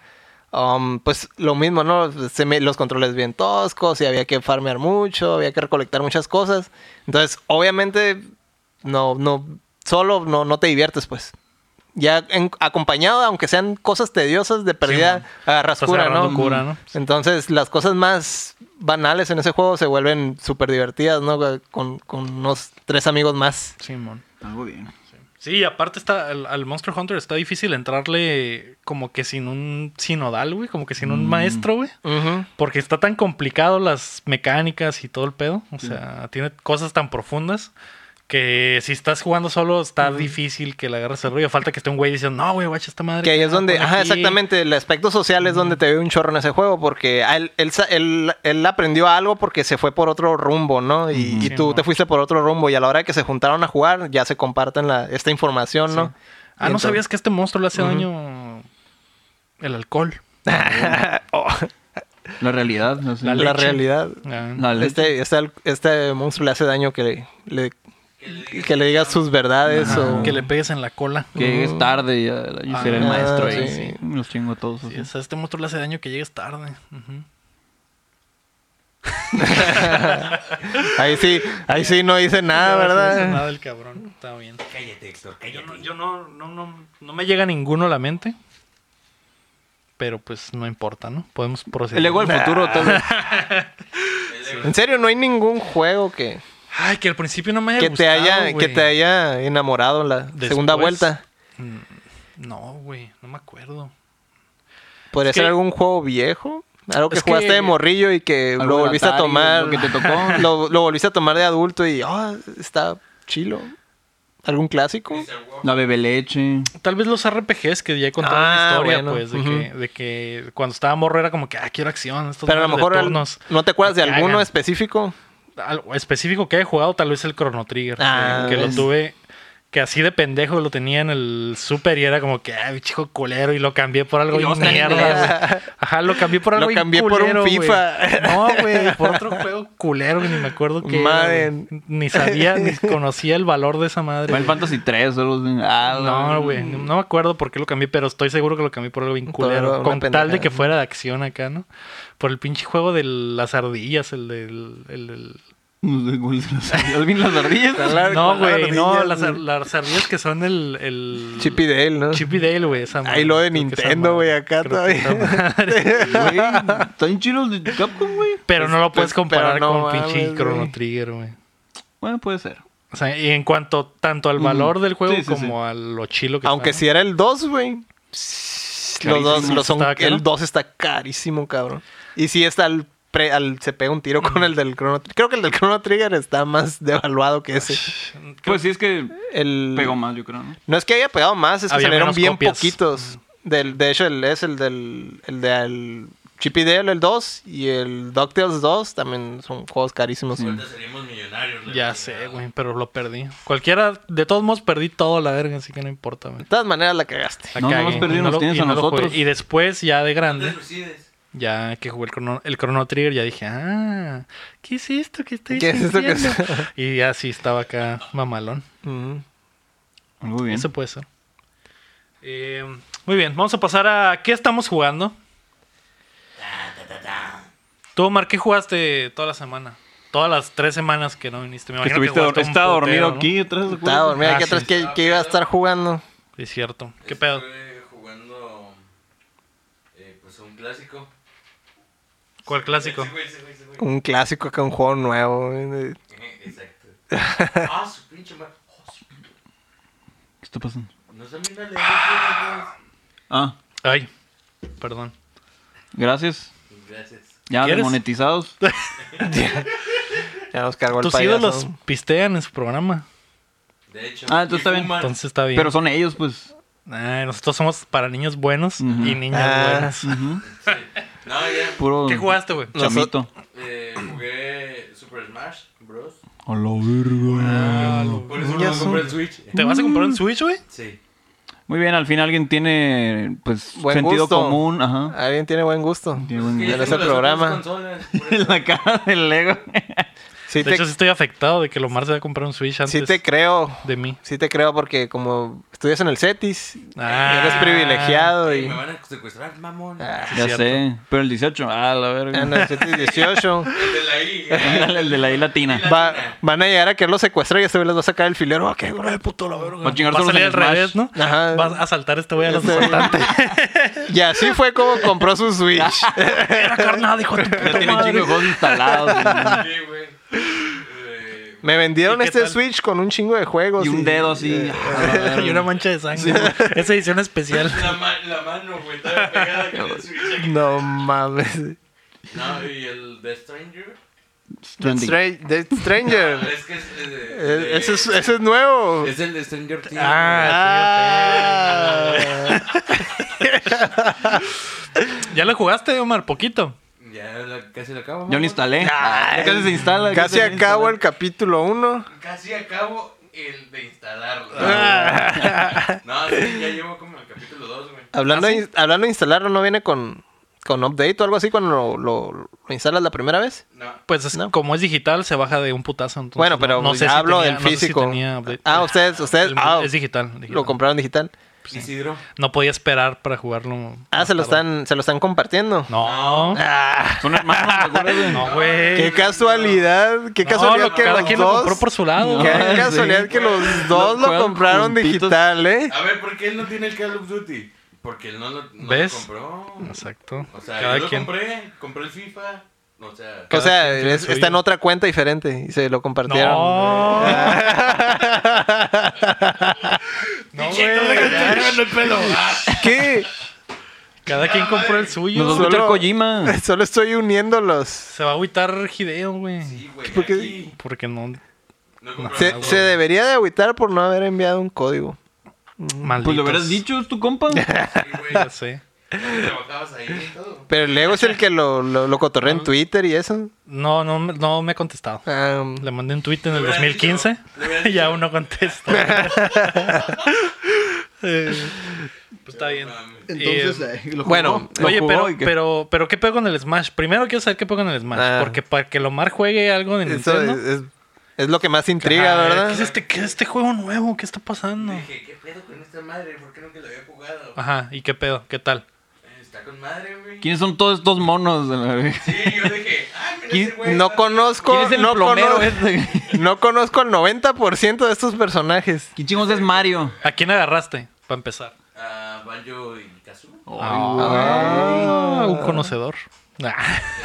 Speaker 1: um, pues lo mismo, ¿no? Se me- los controles bien toscos y había que farmear mucho, había que recolectar muchas cosas. Entonces, obviamente, no, no, solo no, no te diviertes, pues. Ya en- acompañado, aunque sean cosas tediosas de pérdida, agarras
Speaker 3: Estás
Speaker 1: cura, ¿no? Mm.
Speaker 3: agarrando cura, ¿no?
Speaker 1: Entonces, las cosas más banales en ese juego se vuelven súper divertidas, ¿no? Con, con unos tres amigos más.
Speaker 3: Simón.
Speaker 2: Algo bien.
Speaker 3: Sí, y aparte está, al, al Monster Hunter está difícil entrarle como que sin un sinodal, güey, como que sin un maestro, güey.
Speaker 1: Ujú.
Speaker 3: Porque está tan complicado las mecánicas y todo el pedo. O sea, tiene cosas tan profundas que si estás jugando solo está difícil que le agarres el rollo. Falta que esté un güey diciendo, no, güey, guacha esta madre.
Speaker 1: Que ahí es
Speaker 3: acá,
Speaker 1: donde,
Speaker 3: pon
Speaker 1: ajá,
Speaker 3: aquí".
Speaker 1: exactamente, el aspecto social es donde te ve un chorro en ese juego, porque a él, él, sa- él- él aprendió algo porque se fue por otro rumbo, ¿no? Y, y
Speaker 3: Sí,
Speaker 1: tú
Speaker 3: mo.
Speaker 1: te fuiste por otro rumbo, y a la hora que se juntaron a jugar, ya se comparten la, esta información, ¿no? Y
Speaker 3: Ah, ¿no
Speaker 1: entonces-
Speaker 3: sabías que a este monstruo le hace daño el alcohol?
Speaker 2: La realidad. no sé.
Speaker 3: La
Speaker 1: Oh, La,
Speaker 3: leche.
Speaker 1: realidad.
Speaker 3: Ah,
Speaker 2: La leche.
Speaker 1: Este, este, este monstruo le hace daño que le, le- que le digas sus verdades
Speaker 3: ajá,
Speaker 1: o...
Speaker 3: Que le pegues en la cola.
Speaker 2: Que llegues tarde y ya, yo
Speaker 3: Ah,
Speaker 2: seré el maestro ahí.
Speaker 1: sí.
Speaker 2: Me los chingo a todos. así.
Speaker 3: Sí, o sea, este monstruo le hace daño que llegues tarde. Ujú.
Speaker 1: Ahí sí, ahí sí no dice nada,
Speaker 3: No, sí,
Speaker 1: ¿verdad?
Speaker 3: no hizo Nada el cabrón. Está bien.
Speaker 4: Cállate, Héctor,
Speaker 3: Yo, no,
Speaker 4: cállate.
Speaker 3: yo no, no, no, no me llega ninguno a la mente. Pero pues no importa, ¿no? Podemos proceder.
Speaker 2: El ego del futuro, tal vez.
Speaker 1: En serio, no hay ningún juego que...
Speaker 3: Ay, que al principio no me haya
Speaker 1: que te
Speaker 3: gustado,
Speaker 1: haya que
Speaker 3: güey.
Speaker 1: te haya enamorado en la segunda
Speaker 3: Después,
Speaker 1: vuelta.
Speaker 3: mm, No, güey, no me acuerdo.
Speaker 1: ¿Podría
Speaker 3: es
Speaker 1: ser
Speaker 3: que-
Speaker 1: algún juego viejo? Algo que
Speaker 3: Es
Speaker 1: jugaste
Speaker 3: que-
Speaker 1: de morrillo y que
Speaker 2: Algo
Speaker 1: lo
Speaker 2: de
Speaker 1: volviste a
Speaker 2: Atari,
Speaker 1: tomar.
Speaker 2: lo que te tocó.
Speaker 1: lo, lo volviste a tomar de adulto y ah, está chilo. ¿Algún clásico?
Speaker 2: La bebe leche.
Speaker 3: Tal vez los RPGs que ya he contado en
Speaker 1: Ah,
Speaker 3: la historia,
Speaker 1: bueno,
Speaker 3: pues, de,
Speaker 1: ujú.
Speaker 3: que, de que cuando estaba morro era como que, ah, quiero acción. Estos
Speaker 1: Pero a lo
Speaker 3: madres de
Speaker 1: mejor al-
Speaker 3: turnos.
Speaker 1: no te acuerdas de
Speaker 3: Me
Speaker 1: alguno
Speaker 3: cagan.
Speaker 1: específico.
Speaker 3: algo específico que haya jugado, tal vez el Chrono Trigger. eh,
Speaker 1: Ah,
Speaker 3: que que lo
Speaker 1: ¿ves?
Speaker 3: tuve. Que así de pendejo lo tenía en el super y era como que, ay, chico culero, y lo cambié por algo
Speaker 2: Y luego
Speaker 3: bien
Speaker 2: está en
Speaker 3: mierda,
Speaker 2: inglés.
Speaker 3: güey. Ajá, lo cambié por
Speaker 1: Lo
Speaker 3: algo bien
Speaker 1: cambié por un
Speaker 3: culero, güey.
Speaker 1: FIFA.
Speaker 3: No, güey, por otro juego culero que ni me acuerdo qué. era,
Speaker 1: Madden.
Speaker 3: güey. Ni sabía, ni conocía el valor de esa madre.
Speaker 2: Final
Speaker 3: güey.
Speaker 2: Fantasy 3, solo. Ah,
Speaker 3: No, güey, no me acuerdo por qué lo cambié, pero estoy seguro que lo cambié por algo bien
Speaker 1: Por algo,
Speaker 3: culero.
Speaker 1: una
Speaker 3: Con tal de
Speaker 1: pendejada.
Speaker 3: que fuera de acción acá, ¿no? Por el pinche juego de las ardillas, el del... el del-
Speaker 2: No sé, güey, se las- Alvin las ardillas.
Speaker 1: Hablar
Speaker 3: No,
Speaker 1: con las
Speaker 3: güey, no,
Speaker 1: ardillas,
Speaker 3: las,
Speaker 1: güey.
Speaker 3: las ardillas que son el. el...
Speaker 1: Chip y Dale, ¿no?
Speaker 3: Chip y Dale, güey, esa madre.
Speaker 1: Ahí lo de
Speaker 3: Creo que esa
Speaker 1: Nintendo,
Speaker 3: madre.
Speaker 1: güey, acá
Speaker 3: Creo que esa
Speaker 1: todavía.
Speaker 3: madre.
Speaker 2: Güey, Están chilos de Capcom, güey.
Speaker 3: Pero no lo puedes
Speaker 1: Este, Pero
Speaker 3: comparar
Speaker 1: no
Speaker 3: con
Speaker 1: mames,
Speaker 3: pinche Chrono
Speaker 1: güey.
Speaker 3: Trigger, güey.
Speaker 2: Bueno, puede ser.
Speaker 3: O sea, y en cuanto tanto al valor del juego
Speaker 2: Sí, sí,
Speaker 3: como a lo chilo que
Speaker 1: Aunque
Speaker 3: está,
Speaker 1: si era el 2, güey. Los dos,
Speaker 3: Carísimo.
Speaker 1: los son,
Speaker 3: ¿Estaba caro?
Speaker 1: el 2 está carísimo, cabrón. Y si está al, pre- al- se pega un tiro
Speaker 3: Mm.
Speaker 1: con el del Chrono Trigger. Creo que el del Chrono Trigger está más devaluado que ese.
Speaker 3: ¿no?
Speaker 2: Pues sí, es que
Speaker 1: El,
Speaker 2: pegó más, yo creo, ¿no?
Speaker 1: No es que haya pegado más, es que
Speaker 3: Había
Speaker 1: salieron
Speaker 3: menos
Speaker 1: bien
Speaker 3: copias.
Speaker 1: poquitos. Del, de hecho, el, es el del el de el Chip y Dale, el 2, y el DuckTales 2 también son juegos carísimos.
Speaker 4: Ahorita seríamos millonarios. la
Speaker 3: Ya
Speaker 4: chingada.
Speaker 3: sé, güey, pero lo perdí. Cualquiera, de todos modos, perdí todo la verga, así que no importa, güey.
Speaker 1: De todas maneras la cagaste.
Speaker 3: La
Speaker 2: No, no
Speaker 3: cagué,
Speaker 2: los perdí,
Speaker 3: y
Speaker 2: nos
Speaker 3: lo-
Speaker 2: tienes
Speaker 3: y
Speaker 2: a
Speaker 3: lo jugué.
Speaker 2: nosotros.
Speaker 3: Y después, ya de
Speaker 4: No te
Speaker 3: grande,
Speaker 4: suicides.
Speaker 3: ya que jugué el Chrono, el Chrono Trigger, ya dije, ah, ¿qué es esto que estoy
Speaker 1: ¿Qué es esto que es?
Speaker 3: sintiendo?" Y ya sí estaba acá mamalón.
Speaker 1: Ujú.
Speaker 2: Algo bien.
Speaker 3: Eso puede ser. Eh, muy bien, vamos a pasar a qué estamos jugando. Tú, Omar, ¿qué jugaste toda la semana? Todas las tres semanas que no viniste. Me
Speaker 2: Que
Speaker 3: imagino que
Speaker 2: estuviste
Speaker 3: jugaste un
Speaker 2: estaba dormido
Speaker 3: putero, ¿no?
Speaker 2: aquí atrás.
Speaker 1: Estaba dormida aquí
Speaker 3: Ah, sí.
Speaker 1: atrás que, que iba a estar jugando.
Speaker 3: Sí, Es cierto. ¿Qué pedo?
Speaker 4: Estuve jugando. eh, pues un clásico.
Speaker 3: ¿Cuál clásico?
Speaker 4: Ese güey, ese güey, ese güey.
Speaker 1: Un clásico acá, un juego nuevo. güey.
Speaker 4: Eh, Exacto. Ah, su pinche madre. Oh, su-
Speaker 2: ¿Qué está pasando?
Speaker 4: Nos dan una alegría,
Speaker 2: Ah,
Speaker 3: Ay, perdón.
Speaker 2: gracias.
Speaker 4: güey. Gracias.
Speaker 2: Ya
Speaker 3: ¿Quieres?
Speaker 2: desmonetizados.
Speaker 1: Ya nos cargó el
Speaker 3: Tus
Speaker 1: payaso.
Speaker 3: ídolos pistean en su programa.
Speaker 4: De hecho,
Speaker 2: Ah, entonces
Speaker 4: y
Speaker 2: está bien.
Speaker 4: fuman.
Speaker 3: Entonces está bien.
Speaker 2: Pero son ellos, pues.
Speaker 3: Ay, nosotros somos para niños buenos y niñas
Speaker 1: Ah.
Speaker 3: buenas.
Speaker 4: No, ya.
Speaker 2: Puro
Speaker 3: ¿Qué jugaste, güey?
Speaker 2: chamito.
Speaker 4: Eh, jugué Super Smash Bros.
Speaker 2: A la verga.
Speaker 4: Por eso
Speaker 1: Ya
Speaker 4: no
Speaker 1: son-
Speaker 4: compré el Switch.
Speaker 3: Ah, ¿Te vas a comprar un Switch, güey?
Speaker 4: Sí.
Speaker 2: Muy bien, al fin alguien tiene, pues,
Speaker 1: Buen
Speaker 2: sentido
Speaker 1: gusto.
Speaker 2: común. Ajá.
Speaker 1: Alguien tiene buen gusto.
Speaker 2: Tiene buen
Speaker 1: Ya
Speaker 4: Sí,
Speaker 1: en
Speaker 4: tengo
Speaker 1: ese
Speaker 4: las otras
Speaker 1: programa.
Speaker 4: consolas, por eso.
Speaker 2: La cara del Lego.
Speaker 1: Sí
Speaker 3: De
Speaker 1: te,
Speaker 3: hecho, sí estoy afectado de que Lomar se va a comprar un Switch antes
Speaker 1: sí te creo.
Speaker 3: de mí.
Speaker 1: Sí te creo porque como estudias en el CETIS,
Speaker 3: Ah.
Speaker 1: eres privilegiado y...
Speaker 4: Me van a secuestrar, mamón.
Speaker 1: Ah,
Speaker 2: ya
Speaker 3: cierto.
Speaker 2: sé. Pero el 18, ah, la verga.
Speaker 1: en el CETIS 18.
Speaker 4: El de la I.
Speaker 2: Ándale, el de la I latina.
Speaker 1: Va- van a llegar a querer los secuestrar y este güey les va a sacar el filero. Ah, qué güey, puto la verga.
Speaker 2: Para
Speaker 3: Va a
Speaker 2: chingárselos
Speaker 3: salir
Speaker 2: en
Speaker 3: al
Speaker 2: Smash.
Speaker 3: revés, ¿no?
Speaker 1: Ajá.
Speaker 3: Vas a saltar este güey a los
Speaker 1: Este güey.
Speaker 3: asaltantes.
Speaker 1: Y así fue como compró su Switch.
Speaker 3: Era carnada, hijo de tu
Speaker 2: Ya
Speaker 3: puta
Speaker 2: tiene un
Speaker 3: madre.
Speaker 2: chingo de juegos instalados.
Speaker 4: Sí, güey. Eh,
Speaker 1: Me vendieron
Speaker 3: ¿Y qué
Speaker 1: este
Speaker 3: tal?
Speaker 1: Switch con un chingo de juegos.
Speaker 2: y un dedo así. a la verga.
Speaker 3: Y una mancha de sangre. Esa edición especial.
Speaker 4: La, ma- la mano, güey, estaba pegada con el Switch.
Speaker 1: No mames.
Speaker 4: No, y el The Stranger.
Speaker 2: Strandy.
Speaker 1: Stra- The
Speaker 4: Ah,
Speaker 1: Stranger.
Speaker 4: Es que es. eh,
Speaker 1: Eh,
Speaker 4: eh,
Speaker 1: Ese es, ese es nuevo.
Speaker 4: es el de Stranger Things.
Speaker 3: Ah, ¿Ya lo jugaste, Omar? Poquito.
Speaker 4: güey. Ya la- casi lo acabo.
Speaker 2: Yo
Speaker 4: mamón.
Speaker 2: lo instalé.
Speaker 3: Ah.
Speaker 1: Ay,
Speaker 2: casi se instala.
Speaker 1: Casi acabo el capítulo 1.
Speaker 4: Casi acabo el de instalarlo.
Speaker 1: Ah.
Speaker 4: No, sí, ya llevo como el capítulo 2, güey.
Speaker 1: Hablando,
Speaker 3: ¿Ah,
Speaker 1: de, in- hablando de instalarlo, ¿no viene con, con update o algo así cuando lo, lo- lo instalas la primera vez?
Speaker 4: No.
Speaker 3: Pues es-
Speaker 1: No.
Speaker 3: como es digital, se baja de un putazo. entonces
Speaker 1: bueno, pero
Speaker 3: Pues no, no sé si
Speaker 1: hablo
Speaker 3: tenía-
Speaker 1: del
Speaker 3: no sé si
Speaker 1: físico.
Speaker 3: tenía update.
Speaker 1: ah, ustedes, ustedes.
Speaker 3: El-
Speaker 1: ah,
Speaker 3: es digital. digital.
Speaker 1: Lo compraron digital.
Speaker 4: Isidro.
Speaker 3: No podía esperar para jugarlo.
Speaker 1: Ah,
Speaker 3: más
Speaker 1: se lo
Speaker 3: tarde.
Speaker 1: están, se lo están compartiendo.
Speaker 3: No.
Speaker 1: Ah,
Speaker 2: Son hermanos, ¿te acuerdas, güey?
Speaker 3: No, güey.
Speaker 1: qué casualidad. Qué
Speaker 3: No,
Speaker 1: casualidad
Speaker 3: lo-
Speaker 1: que
Speaker 3: cada
Speaker 1: los
Speaker 3: quien lo
Speaker 1: dos.
Speaker 3: compró por su lado.
Speaker 1: Qué
Speaker 2: No,
Speaker 1: casualidad
Speaker 2: sí.
Speaker 1: que los dos lo,
Speaker 2: juegan
Speaker 1: compraron
Speaker 2: juntitos.
Speaker 1: digital, ¿eh?
Speaker 4: A ver, ¿por qué él no tiene el Call of Duty? Porque él no lo, no lo
Speaker 3: ¿Ves?
Speaker 4: compró.
Speaker 3: Exacto.
Speaker 4: O sea,
Speaker 3: Cada
Speaker 4: yo lo
Speaker 3: quien.
Speaker 4: compré, compré el FIFA. O sea,
Speaker 1: O
Speaker 3: Cada
Speaker 1: sea,
Speaker 3: quien tiene
Speaker 1: es-
Speaker 3: su
Speaker 1: está en
Speaker 3: hilo.
Speaker 1: otra cuenta diferente y se lo compartieron.
Speaker 3: No. no,
Speaker 4: Pinche, no me
Speaker 3: güey.
Speaker 4: estás llevando el pelo.
Speaker 1: ¿Qué?
Speaker 3: Cada quien compró el suyo.
Speaker 2: Nos va a
Speaker 1: Solo-
Speaker 2: escuchar Kojima.
Speaker 1: Solo estoy uniendo los.
Speaker 3: Se va a agüitar Hideo, güey.
Speaker 4: Sí, güey.
Speaker 1: ¿Por qué?
Speaker 4: aquí
Speaker 3: Porque no.
Speaker 4: No compró
Speaker 3: Ah,
Speaker 1: Se,
Speaker 4: nada,
Speaker 1: se
Speaker 4: güey.
Speaker 1: debería de agüitar por no haber enviado un código.
Speaker 3: Malditos.
Speaker 2: Pues lo hubieras dicho, es tu compa.
Speaker 4: Sí, güey,
Speaker 3: Ya sé.
Speaker 4: Trabajabas ahí y todo.
Speaker 1: Pero el Lego es el que lo, lo, lo cotorrea
Speaker 3: Ah.
Speaker 1: en Twitter y eso.
Speaker 3: No, no, me- no me ha contestado.
Speaker 1: Ah, um,
Speaker 3: Le mandé un tweet en el
Speaker 4: hubieras
Speaker 3: 2015.
Speaker 4: dicho, le hubieras
Speaker 3: y
Speaker 4: dicho.
Speaker 3: aún no contesta. Eh, pues está bien. Entonces,
Speaker 1: bueno,
Speaker 2: Lo
Speaker 3: Oye,
Speaker 2: jugó
Speaker 3: pero,
Speaker 2: y que-
Speaker 3: pero, pero ¿qué pego con el Smash? Primero quiero saber qué pego con el Smash.
Speaker 1: Ah.
Speaker 3: Porque para que Lomar juegue algo de
Speaker 1: eso
Speaker 3: Nintendo.
Speaker 1: es, es- es lo que más intriga,
Speaker 3: Ajá,
Speaker 1: ¿verdad?
Speaker 3: ¿Qué es, este, qué es este juego nuevo? ¿Qué está pasando?
Speaker 4: Dije, ¿qué pedo con esta madre? ¿Por qué nunca lo había jugado?
Speaker 3: Ajá, ¿y qué pedo? ¿Qué tal?
Speaker 4: Eh, Está con madre, güey.
Speaker 2: ¿Quiénes son todos estos monos? de la verga?
Speaker 4: Sí, yo dije, ah, mira
Speaker 2: ¿Quién-
Speaker 4: ese güey.
Speaker 1: No
Speaker 4: está-
Speaker 1: conozco,
Speaker 2: ¿Quién es el
Speaker 1: no,
Speaker 2: plomero
Speaker 1: cono-
Speaker 2: este?
Speaker 1: no conozco el 90% de estos personajes.
Speaker 2: ¿Quién chingos es Mario?
Speaker 3: ¿A quién agarraste? Para empezar.
Speaker 4: Ah, Banjo y Kazoo.
Speaker 3: Ah, un conocedor. Ah,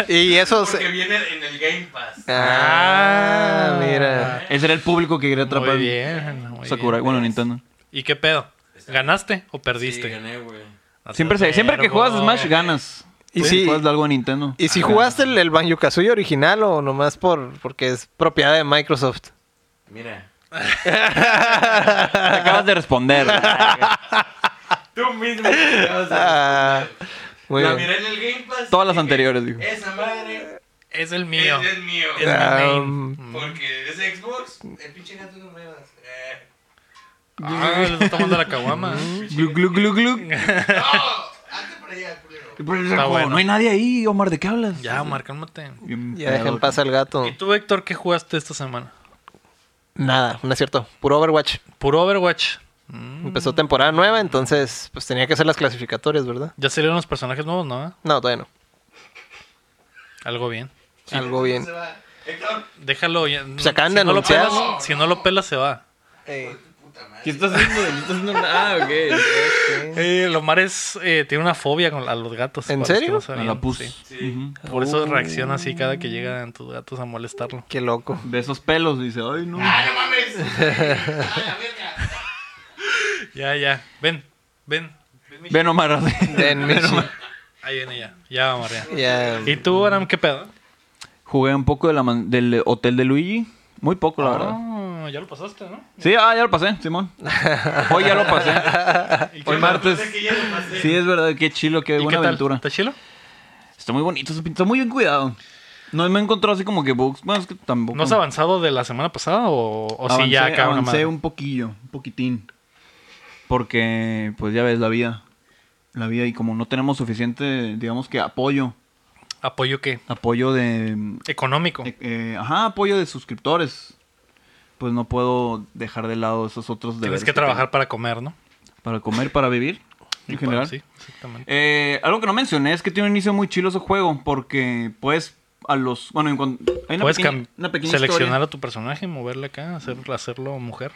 Speaker 1: Y esos.
Speaker 4: Porque viene en el Game Pass.
Speaker 1: Ah, mira.
Speaker 2: Ese era el público que quería atrapar.
Speaker 3: muy bien. muy
Speaker 2: Sakurai,
Speaker 3: bien.
Speaker 2: bueno, Nintendo.
Speaker 3: ¿Y qué pedo? ¿Ganaste o
Speaker 4: Sí,
Speaker 3: perdiste?
Speaker 4: gané, güey.
Speaker 3: Hasta
Speaker 2: Siempre, se- siempre que
Speaker 3: verbo.
Speaker 2: juegas Smash, ganas.
Speaker 1: Y
Speaker 2: Sí,
Speaker 1: si-
Speaker 2: Juegas de algo a Nintendo.
Speaker 1: ¿Y si jugaste el, el Banjo Kazooie original o nomás por porque es propiedad de Microsoft?
Speaker 4: Mira.
Speaker 2: Te acabas de responder.
Speaker 4: Tú mismo. te vas a
Speaker 1: Ah, muy
Speaker 4: la
Speaker 1: bien.
Speaker 4: miré en el Game Pass.
Speaker 2: Todas las
Speaker 4: dije,
Speaker 2: anteriores, dijo.
Speaker 4: Esa madre
Speaker 3: Es el mío.
Speaker 4: mío. es mío.
Speaker 3: Es mi
Speaker 2: Ah,
Speaker 3: name.
Speaker 1: Um,
Speaker 4: Porque es Xbox. El pinche gato no me vas. Eh.
Speaker 3: Ah, le está tomando la caguama.
Speaker 2: Glu, glu, glu, glu.
Speaker 4: ¡No! Ande para allá, culero.
Speaker 2: Como,
Speaker 3: bueno.
Speaker 2: No hay nadie ahí, Omar, ¿de qué hablas?
Speaker 3: Ya, Omar, cálmate.
Speaker 2: Bien
Speaker 1: Ya
Speaker 2: pedo,
Speaker 1: dejen
Speaker 2: güey.
Speaker 1: paz al gato.
Speaker 3: ¿Y tú, Héctor, qué jugaste esta semana?
Speaker 1: Nada, no es cierto. Puro Overwatch.
Speaker 3: Puro Overwatch.
Speaker 1: Empezó temporada nueva, entonces pues tenía que hacer las clasificatorias, ¿verdad?
Speaker 3: Ya salieron los personajes nuevos, ¿no?
Speaker 1: No, todavía no.
Speaker 3: Algo bien.
Speaker 1: Algo bien.
Speaker 4: Se va. Héctor,
Speaker 3: Déjalo. Ya,
Speaker 1: acaban de
Speaker 3: no lo
Speaker 1: anunciar.
Speaker 3: pelas- si no lo pelas, se va.
Speaker 1: Eh,
Speaker 4: puta madre.
Speaker 5: ¿Qué estás haciendo? No estás haciendo nada, ok.
Speaker 1: este,
Speaker 3: Eh, Lomar es, eh, tiene una fobia con, a los gatos.
Speaker 1: ¿En
Speaker 3: para los que
Speaker 1: serio?
Speaker 3: no sabían,
Speaker 2: A la pus.
Speaker 3: sí.
Speaker 4: Sí.
Speaker 2: Ujú.
Speaker 3: Por eso reacciona así cada que llegan tus gatos a molestarlo.
Speaker 1: Qué loco.
Speaker 2: De esos pelos, dice, ay, no.
Speaker 4: ¡Ah, no mames! ¡Ah, la verga!
Speaker 3: Ya, ya. Ven, ven.
Speaker 2: Ven, Omar.
Speaker 1: En Michi.
Speaker 3: Ahí viene ya. Ya vamos, ya.
Speaker 1: Ya.
Speaker 3: ¿Y tú, Aram, qué pedo?
Speaker 2: Jugué un poco de la man- del Hotel de Luigi. Muy poco, la verdad.
Speaker 3: Ah, ya lo pasaste, ¿no?
Speaker 2: Sí, ah, ya lo pasé, Simón. Hoy ya lo pasé.
Speaker 3: ¿Y
Speaker 2: Hoy
Speaker 3: qué-
Speaker 2: martes.
Speaker 4: Sé que ya lo pasé.
Speaker 2: Sí, es verdad, qué chilo, qué
Speaker 3: ¿Y
Speaker 2: buena
Speaker 3: qué tal?
Speaker 2: aventura.
Speaker 3: ¿Está chilo?
Speaker 2: Está muy bonito, está muy bien cuidado. No me encontró así como que bugs. Bueno, es que tampoco.
Speaker 3: ¿No has avanzado de la semana pasada o, o sí ya acá una
Speaker 2: avancé
Speaker 3: madre?
Speaker 2: un poquillo, un poquitín. Porque, pues ya ves, la vida. La vida, y como no tenemos suficiente, digamos que apoyo.
Speaker 3: ¿Apoyo qué?
Speaker 2: Apoyo de.
Speaker 3: Económico.
Speaker 2: eh, eh, ajá, apoyo de suscriptores. Pues no puedo dejar de lado esos otros deberes.
Speaker 3: Tienes que trabajar para comer, ¿no?
Speaker 2: tengo. Para comer, para vivir,
Speaker 3: Y
Speaker 2: en
Speaker 3: para-
Speaker 2: general.
Speaker 3: Sí, exactamente.
Speaker 2: Eh, algo que no mencioné es que tiene un inicio muy chilo ese juego, porque puedes a los... Bueno, en cuan- hay una
Speaker 3: Puedes
Speaker 2: pequeña,
Speaker 3: cam-
Speaker 2: una pequeña
Speaker 3: seleccionar
Speaker 2: historia.
Speaker 3: a tu personaje, moverle acá, hacer, hacerlo mujer.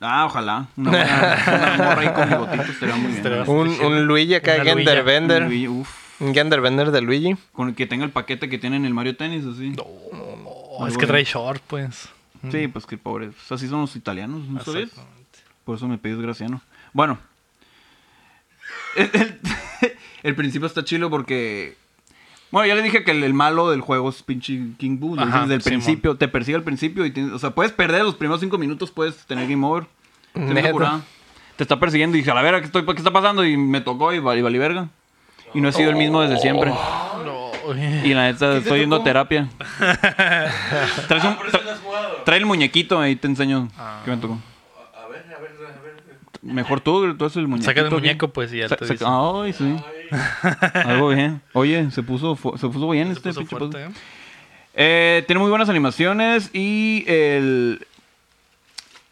Speaker 2: Ah, ojalá. Una, buena, una morra ahí con bigotitos estaría muy bien.
Speaker 3: Estaría-
Speaker 1: Un, un Luigi acá,
Speaker 3: Una
Speaker 2: Un
Speaker 1: Genderbender.
Speaker 2: Luigi, uf,
Speaker 1: Un Genderbender de Luigi.
Speaker 2: con el que tenga el paquete que tiene en el Mario Tennis, así.
Speaker 3: Oh, es que trae short, pues.
Speaker 2: Sí, pues que pobre. pues así son los italianos, ¿no sabías?
Speaker 3: Exactamente.
Speaker 2: Por eso me pedís graciano. Bueno. El, el- el principio está chilo porque... Bueno, ya le dije que el, el malo del juego es pinche King Boo. lo
Speaker 3: Ajá,
Speaker 2: dicen desde el
Speaker 3: Simón.
Speaker 2: principio, te persigue al principio. Y tienes- o sea, puedes perder los primeros cinco minutos, puedes tener game over. Te ves
Speaker 1: Neta.
Speaker 2: apurada. Te está persiguiendo y dije, a la verga, ¿qué, estoy, ¿qué está pasando? Y me tocó y, val- y valí verga. Y no he sido el mismo desde siempre.
Speaker 3: Oh. No,
Speaker 2: Y la neta, estoy yendo a terapia. Traes un-
Speaker 4: Ah, Por
Speaker 2: tra-
Speaker 4: eso no has jugado.
Speaker 2: trae el muñequito, ahí te enseño
Speaker 3: Ah.
Speaker 2: qué me tocó.
Speaker 4: A ver, a ver, a ver.
Speaker 2: Mejor tú, tú haces el muñeco.
Speaker 3: Saca el muñeco, pues, y ya
Speaker 2: Sa-
Speaker 3: te
Speaker 2: saca- Ay,
Speaker 3: dice.
Speaker 2: sí. Algo bien. Oye, se puso, fu- se puso bien
Speaker 3: Se
Speaker 2: este
Speaker 3: puso
Speaker 2: pinche
Speaker 3: fuerte,
Speaker 2: podcast.
Speaker 3: ¿eh?
Speaker 2: Eh, Tiene muy buenas animaciones y el...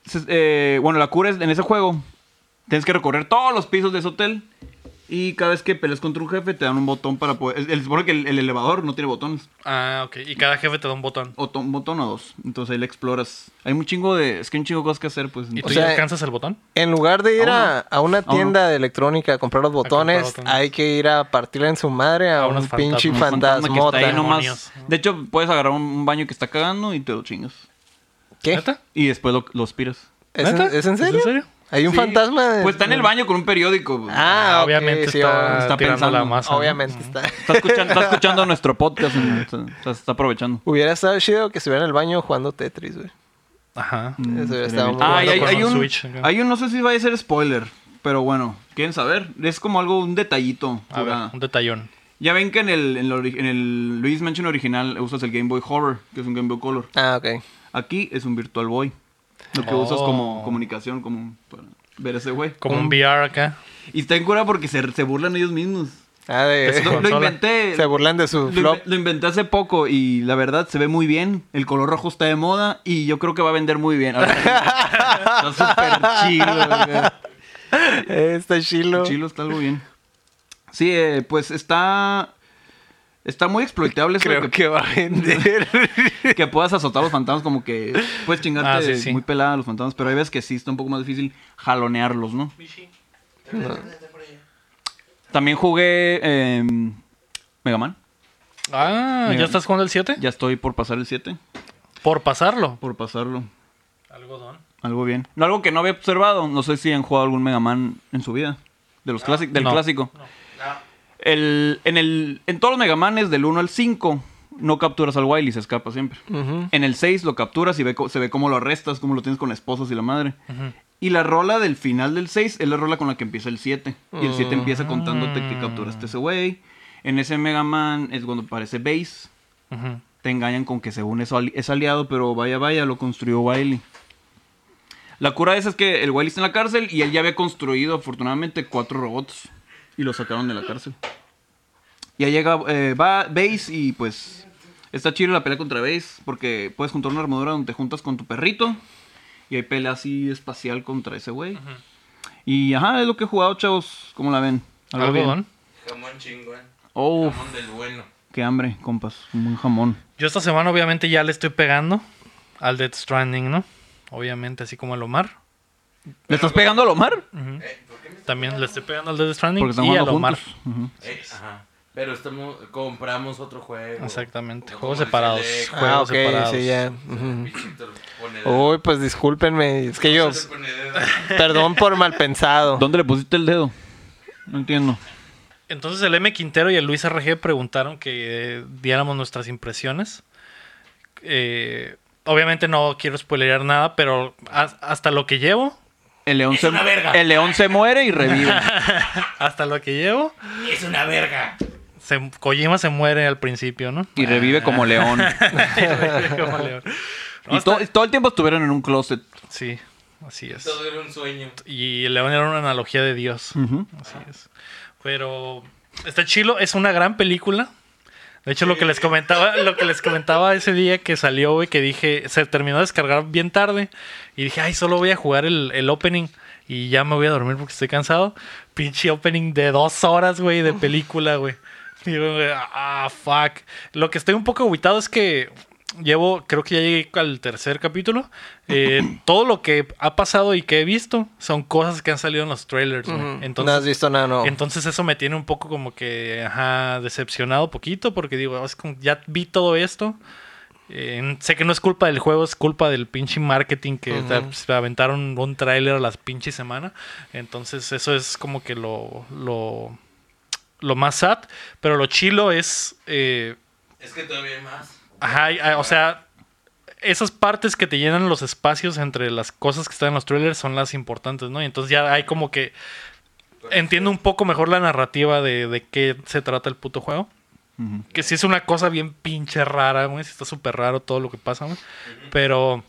Speaker 2: se- eh, bueno, la cura es en ese juego. Tienes que recorrer todos los pisos de ese hotel. Y cada vez que peleas contra un jefe, te dan un botón para poder. El, el- supone que el, el elevador no tiene botones.
Speaker 3: Ah, ok. Y cada jefe te da un botón.
Speaker 2: O to- un botón o dos. Entonces ahí le exploras. Hay un chingo de. Es que hay un chingo de cosas que hacer, pues.
Speaker 3: ¿Y tú
Speaker 1: O sea,
Speaker 3: ya alcanzas el botón?
Speaker 1: En lugar de ir a, a una
Speaker 2: uno.
Speaker 1: tienda de electrónica a comprar los botones,
Speaker 3: botones.
Speaker 1: hay que ir a partirle en su madre a,
Speaker 3: A
Speaker 1: un
Speaker 3: unos
Speaker 1: pinche
Speaker 3: fantasmas.
Speaker 2: un fantasma que está
Speaker 1: fantasmota.
Speaker 2: ahí nomás.
Speaker 3: Demonios.
Speaker 2: De hecho, puedes agarrar un, un baño que está cagando y te lo chingas.
Speaker 1: ¿Qué?
Speaker 3: ¿Neta?
Speaker 2: Y después lo, lo aspiras.
Speaker 1: ¿Es, en,
Speaker 3: ¿Neta?
Speaker 1: es en
Speaker 3: ¿Es en
Speaker 1: serio?
Speaker 3: serio?
Speaker 1: Hay un
Speaker 2: Sí.
Speaker 1: fantasma. de-
Speaker 2: Pues está en el baño con un periódico. güey.
Speaker 1: Ah, ok,
Speaker 3: obviamente
Speaker 1: sí,
Speaker 3: está,
Speaker 2: está
Speaker 3: tirando
Speaker 2: pensando.
Speaker 3: la masa. ¿no?
Speaker 1: Obviamente está.
Speaker 2: Está escuchando, está escuchando nuestro podcast. güey. Está, está- está aprovechando.
Speaker 1: Hubiera estado chido que estuviera en el baño jugando Tetris, güey.
Speaker 3: Ajá.
Speaker 1: Eso hubiera estado muy
Speaker 2: Ah, y
Speaker 1: bueno.
Speaker 2: hay,
Speaker 3: con
Speaker 2: hay
Speaker 3: un
Speaker 2: un,
Speaker 3: Switch, acá.
Speaker 2: hay un- no sé si va a ser spoiler, pero bueno, quieren saber. Es como algo, un detallito.
Speaker 3: A ver,
Speaker 2: pura-
Speaker 3: un detallón.
Speaker 2: Ya ven que en el, en, el ori- en el Luis Mansion original usas el Game Boy Horror, que es un Game Boy Color.
Speaker 1: Ah, ok.
Speaker 2: Aquí es un Virtual Boy. Lo que
Speaker 3: Oh.
Speaker 2: usas como comunicación, como para ver ese güey.
Speaker 3: Como un VR acá.
Speaker 2: Y está en cura porque se, se burlan ellos mismos.
Speaker 1: Ah, de,
Speaker 3: Pues
Speaker 2: Lo, lo
Speaker 3: Consola.
Speaker 2: inventé.
Speaker 1: se burlan de su
Speaker 2: Lo,
Speaker 1: flop.
Speaker 2: inve- lo inventé hace poco y la verdad se ve muy bien. El color rojo está de moda y yo creo que va a vender muy bien. está súper chido. güey.
Speaker 1: Eh, está chilo.
Speaker 2: Chilo está algo bien. Sí, eh, pues está. Está muy exploitable eso de
Speaker 1: Creo
Speaker 2: que,
Speaker 1: que va a vender.
Speaker 2: que puedas azotar a los fantasmas, como que puedes chingarte
Speaker 3: Ah, sí, sí.
Speaker 2: muy pelada a los fantasmas, pero hay veces que sí está un poco más difícil jalonearlos, ¿no? Ah. También jugué eh, Mega Man.
Speaker 3: Ah,
Speaker 2: Mira.
Speaker 3: ¿ya estás jugando el 7?
Speaker 2: Ya estoy por pasar el 7.
Speaker 3: Por pasarlo.
Speaker 2: Por pasarlo.
Speaker 3: Algodón.
Speaker 2: Algo bien. No, algo que no había observado. No sé si han jugado algún Mega Man en su vida. De los clasi- del
Speaker 3: No.
Speaker 2: clásico. El, en, el, en todos los Mega Manes, del 1 al 5, no capturas al Wily, se escapa siempre.
Speaker 1: Ujú.
Speaker 2: En el 6 lo capturas y ve, co- se ve cómo lo arrestas, cómo lo tienes con la esposa y la madre.
Speaker 3: Ujú.
Speaker 2: Y la rola del final del 6 es la rola con la que empieza el 7. Y el 7 empieza contándote que capturaste ese güey. En ese Mega Man es cuando aparece Base.
Speaker 3: Ujú.
Speaker 2: Te engañan con que según es, ali- es aliado, pero vaya, vaya, lo construyó Wiley. La cura de esa es que el Wiley está en la cárcel y él ya había construido, afortunadamente, cuatro robots. Y lo sacaron de la cárcel. Ya llega eh, va Base y pues está chido la pelea contra Base porque puedes juntar una armadura donde te juntas con tu perrito y hay pelea así espacial contra ese güey. Y ajá, es lo que he jugado, chavos. ¿Cómo la ven? ¿Algo bien?
Speaker 3: Algodón.
Speaker 4: Jamón chingón.
Speaker 2: Oh,
Speaker 4: Jamón del bueno.
Speaker 2: qué hambre, compas. Un jamón.
Speaker 3: Yo esta semana obviamente ya le estoy pegando al Death Stranding, ¿no? Obviamente, así como el Omar.
Speaker 2: ¿Le estás pegando al Omar?
Speaker 3: También le estoy pegando al Death Stranding
Speaker 2: Porque estamos
Speaker 3: y al
Speaker 2: jugando
Speaker 3: Omar.
Speaker 2: juntos. Ujú.
Speaker 4: Eh, ajá. Pero estamos, compramos otro juego.
Speaker 3: Exactamente,
Speaker 4: Como
Speaker 3: juegos
Speaker 4: el
Speaker 3: separados.
Speaker 4: Select,
Speaker 3: Juegos
Speaker 1: Ah, ok,
Speaker 3: separados.
Speaker 1: sí, ya. Ujú.
Speaker 4: Pichito, pone dedo.
Speaker 1: Uy, pues discúlpenme. Es que yo,
Speaker 4: Se pone dedo.
Speaker 1: perdón por mal pensado.
Speaker 2: ¿Dónde le pusiste el dedo? No entiendo.
Speaker 3: Entonces el M Quintero y el Luis RG preguntaron que eh, diéramos nuestras impresiones. Eh, obviamente no quiero spoilear nada, pero has- hasta lo que llevo,
Speaker 2: El león,
Speaker 4: Es
Speaker 2: se,
Speaker 4: una verga.
Speaker 2: el león se muere y revive.
Speaker 3: hasta lo que llevo,
Speaker 4: Es una verga.
Speaker 3: se, Kojima se muere al principio, ¿no?
Speaker 2: y revive como león.
Speaker 3: Como León. No,
Speaker 2: Y,
Speaker 3: hasta-
Speaker 2: to- todo el tiempo estuvieron en un closet.
Speaker 3: Sí, así es.
Speaker 4: Todo era un sueño.
Speaker 3: Y el León era una analogía de Dios. Así es. Pero está chilo, es una gran película. De hecho, lo que les comentaba, lo que les comentaba ese día que salió, güey, que dije, se terminó de descargar bien tarde. Y dije, ay, solo voy a jugar el, el opening. Y ya me voy a dormir porque estoy cansado. Pinche opening de dos horas, güey, de película, güey. Y yo, güey, ah, fuck. Lo que estoy un poco aguitado es que llevo, creo que ya llegué al tercer capítulo. Eh, todo lo que ha pasado y que he visto son cosas que han salido en los trailers, güey.
Speaker 1: Ujú.
Speaker 3: Entonces,
Speaker 1: no has visto nada, no.
Speaker 3: entonces eso me tiene un poco como que, ajá, decepcionado poquito porque digo, es como, ya vi todo esto. Eh, sé que no es culpa del juego, es culpa del pinche marketing que
Speaker 1: Ujú.
Speaker 3: te- se aventaron un tráiler a las pinches semana. Entonces eso es como que lo, lo, lo más sad. Pero lo chilo es... eh,
Speaker 4: Es que todavía hay más.
Speaker 3: Ajá, y, ah, o sea, esas partes que te llenan los espacios entre las cosas que están en los trailers son las importantes, ¿no? Y entonces ya hay como que entiendo un poco mejor la narrativa de, de qué se trata el puto juego.
Speaker 2: Ujú.
Speaker 3: Que sí es una cosa bien pinche rara, güey. sí Está súper raro todo lo que pasa, güey. Pero,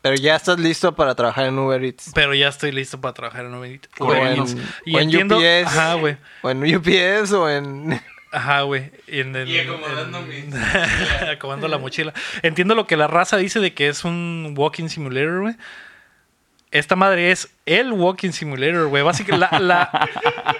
Speaker 1: Pero ya estás listo para trabajar en Uber Eats.
Speaker 3: pero ya estoy listo para trabajar en Uber Eats.
Speaker 1: O en,
Speaker 3: Y
Speaker 1: o en
Speaker 3: entiendo-
Speaker 1: UPS.
Speaker 3: Ajá, güey.
Speaker 1: O en UPS o en...
Speaker 3: Ajá, güey. Y, en el-
Speaker 4: Y acomodando mis-
Speaker 3: acomodando la mochila. Entiendo lo que la raza dice de que es un walking simulator, güey. Esta madre es el walking simulator, güey. Básicamente, la, la,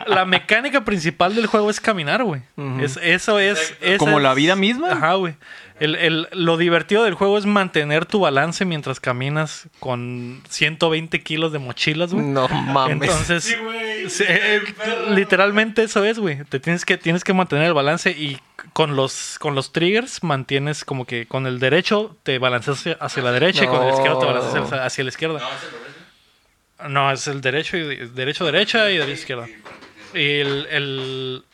Speaker 3: la mecánica principal del juego es caminar, güey.
Speaker 1: Ujú.
Speaker 3: Es- eso es...
Speaker 4: Exacto.
Speaker 3: esa
Speaker 2: Como la
Speaker 3: es-
Speaker 2: vida misma.
Speaker 3: Ajá, güey. El- el- lo divertido del juego es mantener tu balance mientras caminas con 120 kilos de mochilas, güey.
Speaker 1: No mames.
Speaker 3: Entonces,
Speaker 4: Sí, güey.
Speaker 3: Sí, eh,
Speaker 4: Qué perro.
Speaker 3: literalmente eso es, güey. Te tienes que, tienes que mantener el balance y con los, con los triggers mantienes como que con el derecho te balanceas hacia, hacia la derecha y con el
Speaker 1: No.
Speaker 3: izquierdo te balanceas hacia, hacia la izquierda.
Speaker 4: No, Ah, se lo ves.
Speaker 3: No, es el derecho y derecho derecha y derecha izquierda. Y el, el-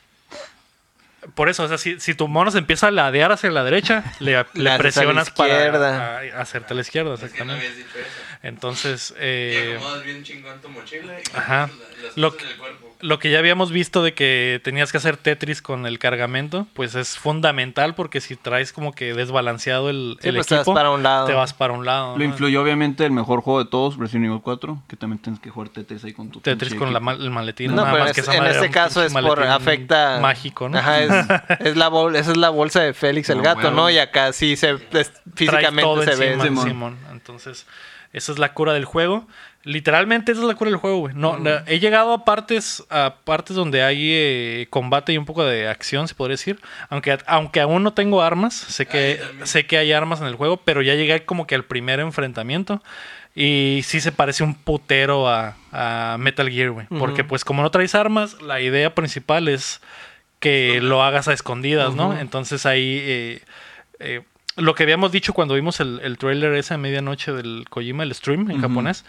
Speaker 3: por eso, o sea, si, si tu mono se empieza a ladear hacia la derecha, le, le
Speaker 1: haces a la
Speaker 3: presionas para
Speaker 1: izquierda.
Speaker 3: a- hacerte a la izquierda,
Speaker 4: Es que no
Speaker 3: exactamente.
Speaker 4: habías dicho eso.
Speaker 3: Entonces,
Speaker 4: Y
Speaker 3: eh,
Speaker 4: acomodas bien chingón tu mochila y
Speaker 3: Ajá.
Speaker 4: las
Speaker 3: Lo
Speaker 4: cosas
Speaker 3: que-
Speaker 4: del cuerpo.
Speaker 3: lo que ya habíamos visto de que tenías que hacer Tetris con el cargamento, pues es fundamental porque si traes como que desbalanceado el,
Speaker 1: Sí,
Speaker 3: el
Speaker 1: pues te vas
Speaker 3: equipo,
Speaker 1: para un lado.
Speaker 3: te vas para un lado.
Speaker 2: Lo
Speaker 3: ¿no?
Speaker 2: influyó obviamente el mejor juego de todos, Resident Evil 4, que también tienes que jugar Tetris ahí con tu
Speaker 3: Tetris
Speaker 2: pinche
Speaker 3: con la
Speaker 2: equipo.
Speaker 3: ma- el maletín.
Speaker 1: No,
Speaker 3: nada
Speaker 1: pero
Speaker 3: más
Speaker 1: es-
Speaker 3: que esa
Speaker 1: en
Speaker 3: madre era
Speaker 1: este
Speaker 3: un
Speaker 1: caso es
Speaker 3: pinche
Speaker 1: por
Speaker 3: maletín
Speaker 1: afecta
Speaker 3: mágico, ¿no?
Speaker 1: Ajá, es, es la bol- esa es la bolsa de Félix el
Speaker 2: No,
Speaker 1: gato,
Speaker 2: huevo.
Speaker 1: ¿no? Y acá sí se es-
Speaker 3: Trae todo
Speaker 1: físicamente se ve.
Speaker 3: encima,
Speaker 1: ese-
Speaker 2: Simón.
Speaker 3: Simón. Entonces, esa es la cura del juego. Literalmente esa es la cura del juego, güey. No,
Speaker 1: Mm.
Speaker 3: no, he llegado a partes, a partes donde hay eh, combate y un poco de acción, se podría decir. Aunque, aunque aún no tengo armas, sé que, sé que hay armas en el juego, pero ya llegué como que al primer enfrentamiento. Y sí se parece un putero a, a Metal Gear, güey. Porque pues como no traes armas, la idea principal es que lo hagas a escondidas, ¿no? Entonces ahí eh, eh, lo que habíamos dicho cuando vimos el, el trailer esa a medianoche del Kojima, el stream en
Speaker 2: Ujú.
Speaker 3: japonés,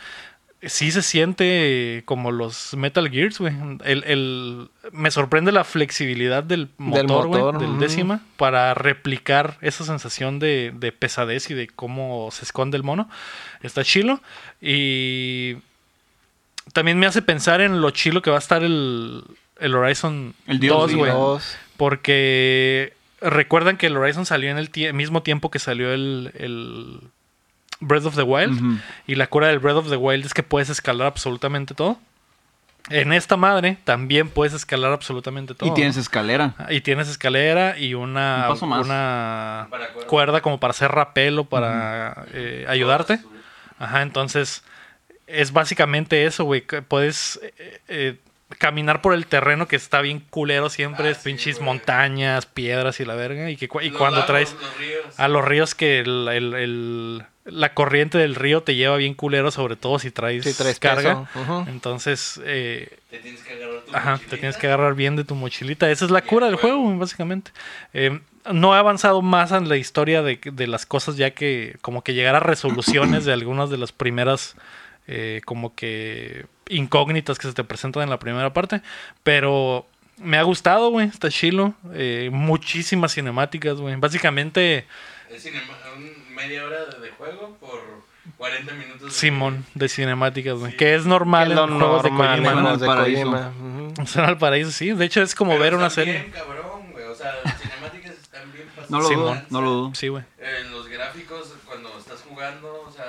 Speaker 3: sí se siente como los Metal Gears, güey. El, el- me sorprende la flexibilidad del motor, güey,
Speaker 1: motor,
Speaker 3: del
Speaker 1: ujú.
Speaker 3: décima, para replicar esa sensación de, de pesadez y de cómo se esconde el mono. Está chilo. Y también me hace pensar en lo chilo que va a estar el, el Horizon
Speaker 2: El
Speaker 3: 2,
Speaker 2: DLC,
Speaker 3: güey.
Speaker 1: Dos.
Speaker 3: Porque recuerdan que el Horizon salió en el tie- mismo tiempo que salió el, el Breath of the Wild.
Speaker 2: Ujú.
Speaker 3: Y la cura del Breath of the Wild es que puedes escalar absolutamente todo. En esta madre también puedes escalar absolutamente todo.
Speaker 2: Y tienes
Speaker 3: ¿no?
Speaker 2: escalera.
Speaker 3: Y tienes escalera y una,
Speaker 2: Un paso más.
Speaker 3: una
Speaker 4: Para cuerda.
Speaker 3: cuerda como para hacer rapel o para eh, ayudarte. Ajá, entonces es básicamente eso, güey. que Puedes eh, eh, caminar por el terreno que está bien culero siempre,
Speaker 4: Ah,
Speaker 3: es
Speaker 4: sí,
Speaker 3: pinches
Speaker 4: güey.
Speaker 3: montañas, piedras y la verga. Y, que, cu- y
Speaker 4: Los
Speaker 3: cuando
Speaker 4: lagos,
Speaker 3: traes
Speaker 4: los ríos.
Speaker 3: a los ríos que el, el- el- la corriente del río te lleva bien culero, sobre todo si traes,
Speaker 1: Si traes
Speaker 3: carga.
Speaker 1: peso, ujú.
Speaker 3: Entonces, eh,
Speaker 4: Te tienes que agarrar tu
Speaker 3: Ajá,
Speaker 4: mochilita.
Speaker 3: te tienes que agarrar bien de tu mochilita. Esa es la cura del juego, básicamente. Eh, no he avanzado más en la historia de, de las cosas, ya que como que llegar a resoluciones de algunas de las primeras eh, como que incógnitas que se te presentan en la primera parte. Pero me ha gustado, güey. Está chilo. Eh, muchísimas cinemáticas, güey. Básicamente,
Speaker 4: Es cinema- un media hora de de juego por 40 minutos. de-
Speaker 3: Simón de cinemáticas, güey. Que es normal
Speaker 1: Que
Speaker 3: en
Speaker 1: lo
Speaker 3: los juegos de
Speaker 1: normal,
Speaker 3: Kojima.
Speaker 1: en
Speaker 3: ¿no?
Speaker 1: los de
Speaker 2: Paraíso.
Speaker 1: Kojima, ujú.
Speaker 3: Son al paraíso, sí. De hecho, es como
Speaker 4: Pero
Speaker 3: ver una
Speaker 4: están
Speaker 3: serie.
Speaker 4: bien cabrón, güey. O sea, las cinemáticas están bien pasadas.
Speaker 2: No lo dudo,
Speaker 3: Simón.
Speaker 2: no lo dudo.
Speaker 3: Sí, güey.
Speaker 4: Eh, los gráficos, cuando estás jugando, o sea,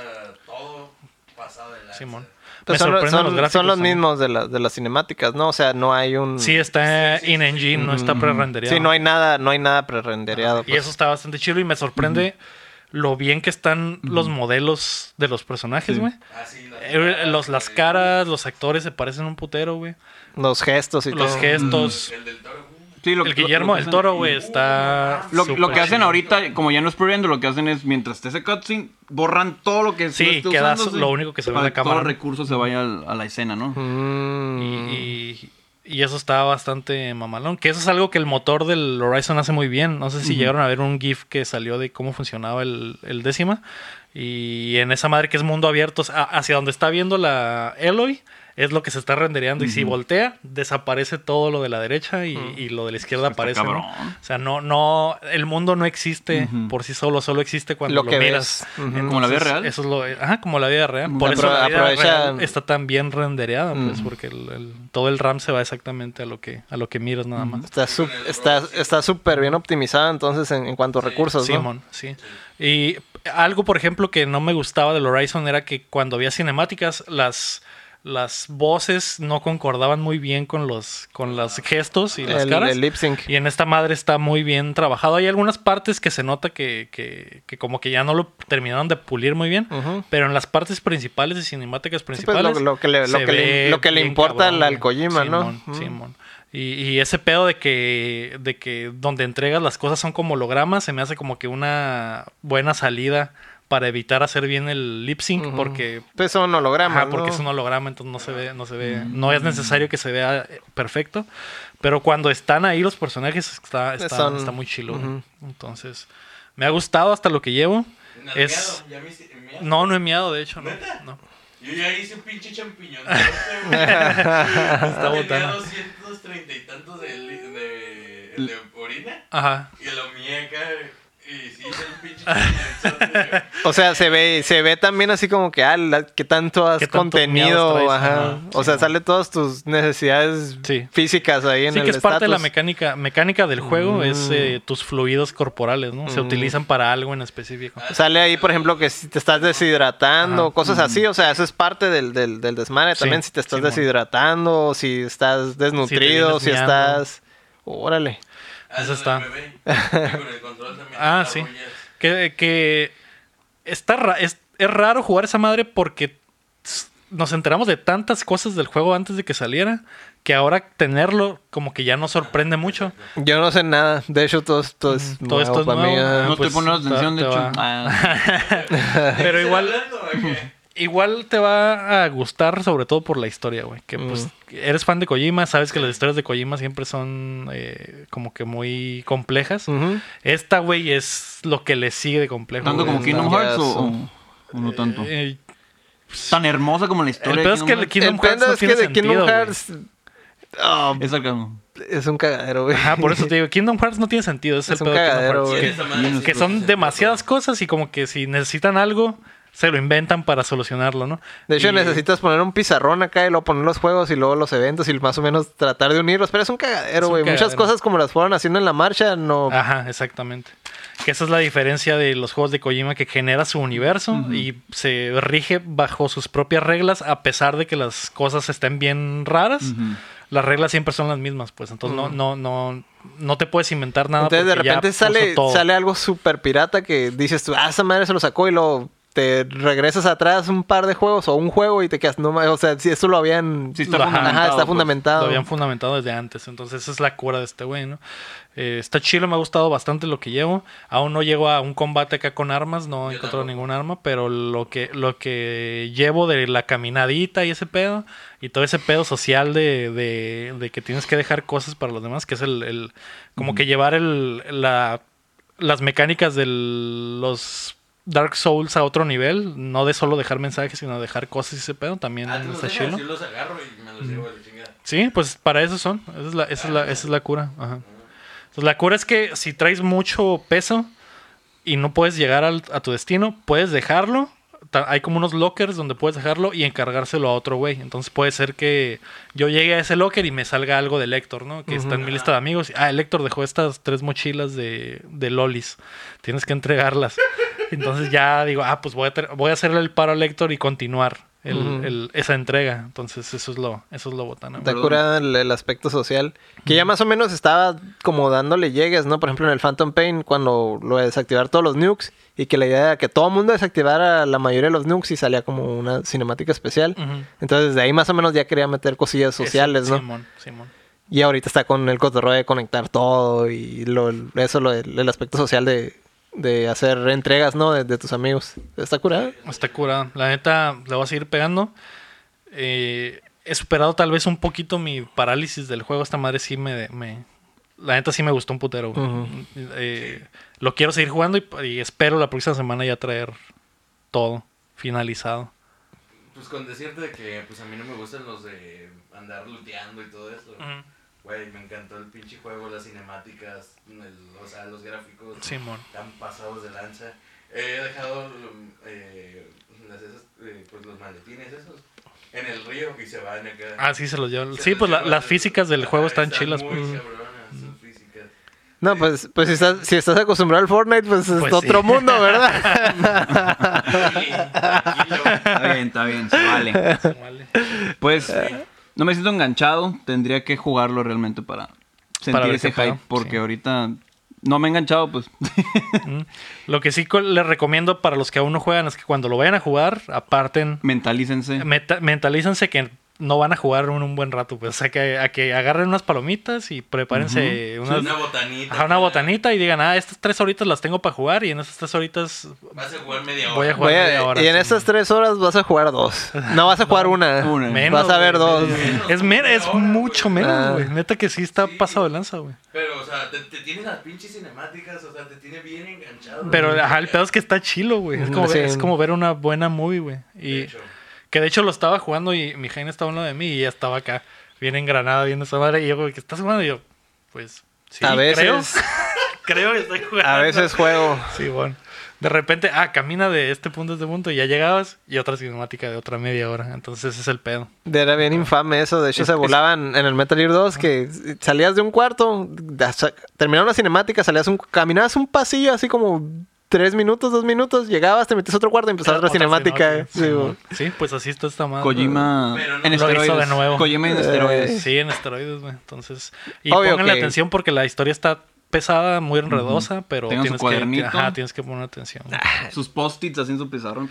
Speaker 4: todo pasado de lanza.
Speaker 3: Simón. Me
Speaker 1: Pues son,
Speaker 3: sorprenden
Speaker 1: son-
Speaker 3: los gráficos.
Speaker 1: son los
Speaker 3: también.
Speaker 1: mismos de, la- de las cinemáticas, ¿no? O sea, no hay un...
Speaker 3: Sí, está
Speaker 4: Sí, sí,
Speaker 3: in engine, no está pre-rendereado.
Speaker 1: Sí, no hay nada, no hay nada prerendereado.
Speaker 3: Y
Speaker 1: pues.
Speaker 3: eso está bastante chido y me sorprende lo bien que están los modelos de los personajes, güey.
Speaker 4: Así, las,
Speaker 3: Eh, Los, las caras, los actores se parecen un putero, güey.
Speaker 1: Los gestos y
Speaker 3: Los
Speaker 1: todo.
Speaker 3: gestos.
Speaker 4: El del toro. uh,
Speaker 2: Sí, lo-
Speaker 3: El
Speaker 2: lo-
Speaker 3: Guillermo
Speaker 2: lo que
Speaker 3: del
Speaker 2: hacen-
Speaker 3: Toro, güey, está.
Speaker 2: Lo, lo
Speaker 3: súper
Speaker 2: que hacen
Speaker 3: chido.
Speaker 2: ahorita, como ya no es previendo, lo que hacen es mientras esté ese cutscene, borran todo lo que
Speaker 3: Sí,
Speaker 2: se esté
Speaker 3: queda
Speaker 2: usando,
Speaker 3: lo único que se ve en
Speaker 2: para
Speaker 3: la cámara.
Speaker 2: Todo el recurso se vaya al- a la escena, ¿no?
Speaker 3: Y,
Speaker 1: Mm.
Speaker 3: y- y eso está bastante mamalón. Que eso es algo que el motor del Horizon hace muy bien. No sé si llegaron a ver un GIF que salió de cómo funcionaba el, el décima. Y en esa madre que es mundo abierto, a- hacia donde está viendo la Eloy, es lo que se está rendereando. Y si voltea, desaparece todo lo de la derecha y, y lo de la izquierda
Speaker 2: Está
Speaker 3: aparece. ¿no?
Speaker 2: cabrón.
Speaker 3: O sea, no, no, el mundo no existe por sí solo, solo existe cuando lo,
Speaker 1: Lo que ves.
Speaker 3: miras.
Speaker 1: Ujú.
Speaker 2: Como la vida real.
Speaker 3: Eso es lo, ajá, como la vida real. Por
Speaker 1: Apro-
Speaker 3: eso la vida
Speaker 1: aprovecha-
Speaker 3: real está tan bien rendereada, pues, porque el- el- todo el RAM se va exactamente a lo que, a lo que miras nada más.
Speaker 1: Está su- está está súper bien optimizado entonces en, en cuanto a recursos, ¿no?
Speaker 3: Simón, sí. Y algo, por ejemplo, que no me gustaba del Horizon era que cuando había cinemáticas, las las voces no concordaban muy bien con los con los gestos y las
Speaker 1: el,
Speaker 3: caras.
Speaker 1: el lip sync.
Speaker 3: Y en esta madre está muy bien trabajado. Hay algunas partes que se nota que, que- que como que ya no lo terminaron de pulir muy bien.
Speaker 1: Ujú.
Speaker 3: Pero en las partes principales y cinemáticas
Speaker 1: Sí, pues,
Speaker 3: principales.
Speaker 1: lo, lo que le, lo
Speaker 3: se
Speaker 1: que le-
Speaker 3: ve
Speaker 1: lo que le
Speaker 3: bien
Speaker 1: importa
Speaker 3: cabrón,
Speaker 1: al,
Speaker 3: güey.
Speaker 1: al Kojima, ¿no?
Speaker 3: Simón,
Speaker 1: Mm.
Speaker 3: Simón. Y, y ese pedo de que, de que donde entregas las cosas son como hologramas, se me hace como que una buena salida para evitar hacer bien el lip sync,
Speaker 1: Ujú.
Speaker 3: porque
Speaker 1: Pues son hologramas,
Speaker 3: Ajá, porque
Speaker 1: ¿no?
Speaker 3: es un holograma, entonces no se ve, no se ve,
Speaker 1: Mm.
Speaker 3: no es necesario que se vea eh, perfecto. Pero cuando están ahí los personajes está, está,
Speaker 1: Son-
Speaker 3: está muy chilo. güey.
Speaker 1: Ujú.
Speaker 3: Entonces, me ha gustado hasta lo que llevo. Es
Speaker 4: nalgueado, ¿Ya viste? Mira,
Speaker 3: no, no he miado, de hecho, no. no.
Speaker 4: Yo ya hice un pinche champiñón. Está
Speaker 3: botana.
Speaker 4: 230 y tantos de, li- de, de orina.
Speaker 3: Ajá.
Speaker 4: Y lo mié acá. Y sí, hice un pinche
Speaker 3: Ah.
Speaker 4: champiñón.
Speaker 1: O sea, se ve, se ve también así como que, ah, la- qué tanto has
Speaker 3: Qué tantos
Speaker 1: contenido,
Speaker 3: miados traes,
Speaker 1: ajá.
Speaker 3: ajá,
Speaker 1: O sea,
Speaker 3: Simón.
Speaker 1: sale todas tus necesidades
Speaker 3: Sí.
Speaker 1: físicas ahí en
Speaker 3: Sí
Speaker 1: el
Speaker 3: que es parte de la
Speaker 1: estatus. Mm.
Speaker 3: mecánica, mecánica del juego, es eh, tus fluidos corporales, ¿no? Se utilizan para algo en específico.
Speaker 1: Sale ahí, por ejemplo, que si te estás deshidratando,
Speaker 3: Ajá.
Speaker 1: cosas así. O sea, eso es parte del, del, del desmadre.
Speaker 3: Sí,
Speaker 1: También si te estás
Speaker 3: Simón.
Speaker 1: deshidratando, si estás desnutrido,
Speaker 3: vienes
Speaker 1: si,
Speaker 3: miando.
Speaker 1: estás... Órale.
Speaker 4: Ah,
Speaker 3: Eso está.
Speaker 4: Y con el control también.
Speaker 3: Ah,
Speaker 4: las
Speaker 3: sí.
Speaker 4: argollas.
Speaker 3: Que, que está ra- es, es raro jugar esa madre porque s- nos enteramos de tantas cosas del juego antes de que saliera que ahora tenerlo como que ya nos sorprende mucho.
Speaker 1: Yo no sé nada. De hecho, todo esto es
Speaker 3: Todo esto es
Speaker 1: para mí.
Speaker 3: nuevo.
Speaker 1: ah.
Speaker 3: Ah,
Speaker 2: no
Speaker 3: pues,
Speaker 2: te pones atención,
Speaker 3: te-
Speaker 2: de
Speaker 3: te
Speaker 2: hecho.
Speaker 3: va.
Speaker 2: Ah,
Speaker 3: Pero
Speaker 4: ¿Estás
Speaker 3: igual,
Speaker 4: hablando o qué?
Speaker 3: igual te va a gustar sobre todo por la historia, güey. Que pues eres fan de Kojima, sabes que las historias de Kojima siempre son eh, como que muy complejas.
Speaker 1: ah. Ujú.
Speaker 3: Esta, güey, es lo que le sigue de complejo.
Speaker 2: ¿Tanto
Speaker 3: güey.
Speaker 2: como Kingdom
Speaker 1: Ya
Speaker 2: Hearts o,
Speaker 1: son-
Speaker 2: o no tanto? Pues,
Speaker 3: Eh,
Speaker 2: Tan hermosa como la
Speaker 3: el
Speaker 2: historia.
Speaker 3: pedo es que el Kingdom
Speaker 1: el
Speaker 3: Hearts
Speaker 1: pedo
Speaker 3: no
Speaker 1: es que
Speaker 3: tiene
Speaker 1: de Kingdom
Speaker 3: sentido, güey.
Speaker 1: Hearts... ah,
Speaker 2: Es el caso.
Speaker 1: es un cagadero, güey.
Speaker 3: Ajá, por eso te digo, Kingdom Hearts no tiene sentido. Es,
Speaker 1: Es
Speaker 3: el
Speaker 1: un
Speaker 3: pedo de Kingdom
Speaker 1: cagadero,
Speaker 3: Hearts,
Speaker 1: güey.
Speaker 4: ¿Quién
Speaker 3: que-
Speaker 4: es esa madre?
Speaker 3: Que son
Speaker 4: Sí,
Speaker 3: demasiadas cosas y como que si necesitan algo, se lo inventan para solucionarlo, ¿no?
Speaker 1: De hecho,
Speaker 3: Y-
Speaker 1: necesitas poner un pizarrón acá y luego poner los juegos y luego los eventos y más o menos tratar de unirlos. Pero es un
Speaker 3: Es
Speaker 1: cagadero,
Speaker 3: un
Speaker 1: güey. Muchas
Speaker 3: cagadero. Ah,
Speaker 1: cosas como las fueron haciendo en la marcha, no.
Speaker 3: Ajá, exactamente. Que esa es la diferencia de los juegos de Kojima que genera su universo y se rige bajo sus propias reglas a pesar de que las cosas estén bien raras. Las reglas siempre son las mismas, pues. Entonces no, no, no, no te puedes inventar nada.
Speaker 1: Entonces de
Speaker 3: porque ya
Speaker 1: repente
Speaker 3: puso
Speaker 1: sale,
Speaker 3: todo.
Speaker 1: sale algo súper pirata que dices tú, ah, esa madre se lo sacó y luego te regresas atrás un par de juegos o un juego y te quedas, no, ma- o sea, si esto lo habían...
Speaker 2: Sí, está
Speaker 1: Ajá,
Speaker 2: fundamentado,
Speaker 1: está
Speaker 2: pues.
Speaker 1: fundamentado.
Speaker 3: Lo habían fundamentado desde antes. Entonces, esa es la cura de este güey, ¿no? Eh, está chido, me ha gustado bastante lo que llevo. Aún no llego a un combate acá con armas, no he
Speaker 4: Yo
Speaker 3: encontrado
Speaker 4: tampoco.
Speaker 3: ningún arma, pero lo que, lo que llevo de la caminadita y ese pedo, y todo ese pedo social de, de- de que tienes que dejar cosas para los demás, que es el, el- como que llevar el, la, las mecánicas de los Dark Souls a otro nivel, no de solo dejar mensajes, sino dejar cosas y ese pedo, también
Speaker 4: Ah, tú los
Speaker 3: está
Speaker 4: dejas,
Speaker 3: chido.
Speaker 4: Yo los agarro y me los llevo a la chingada.
Speaker 3: Sí, pues para eso son. Esa es la, esa es la, esa es la cura. Ajá. Entonces, la cura es que si traes mucho peso y no puedes llegar al- a tu destino, puedes dejarlo. Ta- Hay como unos lockers donde puedes dejarlo y encargárselo a otro güey. Entonces puede ser que yo llegue a ese locker y me salga algo de Lector, ¿no? Que está en mi lista de amigos. Ah, el Lector dejó estas tres mochilas de, de lolis. Tienes que entregarlas. Entonces ya digo, ah, pues voy a, tra- voy a hacerle el paro a Lector y continuar el-
Speaker 1: Ujú.
Speaker 3: el- esa entrega. Entonces eso es lo, eso es lo botana. güey.
Speaker 1: Está curada el, el aspecto social. Que ya más o menos estaba como dándole llegues, ¿no? Por ejemplo, en el Phantom Pain, cuando lo de desactivar todos los nukes. Y que la idea era que todo el mundo desactivara la mayoría de los nukes y salía como una cinemática especial.
Speaker 3: Ujú.
Speaker 1: Entonces, de ahí más o menos ya quería meter cosillas sociales,
Speaker 3: Ese-
Speaker 1: ¿no?
Speaker 3: Simón, Simón.
Speaker 1: Y ahorita está con el cotorreo de conectar todo y lo, el- eso, lo, el, el aspecto social de, de hacer entregas, ¿no? De, de tus amigos. Está curada.
Speaker 3: Está curada. La neta, le voy a seguir pegando. Eh, he superado tal vez un poquito mi parálisis del juego. Esta madre sí me... me- la neta sí me gustó un putero. güey.
Speaker 1: Ujú.
Speaker 3: Eh, Lo quiero seguir jugando y, y espero la próxima semana ya traer todo finalizado.
Speaker 4: Pues con decirte de que pues a mí no me gustan los de andar looteando y todo eso.
Speaker 3: Mm.
Speaker 4: Güey, me encantó el pinche juego, las cinemáticas, el- o sea, los gráficos
Speaker 3: Simón.
Speaker 4: tan pasados de lanza. Eh, he dejado mm, eh, las esas, eh, pues los maletines esos en el río y se van acá.
Speaker 3: Ah, sí, se los llevo.
Speaker 4: Se
Speaker 3: Sí,
Speaker 4: los
Speaker 3: pues la-
Speaker 4: llevan,
Speaker 3: las
Speaker 4: se-
Speaker 3: físicas del juego
Speaker 4: Ajá,
Speaker 3: están chilas.
Speaker 4: Muy
Speaker 3: pues.
Speaker 4: cabronas sus físicas.
Speaker 1: No, pues, pues si, estás, si estás acostumbrado al Fortnite, pues,
Speaker 3: Pues
Speaker 1: es
Speaker 3: sí.
Speaker 1: otro mundo, ¿verdad?
Speaker 4: Sí, tranquilo.
Speaker 2: Está bien, está bien, se vale.
Speaker 3: Vale.
Speaker 2: Pues no me siento enganchado, tendría que jugarlo realmente para sentir
Speaker 3: ver
Speaker 2: ese
Speaker 3: qué pedo,
Speaker 2: hype, porque
Speaker 3: sí.
Speaker 2: ahorita no me he enganchado, pues.
Speaker 3: Mm. Lo que sí co- les recomiendo para los que aún no juegan es que cuando lo vayan a jugar, aparten
Speaker 2: Mentalícense.
Speaker 3: Meta- mentalícense que no van a jugar un, un buen rato, pues. O sea, que, a que agarren unas palomitas y prepárense unas-
Speaker 4: Una botanita.
Speaker 3: ajá, una botanita y digan, ah, estas tres horitas las tengo para jugar y en esas tres horitas
Speaker 4: Vas a jugar media hora.
Speaker 3: voy a jugar
Speaker 1: Voy a-
Speaker 3: media hora.
Speaker 1: y en
Speaker 3: Sí.
Speaker 1: esas tres horas vas a jugar dos. No vas a jugar una.
Speaker 2: una.
Speaker 3: Menos,
Speaker 1: vas a ver
Speaker 3: güey,
Speaker 1: dos.
Speaker 3: menos. Es, men- es
Speaker 4: Ahora,
Speaker 3: mucho
Speaker 4: güey.
Speaker 3: menos,
Speaker 1: Ah.
Speaker 3: güey. Neta que sí está
Speaker 4: Sí.
Speaker 3: pasado de lanza, güey.
Speaker 4: Pero, o sea, te, te tiene las pinches cinemáticas, o sea, te tiene bien enganchado.
Speaker 3: Pero ajá, el pedo es que está chilo, güey. Es como,
Speaker 1: Sí.
Speaker 3: es como ver una buena movie, güey.
Speaker 4: De
Speaker 3: Y
Speaker 4: hecho.
Speaker 3: que de hecho lo estaba jugando y mi Jaime estaba a un lado de mí y ya estaba acá, bien engranada, viendo esa madre. Y yo, güey, ¿qué estás jugando? Y yo, pues, sí,
Speaker 1: a veces,
Speaker 3: creo. Creo que estoy jugando.
Speaker 1: a veces juego.
Speaker 3: Sí, bueno. De repente, ah, camina de este punto a este punto y ya llegabas y otra cinemática de otra media hora. Entonces ese es el pedo.
Speaker 1: Era bien infame eso. De hecho,
Speaker 3: Es-
Speaker 1: se
Speaker 3: es-
Speaker 1: volaban en el Metal Gear 2 que salías de un cuarto, da- sa- terminaba una cinemática, salías un, caminabas un pasillo así como tres minutos, dos minutos, llegabas, te metías a otro cuarto y empezabas Pues, otra, cinemática. eh.
Speaker 3: Sí,
Speaker 1: Sí,
Speaker 3: bueno. Sí, pues así está esta madre.
Speaker 2: Kojima
Speaker 4: Pero no
Speaker 2: en
Speaker 4: lo
Speaker 3: hizo
Speaker 2: esteroides.
Speaker 3: de nuevo.
Speaker 2: Kojima en esteroides.
Speaker 3: Sí, en esteroides, güey. Entonces, y
Speaker 1: Obvio
Speaker 3: pónganle
Speaker 1: que-
Speaker 3: atención porque la historia está pesada, muy enredosa, pero
Speaker 2: Tengan su
Speaker 3: tienes que,
Speaker 2: cuadernito.
Speaker 3: ajá, tienes que poner atención. güey.
Speaker 2: Sus post-its así en su pizarrón.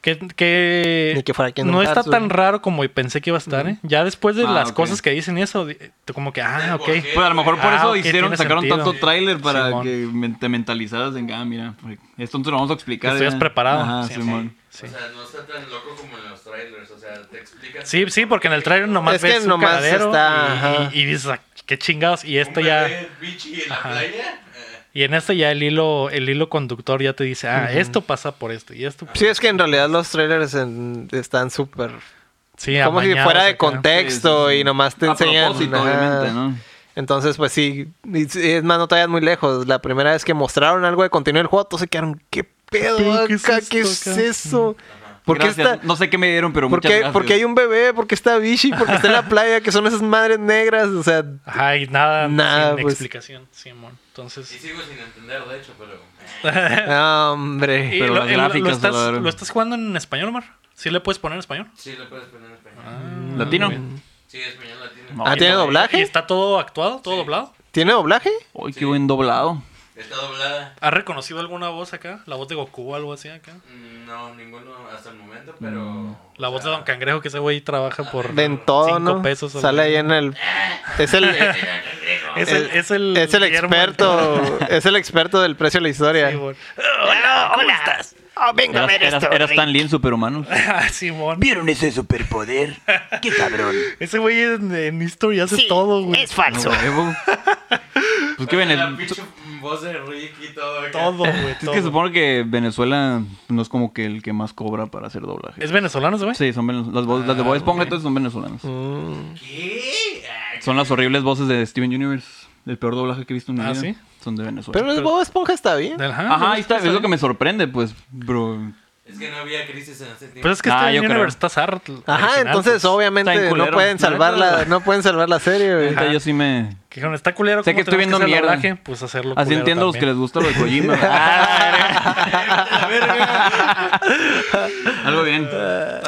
Speaker 3: Que, que
Speaker 1: Ni que fuera aquí en
Speaker 3: no
Speaker 1: un
Speaker 3: está
Speaker 1: Hatsu.
Speaker 3: tan raro como pensé que iba a estar, ¿eh? Ya después de
Speaker 2: Ah,
Speaker 3: las
Speaker 2: ok.
Speaker 3: cosas que dicen y eso, di- como que, ah, ok.
Speaker 4: Porque-
Speaker 2: Pues a lo mejor por
Speaker 3: Ah,
Speaker 2: eso
Speaker 3: ok,
Speaker 2: hicieron,
Speaker 3: tiene
Speaker 2: sacaron
Speaker 3: sentido.
Speaker 2: tanto tráiler para
Speaker 3: Simón.
Speaker 2: que men- te mentalizaras en, ah, mira, pues, esto te lo vamos a explicar.
Speaker 3: Estuvieras
Speaker 2: ya".
Speaker 3: preparado.
Speaker 2: Ajá,
Speaker 3: sí,
Speaker 2: Simón.
Speaker 3: sí.
Speaker 4: O sea, no está tan loco como en los trailers, o sea, te explican.
Speaker 3: Sí, sí, porque en el trailer nomás
Speaker 1: Es que
Speaker 3: ves un
Speaker 1: nomás
Speaker 3: cagadero
Speaker 1: está,
Speaker 3: y-
Speaker 1: ajá.
Speaker 3: y, y dices, "Ah, qué chingados. Y esto
Speaker 4: Hombre,
Speaker 3: ya,
Speaker 4: ve bichi en la
Speaker 3: Ajá.
Speaker 4: playa. eh,
Speaker 3: y en este ya el hilo, el hilo conductor ya te dice, ah, esto pasa por esto y esto.
Speaker 1: Sí, es que en realidad los trailers en- están súper...
Speaker 3: Sí,
Speaker 1: Como si
Speaker 3: amañados
Speaker 1: fuera de
Speaker 3: acá.
Speaker 1: contexto
Speaker 2: Sí, sí, sí.
Speaker 1: y nomás te
Speaker 2: a
Speaker 1: enseñan...
Speaker 2: propósito,
Speaker 1: ajá.
Speaker 2: obviamente, ¿no?
Speaker 1: Entonces, pues sí, y sí, es más, no te vayas muy lejos. La primera vez que mostraron algo de contenido del juego, todos se quedaron, ¿qué pedo
Speaker 3: Pero,
Speaker 1: acá?
Speaker 3: ¿qué
Speaker 1: ¿Qué
Speaker 3: es
Speaker 1: es,
Speaker 3: esto acá?
Speaker 1: eso? ¿Por qué,
Speaker 2: Gracias.
Speaker 1: está,
Speaker 2: No sé qué me dieron, pero
Speaker 1: por,
Speaker 2: muchas
Speaker 1: qué,
Speaker 2: gracias.
Speaker 1: por qué hay un bebé? ¿Por qué está Vichy? ¿Por qué está en la playa? Que son esas madres negras? O sea,
Speaker 3: Ajá, y nada,
Speaker 1: Nada,
Speaker 3: sin
Speaker 1: pues.
Speaker 3: explicación, Simón.
Speaker 4: Y
Speaker 3: Entonces,
Speaker 4: sigo sin entender, de hecho, pero. eh,
Speaker 3: y
Speaker 1: hombre.
Speaker 2: pero
Speaker 3: lo,
Speaker 2: las
Speaker 3: eh, lo- lo
Speaker 2: gráficas,
Speaker 3: estás,
Speaker 2: la verdad.
Speaker 3: ¿lo estás jugando en español, Omar? ¿Sí le puedes poner en español?
Speaker 4: Sí, lo puedes poner en español.
Speaker 3: Ah.
Speaker 2: Mm, ¿Latino?
Speaker 4: Sí, español latino.
Speaker 2: No.
Speaker 1: Ah, ¿tiene
Speaker 3: Mm, Y-
Speaker 1: doblaje?
Speaker 3: ¿Y está todo actuado, todo doblado?
Speaker 1: ¿Tiene doblaje?
Speaker 2: Uy, qué buen doblado.
Speaker 4: De Está doblada.
Speaker 3: ¿Ha reconocido alguna voz acá? ¿La voz de Goku o algo así acá?
Speaker 4: Mm, No, ninguno hasta el momento, pero.
Speaker 3: La
Speaker 4: o
Speaker 3: voz de
Speaker 4: sea,
Speaker 2: Ah.
Speaker 3: Don Cangrejo, que ese güey trabaja por
Speaker 1: Ven todo,
Speaker 3: cinco
Speaker 1: ¿no?
Speaker 3: pesos. al
Speaker 1: Sale
Speaker 3: día.
Speaker 1: ahí en el. Es el.
Speaker 3: Es el, es el,
Speaker 1: es el
Speaker 3: Guillermo del Toro.
Speaker 1: experto. Es el experto del precio de la historia.
Speaker 3: Simón.
Speaker 6: Oh,
Speaker 2: Eras, eras- eras tan lien superhumanos.
Speaker 3: Ah, Simón.
Speaker 6: ¿Vieron ese superpoder? ¡Qué cabrón!
Speaker 3: Ese güey en, en History hace todo, güey.
Speaker 6: Es falso.
Speaker 2: Huevo. Pues que
Speaker 4: la
Speaker 2: Venezuela.
Speaker 4: pinche voz de Rick y todo. acá.
Speaker 3: Todo, güey.
Speaker 2: Es
Speaker 3: todo.
Speaker 2: que supongo que Venezuela no es como que el que más cobra para hacer doblaje.
Speaker 3: ¿Es venezolano ese güey? Ah, Mm.
Speaker 2: Sí, son venez- las, voces, las de Bob Esponja entonces son venezolanas.
Speaker 4: ¿Qué? Ah,
Speaker 2: Son las horribles voces de Steven Universe. El peor doblaje que he visto en mi
Speaker 3: Ah,
Speaker 2: vida.
Speaker 3: ¿sí?
Speaker 2: Son de Venezuela.
Speaker 1: Pero es Bob Esponja está bien.
Speaker 3: Del- ajá,
Speaker 2: Ajá,
Speaker 3: sí,
Speaker 2: Ah, pues, ahí está.
Speaker 3: sí,
Speaker 2: Es lo que me sorprende, pues, bro.
Speaker 4: Es que no había crisis en ese tiempo.
Speaker 3: Pero Pues es que
Speaker 2: Ah,
Speaker 3: está en
Speaker 2: yo creo.
Speaker 3: Universe, está Zart.
Speaker 1: Ajá,
Speaker 3: original,
Speaker 1: entonces
Speaker 3: pues.
Speaker 1: obviamente
Speaker 2: Está en
Speaker 1: no
Speaker 2: culero.
Speaker 1: pueden salvar la, no pueden salvar la serie, güey.
Speaker 2: Ahorita Yo sí me...
Speaker 3: Que dijeron, está culero.
Speaker 2: Sé
Speaker 3: ¿cómo
Speaker 2: que estoy
Speaker 3: tenemos
Speaker 2: viendo mierda.
Speaker 3: hacer doblaje? Pues hacerlo
Speaker 2: Así
Speaker 3: culero
Speaker 2: entiendo a los que
Speaker 3: también.
Speaker 2: les gusta lo de Kojima. Ah, Algo bien.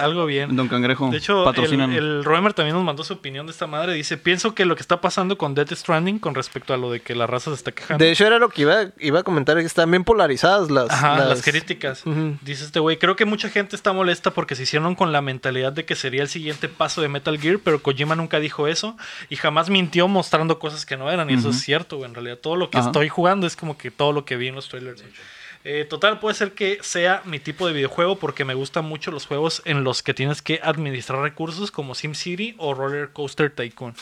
Speaker 3: Algo bien.
Speaker 2: Don Cangrejo,
Speaker 3: De hecho, el,
Speaker 2: patrocinan.
Speaker 3: el Roemer también nos mandó su opinión de esta madre. Dice, pienso que lo que está pasando con Death Stranding con respecto a lo de que la raza se está quejando.
Speaker 1: De hecho, era lo que iba, iba a comentar, que están bien polarizadas las...
Speaker 3: Ajá, las, críticas.
Speaker 1: Ujú.
Speaker 3: Dice este güey, creo que mucha gente está molesta porque se hicieron con la mentalidad de que sería el siguiente paso de Metal Gear, pero Kojima nunca dijo eso y jamás mintió mostrando cosas que no eran. Y eso es cierto, güey. En realidad, todo lo que
Speaker 2: Ajá.
Speaker 3: estoy jugando es como que todo lo que vi en los trailers. güey. Eh, total, puede ser que sea mi tipo de videojuego porque me gustan mucho los juegos en los que tienes que administrar recursos como SimCity o Roller Coaster Tycoon.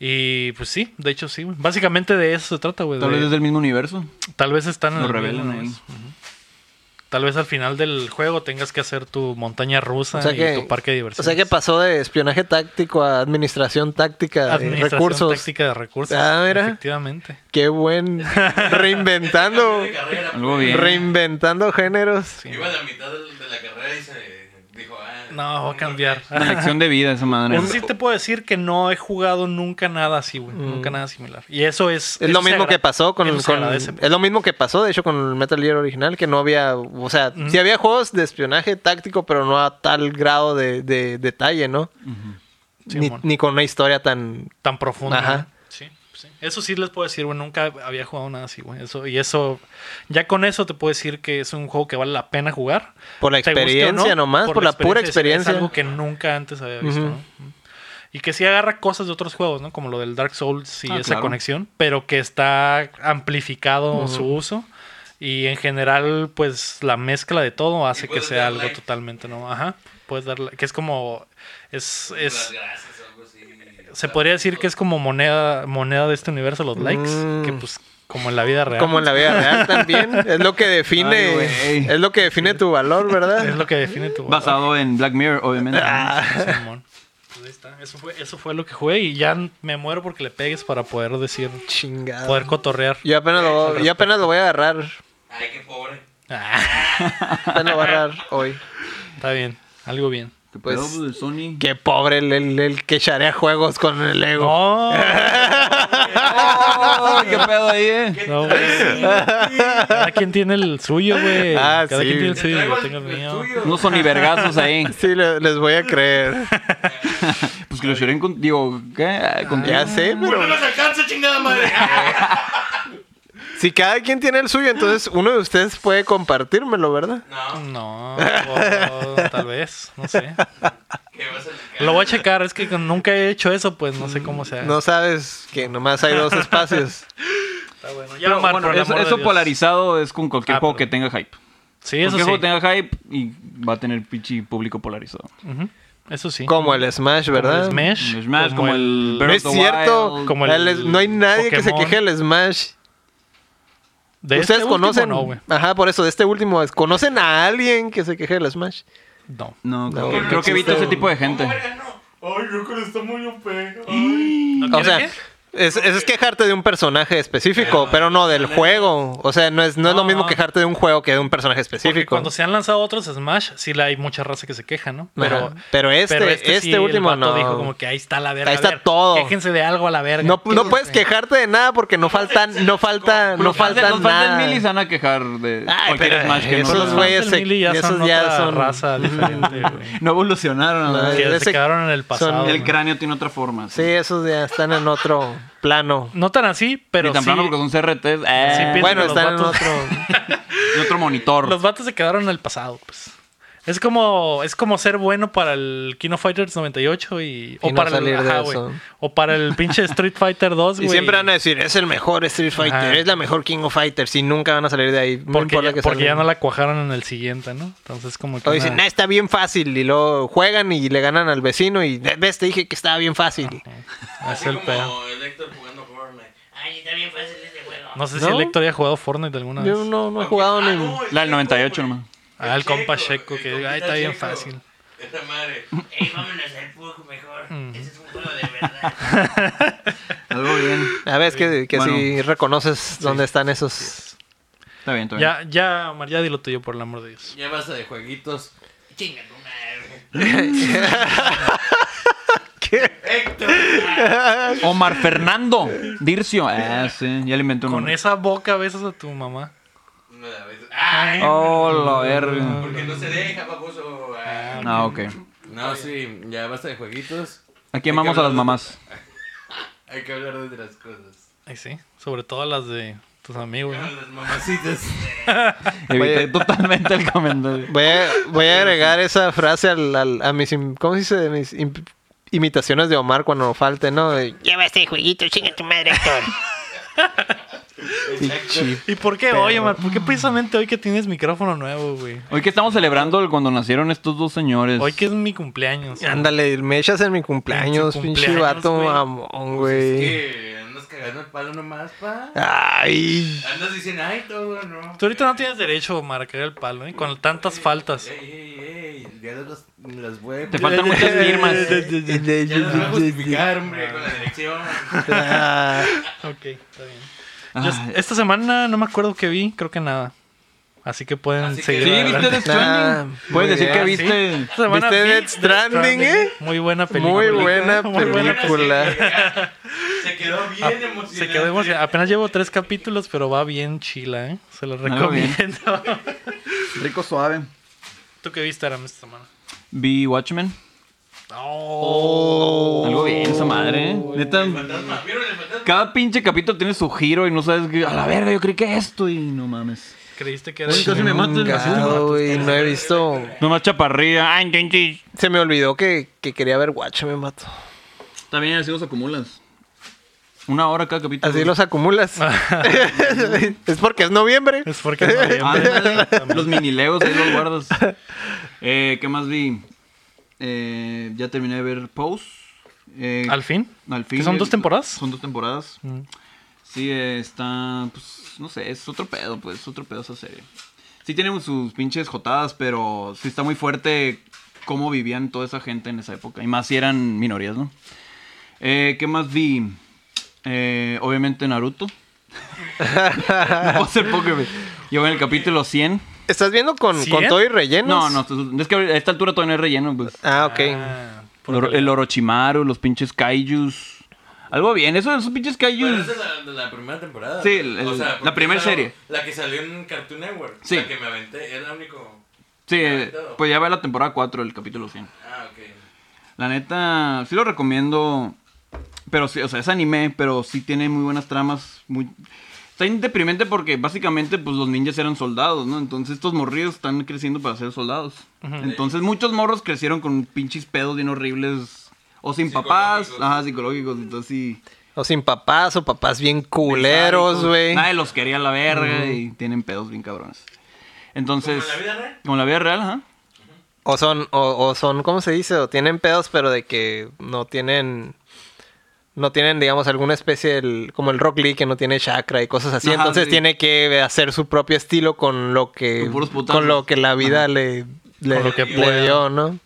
Speaker 3: Y pues sí, de hecho sí. güey. Básicamente de eso se trata, güey.
Speaker 2: Tal
Speaker 3: de-
Speaker 2: vez es del mismo universo.
Speaker 3: Tal vez están en
Speaker 2: Lo
Speaker 3: el
Speaker 2: revelan
Speaker 3: mismo,
Speaker 2: ahí.
Speaker 3: ¿no? Tal vez al final del juego tengas que hacer tu montaña rusa
Speaker 1: O sea,
Speaker 3: y
Speaker 1: que,
Speaker 3: tu parque de
Speaker 1: o
Speaker 3: diversiones.
Speaker 1: sea que pasó de espionaje táctico a administración táctica de
Speaker 3: Administración
Speaker 1: recursos.
Speaker 3: táctica de recursos.
Speaker 1: Ah, mira.
Speaker 3: Efectivamente.
Speaker 1: Qué buen. Reinventando.
Speaker 4: De carrera,
Speaker 2: Algo
Speaker 4: pues.
Speaker 2: bien.
Speaker 1: reinventando géneros.
Speaker 4: Iba a la mitad del- de la carrera y se dijo, ah.
Speaker 3: No, va a cambiar.
Speaker 2: Una lección de vida esa madre.
Speaker 3: Eso sí te puedo decir que no he jugado nunca nada así, güey. Nunca nada similar. Y eso es...
Speaker 1: Mm. Es
Speaker 3: eso
Speaker 1: lo
Speaker 3: se
Speaker 1: mismo
Speaker 3: agra-
Speaker 1: que pasó con,
Speaker 3: eso se
Speaker 1: con-
Speaker 3: agradece, pues.
Speaker 1: es lo mismo que pasó de hecho con el Metal Gear original que no había o sea sí había juegos de espionaje táctico pero no a tal grado de, de detalle no ni,
Speaker 3: Simón.
Speaker 1: ni con una historia tan
Speaker 3: Tan profundo.
Speaker 1: Ajá.
Speaker 3: ¿no? Sí, sí. Eso sí les puedo decir, güey. Nunca había jugado nada así, güey. Eso, y eso... Ya con eso te puedo decir que es un juego que vale la pena jugar.
Speaker 1: por la
Speaker 3: te guste o
Speaker 1: experiencia
Speaker 3: no,
Speaker 1: nomás por, la, pura
Speaker 3: Es
Speaker 1: experiencia
Speaker 3: algo que nunca antes había visto.
Speaker 1: Ujú.
Speaker 3: ¿no? Y que sí agarra cosas de otros juegos, ¿no? Como lo del Dark Souls y
Speaker 2: Ah,
Speaker 3: esa
Speaker 2: claro.
Speaker 3: conexión, pero que está amplificado su uso. Y en general, pues la mezcla de todo hace que
Speaker 4: puedes
Speaker 3: sea
Speaker 4: darle.
Speaker 3: algo totalmente nuevo. Ajá. Puedes darle. Que es como. Es.
Speaker 4: Las
Speaker 3: es
Speaker 4: gracias o algo así.
Speaker 3: se podría decir que es como moneda, moneda de este universo, los likes.
Speaker 1: Mm.
Speaker 3: Que pues, como en la vida real.
Speaker 1: como en la vida real también es lo que
Speaker 2: Ay,
Speaker 1: define
Speaker 2: güey.
Speaker 1: es lo que define tu valor
Speaker 3: Es
Speaker 1: verdad
Speaker 3: lo que define tu
Speaker 2: Basado en Black Mirror, obviamente.
Speaker 3: Simón. Pues ahí está. Eso fue, eso fue lo que jugué y ya me muero porque le pegues para poder decir,
Speaker 1: chingada
Speaker 3: poder cotorrear.
Speaker 1: yo apenas lo yo apenas lo voy a agarrar
Speaker 4: Ay, qué pobre.
Speaker 3: Ah,
Speaker 1: apenas lo voy a agarrar hoy
Speaker 3: está bien, algo bien.
Speaker 2: ¿Qué
Speaker 1: Pues-
Speaker 2: pedo, el Sony?
Speaker 1: Qué pobre el, el, el que charea juegos con el ego.
Speaker 3: No,
Speaker 2: Ay, Oh, ¿Qué pedo ahí, eh?
Speaker 3: no, güey. Cada quien tiene el suyo, güey.
Speaker 1: Ah,
Speaker 3: Cada
Speaker 1: sí.
Speaker 3: quien tiene el
Speaker 1: Te
Speaker 3: suyo, yo
Speaker 4: Traigo
Speaker 3: tengo el mío.
Speaker 4: tuyo.
Speaker 2: Unos Sony vergazos ahí.
Speaker 1: Sí, le- les voy a creer.
Speaker 2: Pues que lo lloré con... Digo, ¿qué? Ah, ¿Con
Speaker 1: Ya sé, pero
Speaker 4: No las alcanza, chingada madre.
Speaker 1: si cada quien tiene el suyo, entonces uno de ustedes puede compartírmelo, ¿verdad?
Speaker 3: No,
Speaker 4: No,
Speaker 3: o- o tal vez, no sé.
Speaker 4: que vas a alcanzar.
Speaker 3: Lo voy a checar, es que nunca he hecho eso, pues no sé cómo sea.
Speaker 1: No sabes que nomás hay dos espacios.
Speaker 3: Está bueno. Ya,
Speaker 2: Pero,
Speaker 3: Omar,
Speaker 2: bueno,
Speaker 3: por el
Speaker 2: eso,
Speaker 3: amor de
Speaker 2: eso
Speaker 3: Dios.
Speaker 2: polarizado es con cualquier
Speaker 3: Ah,
Speaker 2: juego
Speaker 3: perdón.
Speaker 2: que tenga hype.
Speaker 3: Sí,
Speaker 2: cualquier
Speaker 3: eso sí.
Speaker 2: juego tenga hype y va a tener pinche público polarizado.
Speaker 3: Ujú, Eso sí.
Speaker 1: Como el Smash, ¿verdad?
Speaker 3: Como el Smash,
Speaker 2: El Smash, como el
Speaker 1: No es
Speaker 2: Breath of the
Speaker 1: cierto.
Speaker 2: Wild.
Speaker 3: Como el
Speaker 1: El- no hay nadie que se
Speaker 3: Pokémon.
Speaker 1: queje del Smash.
Speaker 3: de
Speaker 1: Ustedes
Speaker 3: este último
Speaker 1: conocen.
Speaker 3: No, güey.
Speaker 1: ajá, por eso, de este último, ¿conocen a alguien que se queje del Smash?
Speaker 3: No.
Speaker 2: No, creo,
Speaker 1: no
Speaker 2: que, creo que he visto
Speaker 1: existe.
Speaker 2: ese tipo de gente.
Speaker 4: Verga, no. Ay, yo creo que está muy OP.
Speaker 1: O sea, es, es- es quejarte de un personaje específico, pero no del juego. O sea, no es, no es lo
Speaker 3: No,
Speaker 1: mismo
Speaker 3: no.
Speaker 1: quejarte de un juego que de un personaje
Speaker 3: Porque
Speaker 1: específico.
Speaker 3: cuando se han lanzado otros Smash, sí la hay mucha raza que se queja, ¿no? Pero,
Speaker 1: Ajá. Pero este- este
Speaker 3: el
Speaker 1: último
Speaker 3: vato
Speaker 1: no.
Speaker 3: dijo como que ahí está la verga.
Speaker 1: Ahí está
Speaker 3: a ver,
Speaker 1: todo.
Speaker 3: Quéjense de algo a la verga.
Speaker 1: No,
Speaker 3: ¿Qué
Speaker 1: no
Speaker 3: guste?
Speaker 1: puedes quejarte de nada porque no faltan, no falta, no falta
Speaker 2: Nos faltan mil y se
Speaker 1: nada.
Speaker 2: van a quejar de
Speaker 1: Ay,
Speaker 2: cualquier
Speaker 1: pero,
Speaker 2: Smash que no
Speaker 1: eh, esos
Speaker 2: sea.
Speaker 1: güeyes
Speaker 3: Los
Speaker 1: se-
Speaker 3: Mili ya
Speaker 1: esos
Speaker 3: son
Speaker 1: ya
Speaker 3: otra
Speaker 1: son-
Speaker 3: raza diferente, güey.
Speaker 2: No evolucionaron.
Speaker 1: No,
Speaker 2: ¿verdad?
Speaker 3: Que se
Speaker 1: ese-
Speaker 3: quedaron en el pasado.
Speaker 1: son
Speaker 2: El
Speaker 3: güey.
Speaker 2: cráneo tiene otra forma.
Speaker 1: Sí, esos ya están en otro, plano.
Speaker 3: No tan así, pero
Speaker 2: Ni tan
Speaker 3: sí.
Speaker 2: plano porque son CRTs. eh,
Speaker 3: Sí, pienso-
Speaker 1: Bueno,
Speaker 3: que los
Speaker 1: están en
Speaker 3: vatos-
Speaker 1: otro.
Speaker 2: y otro monitor.
Speaker 3: Los vatos se quedaron en el pasado, pues. Es como, es como ser bueno para el Kino Fighters 98 y, o
Speaker 1: Y no
Speaker 3: para
Speaker 1: salir
Speaker 3: el
Speaker 1: de
Speaker 3: ajá, güey.
Speaker 1: eso.
Speaker 3: o para el pinche Street Fighter 2,
Speaker 1: Y
Speaker 3: güey.
Speaker 1: siempre van a decir, es el mejor Street Fighter,
Speaker 3: Ajá.
Speaker 1: es la mejor King of Fighters y nunca van a salir de ahí. No
Speaker 3: porque
Speaker 1: importa
Speaker 3: ya,
Speaker 1: que
Speaker 3: porque ya
Speaker 1: salgan.
Speaker 3: no la cuajaron en el siguiente, ¿no? Entonces como que
Speaker 1: O
Speaker 3: una-
Speaker 1: dicen, "Nah, está bien fácil y luego juegan y le ganan al vecino y ves, te dije que estaba bien fácil.
Speaker 3: es el pedo.
Speaker 4: como el Héctor jugando Fortnite. Ay, está bien fácil este juego.
Speaker 3: No sé si
Speaker 1: ¿No?
Speaker 3: el Héctor había jugado Fortnite alguna
Speaker 1: Yo
Speaker 3: vez.
Speaker 1: no, no he jugado
Speaker 4: Ah,
Speaker 1: ni...
Speaker 4: no, el
Speaker 2: La del
Speaker 4: Checo,
Speaker 2: 98
Speaker 4: güey.
Speaker 2: nomás.
Speaker 3: Ah, el compa Checo,
Speaker 4: Checo, el
Speaker 3: que
Speaker 4: compita
Speaker 3: ay, está bien
Speaker 4: Checo.
Speaker 3: fácil. Mm.
Speaker 4: Esa madre.
Speaker 5: Ey, vámonos al poco mejor. Ese es un juego de verdad.
Speaker 2: Algo bien.
Speaker 1: A ver, es que, que
Speaker 2: Bueno.
Speaker 1: sí reconoces dónde están esos...
Speaker 2: Está bien, está bien.
Speaker 3: Ya, ya, Omar, ya di lo tuyo, por el amor de Dios.
Speaker 4: Ya basta de jueguitos.
Speaker 5: Chinga tu madre.
Speaker 4: Héctor.
Speaker 2: Omar Fernando Dircio. Ah, sí. Ya le inventé un
Speaker 3: Con
Speaker 2: nombre.
Speaker 3: esa boca besas a tu mamá.
Speaker 4: No la ves. Ay,
Speaker 2: Oh, la verga.
Speaker 4: porque no se deja, baboso. Ah.
Speaker 2: Ah, ok.
Speaker 4: No, sí, ya basta de jueguitos.
Speaker 2: Aquí amamos a las mamás.
Speaker 4: Hay que hablar de otras cosas.
Speaker 3: Ay, sí. Sobre todo las de tus amigos, ¿no?
Speaker 4: Las mamacitas.
Speaker 2: Evité totalmente el comentario.
Speaker 1: Voy a, voy a agregar esa frase al, al- a mis... im- ¿Cómo se dice? Mis im- imitaciones de Omar cuando falte, ¿no? De-
Speaker 6: Ya basta de jueguito, chinga tu madre, Héctor.
Speaker 3: ¿Y por qué hoy, Omar? ¿Por qué precisamente hoy que tienes micrófono nuevo, güey?
Speaker 2: Hoy que estamos celebrando el cuando nacieron estos dos señores.
Speaker 3: Hoy que es mi cumpleaños.
Speaker 1: Ándale, me echas en mi cumpleaños,
Speaker 3: Pinche
Speaker 1: pinche
Speaker 3: cumpleaños,
Speaker 1: vato
Speaker 3: güey.
Speaker 1: mamón,
Speaker 4: Es
Speaker 1: güey.
Speaker 4: que andas cagando el palo nomás, pa.
Speaker 1: Ay,
Speaker 4: Andas diciendo, ay, todo, no.
Speaker 3: Tú ahorita no tienes derecho, Omar, a caer el palo, ¿eh? Con tantas faltas.
Speaker 4: Ey, ey, ey, ya las, las voy a...
Speaker 2: Te faltan muchas firmas.
Speaker 4: Ya las voy a justificar, hombre, con la dirección.
Speaker 1: Ah,
Speaker 3: Ok, está bien.
Speaker 2: Ay.
Speaker 3: Yo es- esta semana no me acuerdo qué vi, creo que nada. Así que pueden
Speaker 4: Así que-
Speaker 3: seguir.
Speaker 2: Sí,
Speaker 3: adelante.
Speaker 2: viste Death Stranding.
Speaker 1: Nah, muy
Speaker 2: Puedes decir
Speaker 1: bien.
Speaker 2: que
Speaker 3: Sí.
Speaker 2: viste.
Speaker 3: Esta semana
Speaker 1: ¿Viste
Speaker 3: vi
Speaker 1: Death Stranding, eh?
Speaker 3: Muy buena película.
Speaker 1: Muy buena
Speaker 3: buena
Speaker 1: película. Película.
Speaker 4: Se quedó bien
Speaker 3: Ah,
Speaker 4: emocionante.
Speaker 3: Se quedó emocionado. Apenas llevo tres capítulos, pero va bien chila, ¿eh? Se los
Speaker 2: Ah, bien.
Speaker 3: recomiendo.
Speaker 2: Rico suave.
Speaker 3: ¿Tú qué viste, Aram, esta semana?
Speaker 2: Vi Watchmen.
Speaker 3: Oh.
Speaker 2: Algo bien, esa madre. ¿eh? Neta,
Speaker 4: Fantasma, ¿vieron el fantasma?
Speaker 2: cada pinche capítulo tiene su giro y no sabes. que- A la verga, yo creí que esto y no mames.
Speaker 3: Creíste que era
Speaker 2: Oye, casi me matan,
Speaker 1: chingado,
Speaker 2: así me matan.
Speaker 1: güey, no he visto.
Speaker 2: Nomás chaparrilla. Ay, ay, ay.
Speaker 1: Se me olvidó que, que quería ver Watchmen, mato.
Speaker 2: También así los acumulas. Una hora cada capítulo.
Speaker 1: Así los acumulas. es porque es noviembre.
Speaker 3: Es porque es noviembre.
Speaker 2: Ándale, Ah, los minileos ahí los guardas. Eh, ¿Qué más vi? Eh, ya terminé de ver Pose. Eh,
Speaker 3: ¿Al fin?
Speaker 2: al fin.
Speaker 3: ¿Que son
Speaker 2: eh,
Speaker 3: dos temporadas?
Speaker 2: Son dos temporadas.
Speaker 3: Mm.
Speaker 2: Sí, eh, está. Pues no sé, es otro pedo, pues. Es otro pedo esa serie. Sí, tienen sus pinches jotadas, pero sí está muy fuerte cómo vivían toda esa gente en esa época. Y más si eran minorías, ¿no? Eh, ¿Qué más vi? Eh, obviamente Naruto. no, hace poco, güey. Yo en el capítulo 100.
Speaker 1: ¿Estás viendo con,
Speaker 3: ¿Sí,
Speaker 1: con
Speaker 3: eh?
Speaker 1: todo y rellenos?
Speaker 2: No, no, es que a esta altura todavía no hay relleno, pues.
Speaker 1: Ah, ok.
Speaker 3: Ah,
Speaker 2: El, Oro- el Orochimaru, los pinches kaijus. Algo bien, eso, esos pinches
Speaker 4: Pero esa
Speaker 2: kaijus.
Speaker 4: es la, de la primera temporada.
Speaker 2: Sí, el- el- la
Speaker 4: porque
Speaker 2: primer
Speaker 4: esa-
Speaker 2: serie.
Speaker 4: La que salió en Cartoon Network.
Speaker 2: Sí.
Speaker 4: La que me aventé, era la único...
Speaker 2: Sí, eh, pues ya va la temporada 4 del capítulo 100.
Speaker 4: Ah, ok.
Speaker 2: La neta, sí lo recomiendo. Pero sí, o sea, es anime, pero sí tiene muy buenas tramas. Muy... Está bien deprimente porque básicamente pues los ninjas eran soldados, ¿no? Entonces estos morridos están creciendo para ser soldados. Entonces muchos morros crecieron con pinches pedos bien horribles. O sin papás,
Speaker 4: Psicológicos.
Speaker 2: ajá, psicológicos, entonces sí.
Speaker 1: O sin papás, o papás bien culeros,
Speaker 2: Sádico.
Speaker 1: güey.
Speaker 2: Nadie los quería a la verga y tienen pedos bien cabrones. Entonces,
Speaker 4: ¿Como en la vida real?
Speaker 2: como en la vida real, ajá.
Speaker 1: O son, o, o son, ¿cómo se dice? O tienen pedos, pero de que no tienen. No tienen, digamos, alguna especie del- como el Rock Lee que no tiene chakra y cosas así.
Speaker 2: Ajá,
Speaker 1: Entonces
Speaker 2: sí.
Speaker 1: tiene que hacer su propio estilo con lo que.
Speaker 2: Con puros putazos.
Speaker 1: Con lo que la vida le, le,
Speaker 3: Con lo que
Speaker 1: le
Speaker 3: pueda.
Speaker 1: dio, ¿no?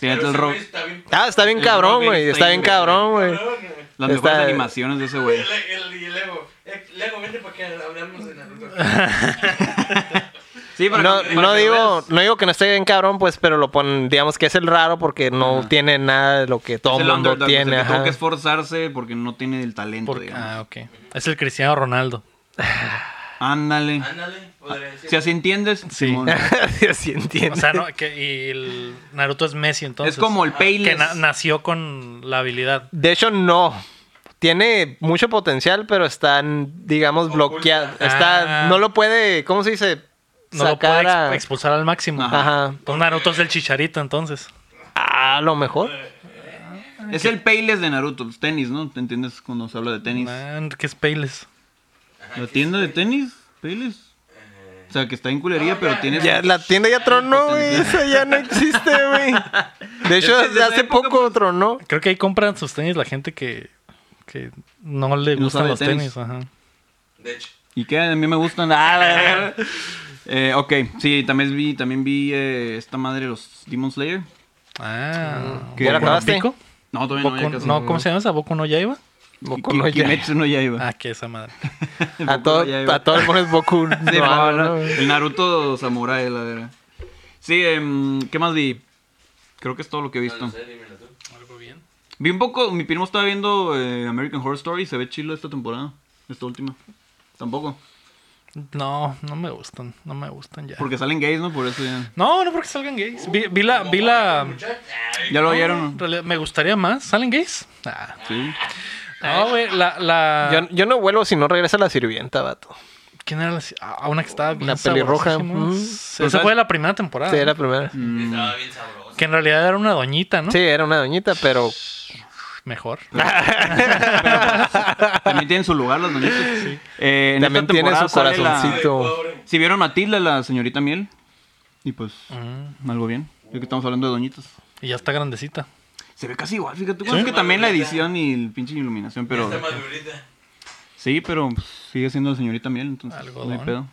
Speaker 2: Sí, neta,
Speaker 4: Pero
Speaker 2: el
Speaker 4: ese
Speaker 2: ro-
Speaker 4: güey está bien...
Speaker 1: Ah, está bien
Speaker 2: El Rock
Speaker 1: cabrón,
Speaker 2: Lee
Speaker 1: güey.
Speaker 2: está
Speaker 1: Está bien
Speaker 2: bien
Speaker 1: cabrón, güey.
Speaker 4: cabrón, güey.
Speaker 2: las mejores
Speaker 1: está-
Speaker 2: animaciones de ese güey.
Speaker 3: Pues.
Speaker 4: El, el, y el Lego. Eh, Lego, vente para que hablamos de Naruto.
Speaker 2: Sí, para
Speaker 1: No,
Speaker 2: que- para
Speaker 1: no
Speaker 2: que
Speaker 1: digo,
Speaker 2: veas.
Speaker 1: no digo que no esté bien cabrón, pues, pero lo ponen, digamos que es el raro porque no tiene nada de lo que todo
Speaker 2: Es el
Speaker 1: mundo
Speaker 2: underdog,
Speaker 1: tiene.
Speaker 2: o sea, que
Speaker 1: ajá.
Speaker 2: tuvo que esforzarse porque no tiene el talento,
Speaker 3: porque-
Speaker 2: digamos.
Speaker 3: ah, ok. Es el Cristiano Ronaldo.
Speaker 2: Ándale.
Speaker 4: Ándale, podría decir.
Speaker 2: Si así entiendes.
Speaker 3: Sí.
Speaker 2: Simón.
Speaker 1: sí entiendo.
Speaker 3: O sea, no, que, y el Naruto es Messi, entonces. Ah,
Speaker 2: es como el
Speaker 3: Que
Speaker 2: Payless.
Speaker 3: na- nació con la habilidad.
Speaker 1: De hecho, no. tiene mucho potencial, pero están, digamos,
Speaker 4: Oculta.
Speaker 1: bloqueado. Está,
Speaker 3: Ah.
Speaker 1: no lo puede, ¿cómo se dice?
Speaker 3: No lo puede
Speaker 1: a-
Speaker 3: ex- expulsar al máximo.
Speaker 1: Ajá.
Speaker 3: Pues Naruto es el chicharito, entonces.
Speaker 1: a lo mejor.
Speaker 2: Es el Payless de Naruto, los tenis, ¿no? ¿Te entiendes cuando se habla de tenis?
Speaker 3: Man, qué es Payless.
Speaker 2: ¿La tienda de tenis? ¿Payless? O sea, que está en culería, pero tiene...
Speaker 1: Ya, la tienda ya tronó, güey. Esa ya no existe, güey. De hecho,
Speaker 2: Es que desde
Speaker 1: hace
Speaker 2: esa época,
Speaker 1: poco tronó.
Speaker 3: Creo que ahí compran sus tenis la gente que, que no le
Speaker 2: No
Speaker 3: gustan
Speaker 2: sabe
Speaker 3: los
Speaker 2: tenis.
Speaker 3: tenis. Ajá.
Speaker 4: De hecho,
Speaker 2: ¿Y qué? A mí me gustan. Ah, la verga. Eh, ok, sí, también vi, también vi eh, esta madre, los Demon Slayer.
Speaker 3: Ah.
Speaker 1: ¿Que ya la
Speaker 3: ¿Boku no
Speaker 1: acabaste?
Speaker 3: Pico?
Speaker 2: No, todavía no
Speaker 3: Boku-
Speaker 2: había casi.
Speaker 3: no, ¿Cómo se llama esa? ¿Boku no Yaiba?
Speaker 1: Boku
Speaker 2: Ki-
Speaker 1: no ya.
Speaker 2: Kimetsu no Yaiba.
Speaker 3: Ah, que esa madre.
Speaker 1: A,
Speaker 2: Boku
Speaker 1: todo,
Speaker 2: no Yaiba.
Speaker 1: a todo le pones Boku. no,
Speaker 2: Sí, no, no,
Speaker 1: no, güey.
Speaker 2: El Naruto Samurai, la verdad. Sí, em, ¿qué más vi? Creo que es todo lo que he visto.
Speaker 4: no sé, dímelo tú.
Speaker 3: Algo bien.
Speaker 2: Vi un poco, mi primo estaba viendo eh, American Horror Story, se ve chilo esta temporada, esta última. Tampoco.
Speaker 3: No, no me gustan. No me gustan ya.
Speaker 2: Porque salen gays, ¿no? Por eso ya.
Speaker 3: No, no porque salgan gays. Vi, vi la. Vi la
Speaker 2: ¿Ya lo
Speaker 3: en
Speaker 2: oyeron?
Speaker 3: realidad, me gustaría más. ¿Salen gays? Ah.
Speaker 2: Sí.
Speaker 3: No, güey. La. la...
Speaker 1: Yo, yo no vuelvo si no regresa la sirvienta, vato.
Speaker 3: ¿Quién era la.? ci- Ah, una que estaba bien.
Speaker 1: La pelirroja.
Speaker 3: sabrosísima.
Speaker 1: Ujú.
Speaker 3: Esa
Speaker 2: Total.
Speaker 3: fue Pues la primera temporada.
Speaker 1: Sí, era primera.
Speaker 4: Estaba bien sabroso.
Speaker 3: Que en realidad era una doñita, ¿no?
Speaker 1: Sí, era una doñita, pero
Speaker 3: Mejor.
Speaker 2: También tienen su lugar las doñitas. Eh, en
Speaker 1: también
Speaker 2: esta
Speaker 1: tiene
Speaker 2: temporada
Speaker 1: su
Speaker 2: sale la-
Speaker 1: corazoncito.
Speaker 4: Pobre.
Speaker 2: Si vieron Matilda, la señorita Miel. Y pues, algo bien. Ya que estamos hablando de doñitas.
Speaker 3: Mm, Y ya está grandecita.
Speaker 2: Se ve casi igual, fíjate. Bueno, es que también la edición y el pinche iluminación, pero...
Speaker 4: Esta madurita.
Speaker 2: Sí, pero pues, sigue siendo la señorita Miel, entonces
Speaker 3: Algodón.
Speaker 2: no hay pedo.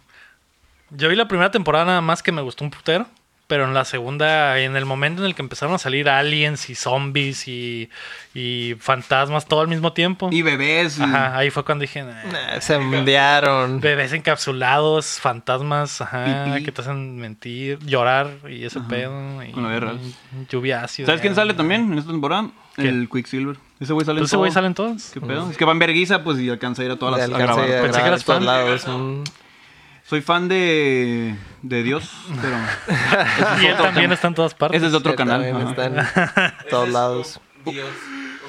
Speaker 3: Yo vi la primera temporada nada más que me gustó un putero. Pero en la segunda, en el momento en el que empezaron a salir aliens y zombies y, y fantasmas todo al mismo tiempo.
Speaker 2: Y bebés. y-
Speaker 3: Ajá, ahí fue cuando dije, "Nah,
Speaker 1: Nah, eh, se mundearon.
Speaker 3: bebés encapsulados, fantasmas, ajá,
Speaker 2: Pipí.
Speaker 3: que te hacen mentir, llorar y ese pedo. Y,
Speaker 2: Con la guerra.
Speaker 3: y lluvia ácida.
Speaker 2: ¿Sabes quién sale también en esta temporada?
Speaker 3: ¿Quién?
Speaker 2: El Quicksilver. Ese güey sale en
Speaker 3: Entonces,
Speaker 2: todo.
Speaker 3: güey, salen todos.
Speaker 2: ¿Qué pedo? Es que va en verguiza, pues, y alcanza a ir a todas
Speaker 1: Le
Speaker 2: las a
Speaker 1: alcancé
Speaker 2: grabar.
Speaker 1: a
Speaker 3: Pensé
Speaker 1: grabar
Speaker 3: que eras
Speaker 1: a todos
Speaker 3: fan.
Speaker 1: lados. mm.
Speaker 2: Soy fan de... de Dios, pero...
Speaker 3: Y él también está en todas partes.
Speaker 2: Ese es de otro
Speaker 1: Sí,
Speaker 2: canal.
Speaker 1: también
Speaker 2: ajá.
Speaker 1: está en todos lados.
Speaker 4: Dios.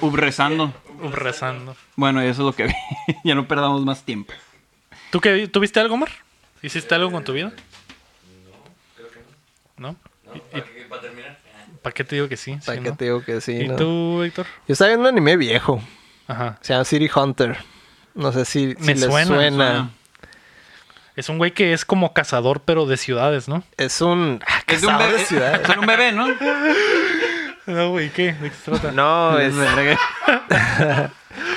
Speaker 2: Ub rezando.
Speaker 3: rezando.
Speaker 2: Bueno, eso es lo que vi. ya no perdamos más tiempo.
Speaker 3: ¿Tú, qué, vi- ¿Tú viste algo, Mar? ¿Hiciste algo con tu vida? No,
Speaker 4: No, para, que- para terminar.
Speaker 3: ¿Para qué te digo que sí?
Speaker 1: ¿Para
Speaker 3: Sí,
Speaker 1: qué
Speaker 3: ¿no?
Speaker 1: te digo que sí?
Speaker 3: ¿Y
Speaker 1: no?
Speaker 3: tú, Héctor?
Speaker 1: Yo estaba viendo un anime viejo.
Speaker 3: Ajá.
Speaker 1: Se llama City Hunter. No sé si, si
Speaker 3: Me
Speaker 1: les
Speaker 3: suena,
Speaker 1: suena.
Speaker 3: me Es un güey que es como cazador, pero de ciudades, ¿no?
Speaker 1: Es un. ah,
Speaker 2: Es de un
Speaker 1: cazador
Speaker 2: bebé.
Speaker 1: de ciudades.
Speaker 2: Sale un bebé, ¿no?
Speaker 3: No, güey, ¿qué? ¿De qué se trata?
Speaker 1: No, es.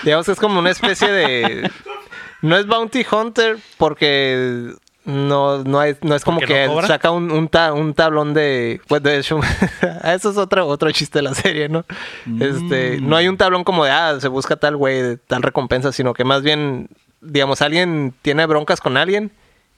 Speaker 1: digamos que es como una especie de. No es Bounty Hunter porque. No, no, hay- no es como
Speaker 3: ¿Porque
Speaker 1: que
Speaker 3: no cobra?
Speaker 1: saca un, un, ta- un tablón de... Pues de hecho, eso es otro, otro chiste de la serie, ¿no? Este, no hay un tablón como de, ah, se busca tal güey, de tal recompensa, sino que más bien, digamos, alguien tiene broncas con alguien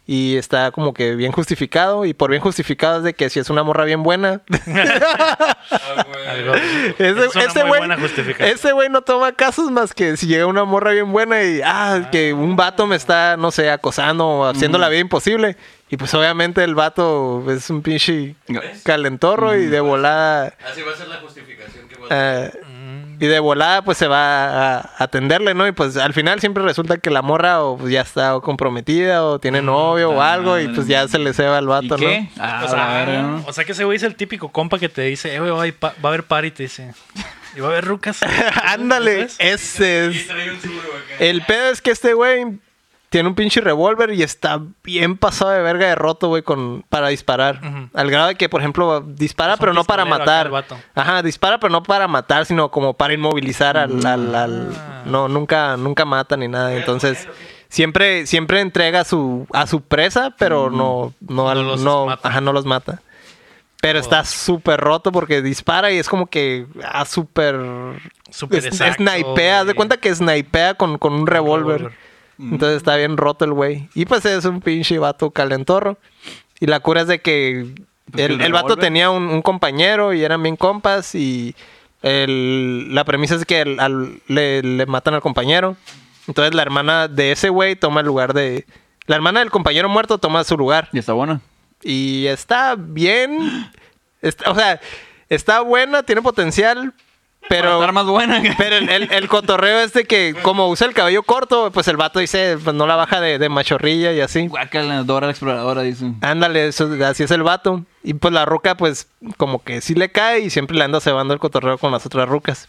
Speaker 1: y está como que bien justificado y por bien justificado es de que si es una morra bien buena,
Speaker 4: Ah, güey.
Speaker 3: Algo-
Speaker 1: ese,
Speaker 3: es una
Speaker 1: ese
Speaker 3: muy
Speaker 1: güey,
Speaker 3: buena justificación.
Speaker 1: ese güey no toma casos más que si llega una morra bien buena y, ah, que un vato me está, no sé, acosando o haciendo
Speaker 2: Mm.
Speaker 1: la vida imposible. Y pues obviamente el vato es un pinche
Speaker 2: ¿Ves? Mm.
Speaker 1: calentorro y de volada,
Speaker 4: Así va a ser la justificación que va a tener.
Speaker 1: eh,
Speaker 3: Mm.
Speaker 1: y de volada pues se va a atenderle, ¿no? Y pues al final siempre resulta que la morra o pues, ya está o comprometida o tiene
Speaker 3: Mm,
Speaker 1: novio o
Speaker 2: Ah,
Speaker 1: algo y pues ya se le ceba al
Speaker 2: ¿Y
Speaker 1: vato,
Speaker 2: qué?
Speaker 1: ¿no?
Speaker 2: Ah,
Speaker 3: O sea,
Speaker 2: la verga, ¿no?
Speaker 3: o sea que ese güey es el típico compa que te dice, eh, güey, va a haber pa- va a haber party, te dice. Y va a haber rucas.
Speaker 1: Ándale,
Speaker 3: ¿Sabes?
Speaker 1: ese es...
Speaker 4: Y trae un seguro acá.
Speaker 1: El pedo es que este güey tiene un pinche revólver y está bien pasado de verga de roto, güey, con, para disparar.
Speaker 3: Ujú.
Speaker 1: Al grado de que, por ejemplo, dispara
Speaker 3: Es un
Speaker 1: pero no para
Speaker 3: pistolero acá
Speaker 1: matar.
Speaker 3: el vato.
Speaker 1: Ajá, dispara pero no para matar, sino como para inmovilizar al...
Speaker 3: Ah.
Speaker 1: al- al- no, nunca, nunca mata ni nada. Entonces, siempre, siempre entrega a su, a su presa, pero no, no, al-
Speaker 3: los
Speaker 1: no-
Speaker 3: mata.
Speaker 1: ajá, no los mata. Pero está súper roto porque dispara y es como que a súper...
Speaker 3: Súper
Speaker 1: es-
Speaker 3: exacto,
Speaker 1: Snipea, haz de
Speaker 3: güey.
Speaker 1: cuenta que snipea con, con un revólver.
Speaker 3: revólver.
Speaker 1: Entonces está bien roto el güey. Y pues es un pinche vato calentorro. Y la cura es de que
Speaker 2: Pues que
Speaker 1: el,
Speaker 2: el
Speaker 1: el vato
Speaker 2: revólver.
Speaker 1: tenía un, un compañero y eran bien compas y el- la premisa es que el- al- le, le matan al compañero. Entonces la hermana de ese güey toma el lugar de... La hermana del compañero muerto toma su lugar.
Speaker 2: Y está buena.
Speaker 1: Y está bien. Está- o sea, está buena, tiene potencial.
Speaker 2: Para
Speaker 1: Pero,
Speaker 2: estar más buena.
Speaker 1: pero el, el- el cotorreo este que, como usa el cabello corto, pues el vato dice, pues no la baja de, de machorrilla y así.
Speaker 2: Guácala, Dora la exploradora, dicen.
Speaker 1: Ándale, eso, así es el vato. Y pues la ruca, pues, como que sí le cae y siempre le anda cebando el cotorreo con las otras rucas.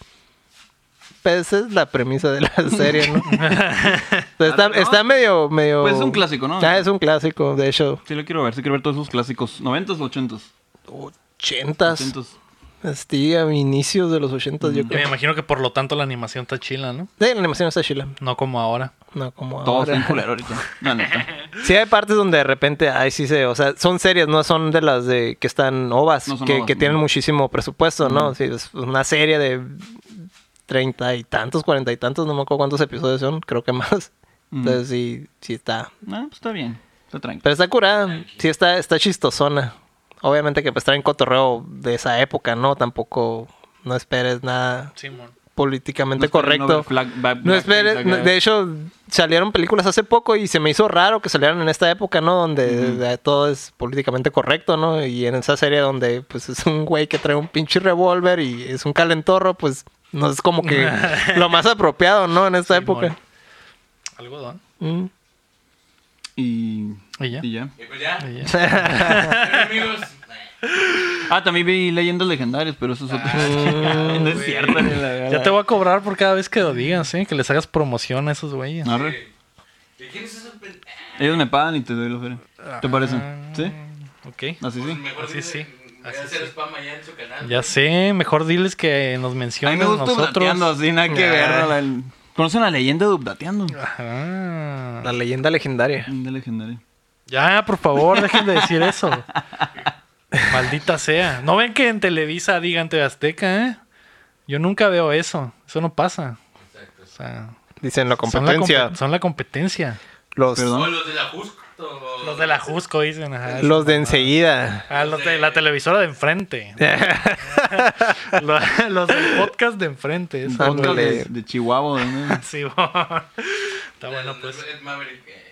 Speaker 1: Pues esa es la premisa de la serie, ¿no? Entonces, está, está medio, medio.
Speaker 2: Pues es un clásico, ¿no?
Speaker 1: Ah, es un clásico, de hecho.
Speaker 2: Sí, lo quiero ver. Sí, quiero ver todos esos clásicos. ¿90s o 80s?
Speaker 1: Ochentas.
Speaker 2: 80s.
Speaker 1: Sí, a inicios de los ochentas, yo
Speaker 3: Me
Speaker 1: creo.
Speaker 3: imagino que por lo tanto la animación está chila, ¿no?
Speaker 1: Sí, la animación está chila.
Speaker 3: No como ahora.
Speaker 1: No, como
Speaker 2: Todos en
Speaker 1: ahora.
Speaker 2: culero ahorita. La neta. Ah,
Speaker 1: Sí, hay partes donde de repente, ay, sí se, o sea, son series, no son de las de que están ovas,
Speaker 2: No son
Speaker 1: que,
Speaker 2: ovas,
Speaker 1: que
Speaker 2: no.
Speaker 1: tienen muchísimo presupuesto, ¿no? Sí, es una serie de treinta y tantos, cuarenta y tantos, no me acuerdo cuántos episodios son, creo que más. Entonces sí, sí está.
Speaker 2: No, pues está bien. Está tranquilo.
Speaker 1: Pero está curada, sí está, está chistosona. Obviamente que pues traen cotorreo de esa época, ¿no? Tampoco no esperes nada
Speaker 3: Simón.
Speaker 1: políticamente
Speaker 2: No esperes no
Speaker 1: correcto.
Speaker 2: ver Flag- Black-
Speaker 1: No
Speaker 2: Black
Speaker 1: esperes,
Speaker 2: Panther,
Speaker 1: no- de hecho salieron películas hace poco y se me hizo raro que salieran en esta época, ¿no? Donde eh, todo es políticamente correcto, ¿no? Y en esa serie donde pues es un güey que trae un pinche revólver y es un calentorro, pues no es como que lo más apropiado, ¿no? En esta
Speaker 3: Simón.
Speaker 1: época.
Speaker 3: Algodón.
Speaker 1: Mm.
Speaker 2: Y...
Speaker 3: Y ya.
Speaker 2: y ya.
Speaker 4: Y pues ya,
Speaker 3: Y ya.
Speaker 4: bueno, amigos.
Speaker 2: Ah, también vi Leyendas Legendarias, pero eso es otro.
Speaker 1: Ah,
Speaker 2: no es cierto. ni la-
Speaker 3: Ya te voy a cobrar por cada vez que lo digas, ¿eh? Que les hagas promoción a esos güeyes.
Speaker 2: Arre.
Speaker 4: ¿Y quién es ese Ah, pendejo?
Speaker 2: Ellos me pagan y te doy la feria. ¿Te parece? ¿Sí?
Speaker 3: Ok.
Speaker 2: Así sí.
Speaker 4: Mejor
Speaker 3: Así
Speaker 4: dile,
Speaker 3: sí,
Speaker 4: voy a
Speaker 3: así
Speaker 4: hacer
Speaker 3: sí.
Speaker 4: spam allá en su canal.
Speaker 3: Ya sé, mejor diles que nos
Speaker 2: A mí
Speaker 3: mencionen
Speaker 2: me gusta dubdateando,
Speaker 3: nosotros.
Speaker 2: así nada que
Speaker 3: Ah.
Speaker 2: ver. ¿no? La- el- ¿Conocen la leyenda de dubdateando?
Speaker 3: Ah.
Speaker 1: La leyenda legendaria.
Speaker 2: Leyenda legendaria.
Speaker 3: Ya, por favor, dejen de decir eso. Maldita sea. ¿No ven que en Televisa digan TV Azteca, eh? Yo nunca veo eso. Eso no pasa. O sea,
Speaker 1: Dicen la
Speaker 3: son la
Speaker 1: competencia.
Speaker 3: compe- Son la competencia.
Speaker 1: Los,
Speaker 2: Perdón.
Speaker 4: O los de la Justo.
Speaker 3: Los de la Jusco dicen. ajá,
Speaker 1: los de
Speaker 3: esa mamada.
Speaker 1: enseguida.
Speaker 3: Ah, los de la televisora de enfrente. Lo- los del podcast de enfrente. eso.
Speaker 1: Ándale.
Speaker 2: Podcast de, de Chihuahua. ¿no?
Speaker 3: Sí, bo. Está bueno, pues.
Speaker 4: Ed Maverick. eh,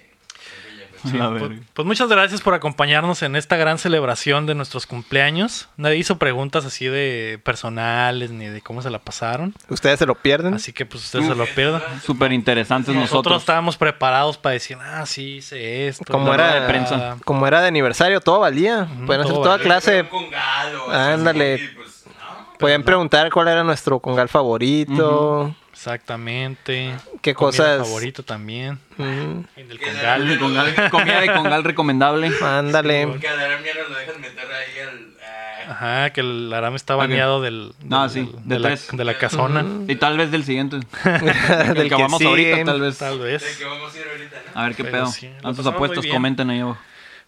Speaker 4: aquella, pues.
Speaker 2: La
Speaker 3: Pues,
Speaker 2: verga.
Speaker 3: pues muchas gracias por acompañarnos en esta gran celebración de nuestros cumpleaños. Nadie hizo preguntas así de personales ni de cómo se la pasaron.
Speaker 1: Ustedes se lo pierden.
Speaker 3: Así que pues ustedes se lo pierdan.
Speaker 2: Súper interesantes
Speaker 3: Nosotros,
Speaker 2: nosotros.
Speaker 3: estábamos preparados para decir, ah, sí, hice esto.
Speaker 1: Como
Speaker 3: la
Speaker 1: era-
Speaker 3: rueda de prensa.
Speaker 1: Como era de aniversario, todo valía. Pueden hacer
Speaker 3: todo
Speaker 1: toda
Speaker 3: valía.
Speaker 1: clase.
Speaker 4: Con galo, así,
Speaker 1: Ándale.
Speaker 4: y, pues, no.
Speaker 1: Podían preguntar cuál era nuestro congal favorito.
Speaker 3: Exactamente.
Speaker 1: ¿Qué
Speaker 3: Comida
Speaker 1: cosas?
Speaker 3: favorito también.
Speaker 1: Mm.
Speaker 3: El del
Speaker 4: Que la-
Speaker 3: congal.
Speaker 2: De congal- comida de congal recomendable.
Speaker 1: Ándale.
Speaker 4: Porque a Darán ya no lo dejan meter ahí al. ah,
Speaker 3: Ajá, que el arame está
Speaker 2: Ok.
Speaker 3: bañado del, del-
Speaker 2: No, sí,
Speaker 3: del-
Speaker 2: de
Speaker 3: de, la,
Speaker 2: tres.
Speaker 3: de la casona.
Speaker 2: Y tal vez del siguiente. Del
Speaker 1: Del
Speaker 2: que
Speaker 1: que
Speaker 2: vamos
Speaker 1: sigue.
Speaker 2: ahorita, tal vez.
Speaker 3: Tal
Speaker 4: de
Speaker 3: vez.
Speaker 4: que vamos a ir ahorita, ¿no?
Speaker 2: A ver qué
Speaker 3: Pero
Speaker 2: pedo.
Speaker 3: sí, la
Speaker 2: A sus
Speaker 3: pasamos muy
Speaker 2: apuestos,
Speaker 3: bien.
Speaker 2: comenten ahí abajo.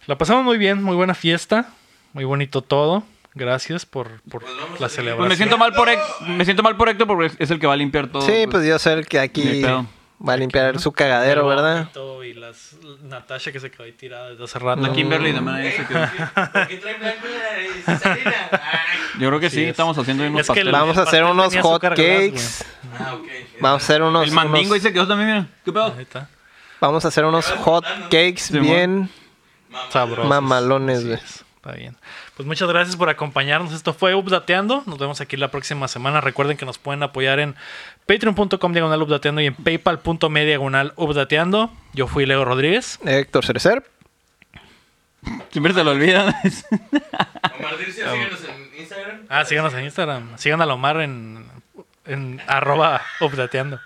Speaker 3: La pasamos muy bien, muy buena fiesta, muy bonito todo. Gracias por, por
Speaker 4: Pues vamos
Speaker 3: la
Speaker 4: a seguir.
Speaker 3: celebración.
Speaker 2: Pues me siento mal por Héctor, me siento mal por Héctor porque es el que va a limpiar todo.
Speaker 1: Sí, pues yo sé el que
Speaker 2: Ni
Speaker 1: aquí
Speaker 2: pedo.
Speaker 1: va a limpiar su cagadero, ¿verdad?
Speaker 3: Y las Natasha que se quedó ahí tirada desde hace rato.
Speaker 2: La Kimberly también ahí se quedó.
Speaker 4: ¿Por qué trae blanco la eh, Cesarina? Ay.
Speaker 2: Yo creo que sí,
Speaker 3: es.
Speaker 2: estamos haciendo ahí unos
Speaker 3: Es que el-
Speaker 2: pasteles.
Speaker 1: Vamos a hacer
Speaker 3: pastel
Speaker 1: unos
Speaker 3: tenía
Speaker 1: hot
Speaker 3: azúcar glass,
Speaker 1: cakes.
Speaker 4: Ah, ok.
Speaker 1: Vamos a hacer unos.
Speaker 2: El mandingo
Speaker 1: unos-
Speaker 2: dice que yo también, mira. ¿Qué pedo?
Speaker 3: Ahí está.
Speaker 1: Vamos a hacer unos hot cakes
Speaker 2: Simón.
Speaker 1: bien.
Speaker 3: Sabrosos.
Speaker 1: Mamalones,
Speaker 3: Así
Speaker 1: güey.
Speaker 3: es. Está bien. Pues muchas gracias por acompañarnos. Esto fue Updateando. Nos vemos aquí la próxima semana. Recuerden que nos pueden apoyar en patreon.com diagonal updateando y en paypal.me diagonal updateando. Yo fui Leo Rodríguez.
Speaker 1: Héctor Cerecer.
Speaker 2: Siempre se lo olvidan.
Speaker 4: Omar
Speaker 2: Ah.
Speaker 4: Dircio, síguenos en Instagram.
Speaker 3: Ah, síganos en Instagram. Sigan a Lomar en, en arroba updateando.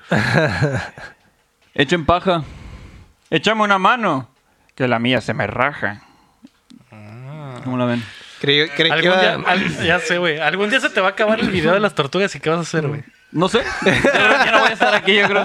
Speaker 2: Echen paja. Échame una mano. Que la mía se me raja.
Speaker 3: Ah.
Speaker 2: ¿Cómo la ven?
Speaker 1: Creí, creí que
Speaker 3: Algún
Speaker 1: iba-
Speaker 3: día, al- ya sé, güey. Algún día se te va a acabar el video de las tortugas y qué vas a hacer, güey.
Speaker 2: No sé. Ya, ya no voy a estar aquí, yo creo.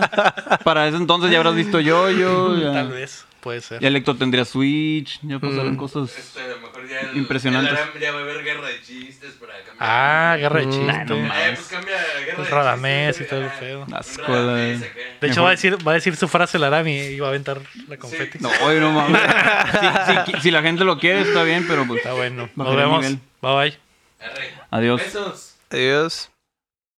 Speaker 2: Para ese entonces ya habrás visto yo, yo. Ya,
Speaker 3: Tal vez. Mm. Puede ser.
Speaker 2: Mm. ya el Héctor tendría Switch. Ya pasaron cosas.
Speaker 4: Este, a lo mejor ya el-
Speaker 2: Impresionantes.
Speaker 4: el Aram ya va a haber guerra de chistes para cambiar.
Speaker 3: Ah, guerra de
Speaker 2: Mm, Nah,
Speaker 3: chiste.
Speaker 2: no
Speaker 4: Ah, pues cambia guerra de
Speaker 3: Pues
Speaker 4: chistes.
Speaker 3: Radamés y
Speaker 4: güey.
Speaker 3: todo el
Speaker 4: Ah,
Speaker 3: pedo.
Speaker 2: Asco,
Speaker 4: un
Speaker 2: la-
Speaker 4: Radamés acá.
Speaker 3: De hecho,
Speaker 2: Mejor-
Speaker 3: va a decir, va a decir su frase la Arami y va a aventar la confeti.
Speaker 2: No, hoy no mames. Si, si- si la gente lo quiere, está bien, pero pues.
Speaker 3: Está bueno. Nos
Speaker 2: Bajaré el
Speaker 3: vemos.
Speaker 2: nivel.
Speaker 3: Bye bye.
Speaker 4: Arre.
Speaker 2: Adiós.
Speaker 4: Besos.
Speaker 1: Adiós.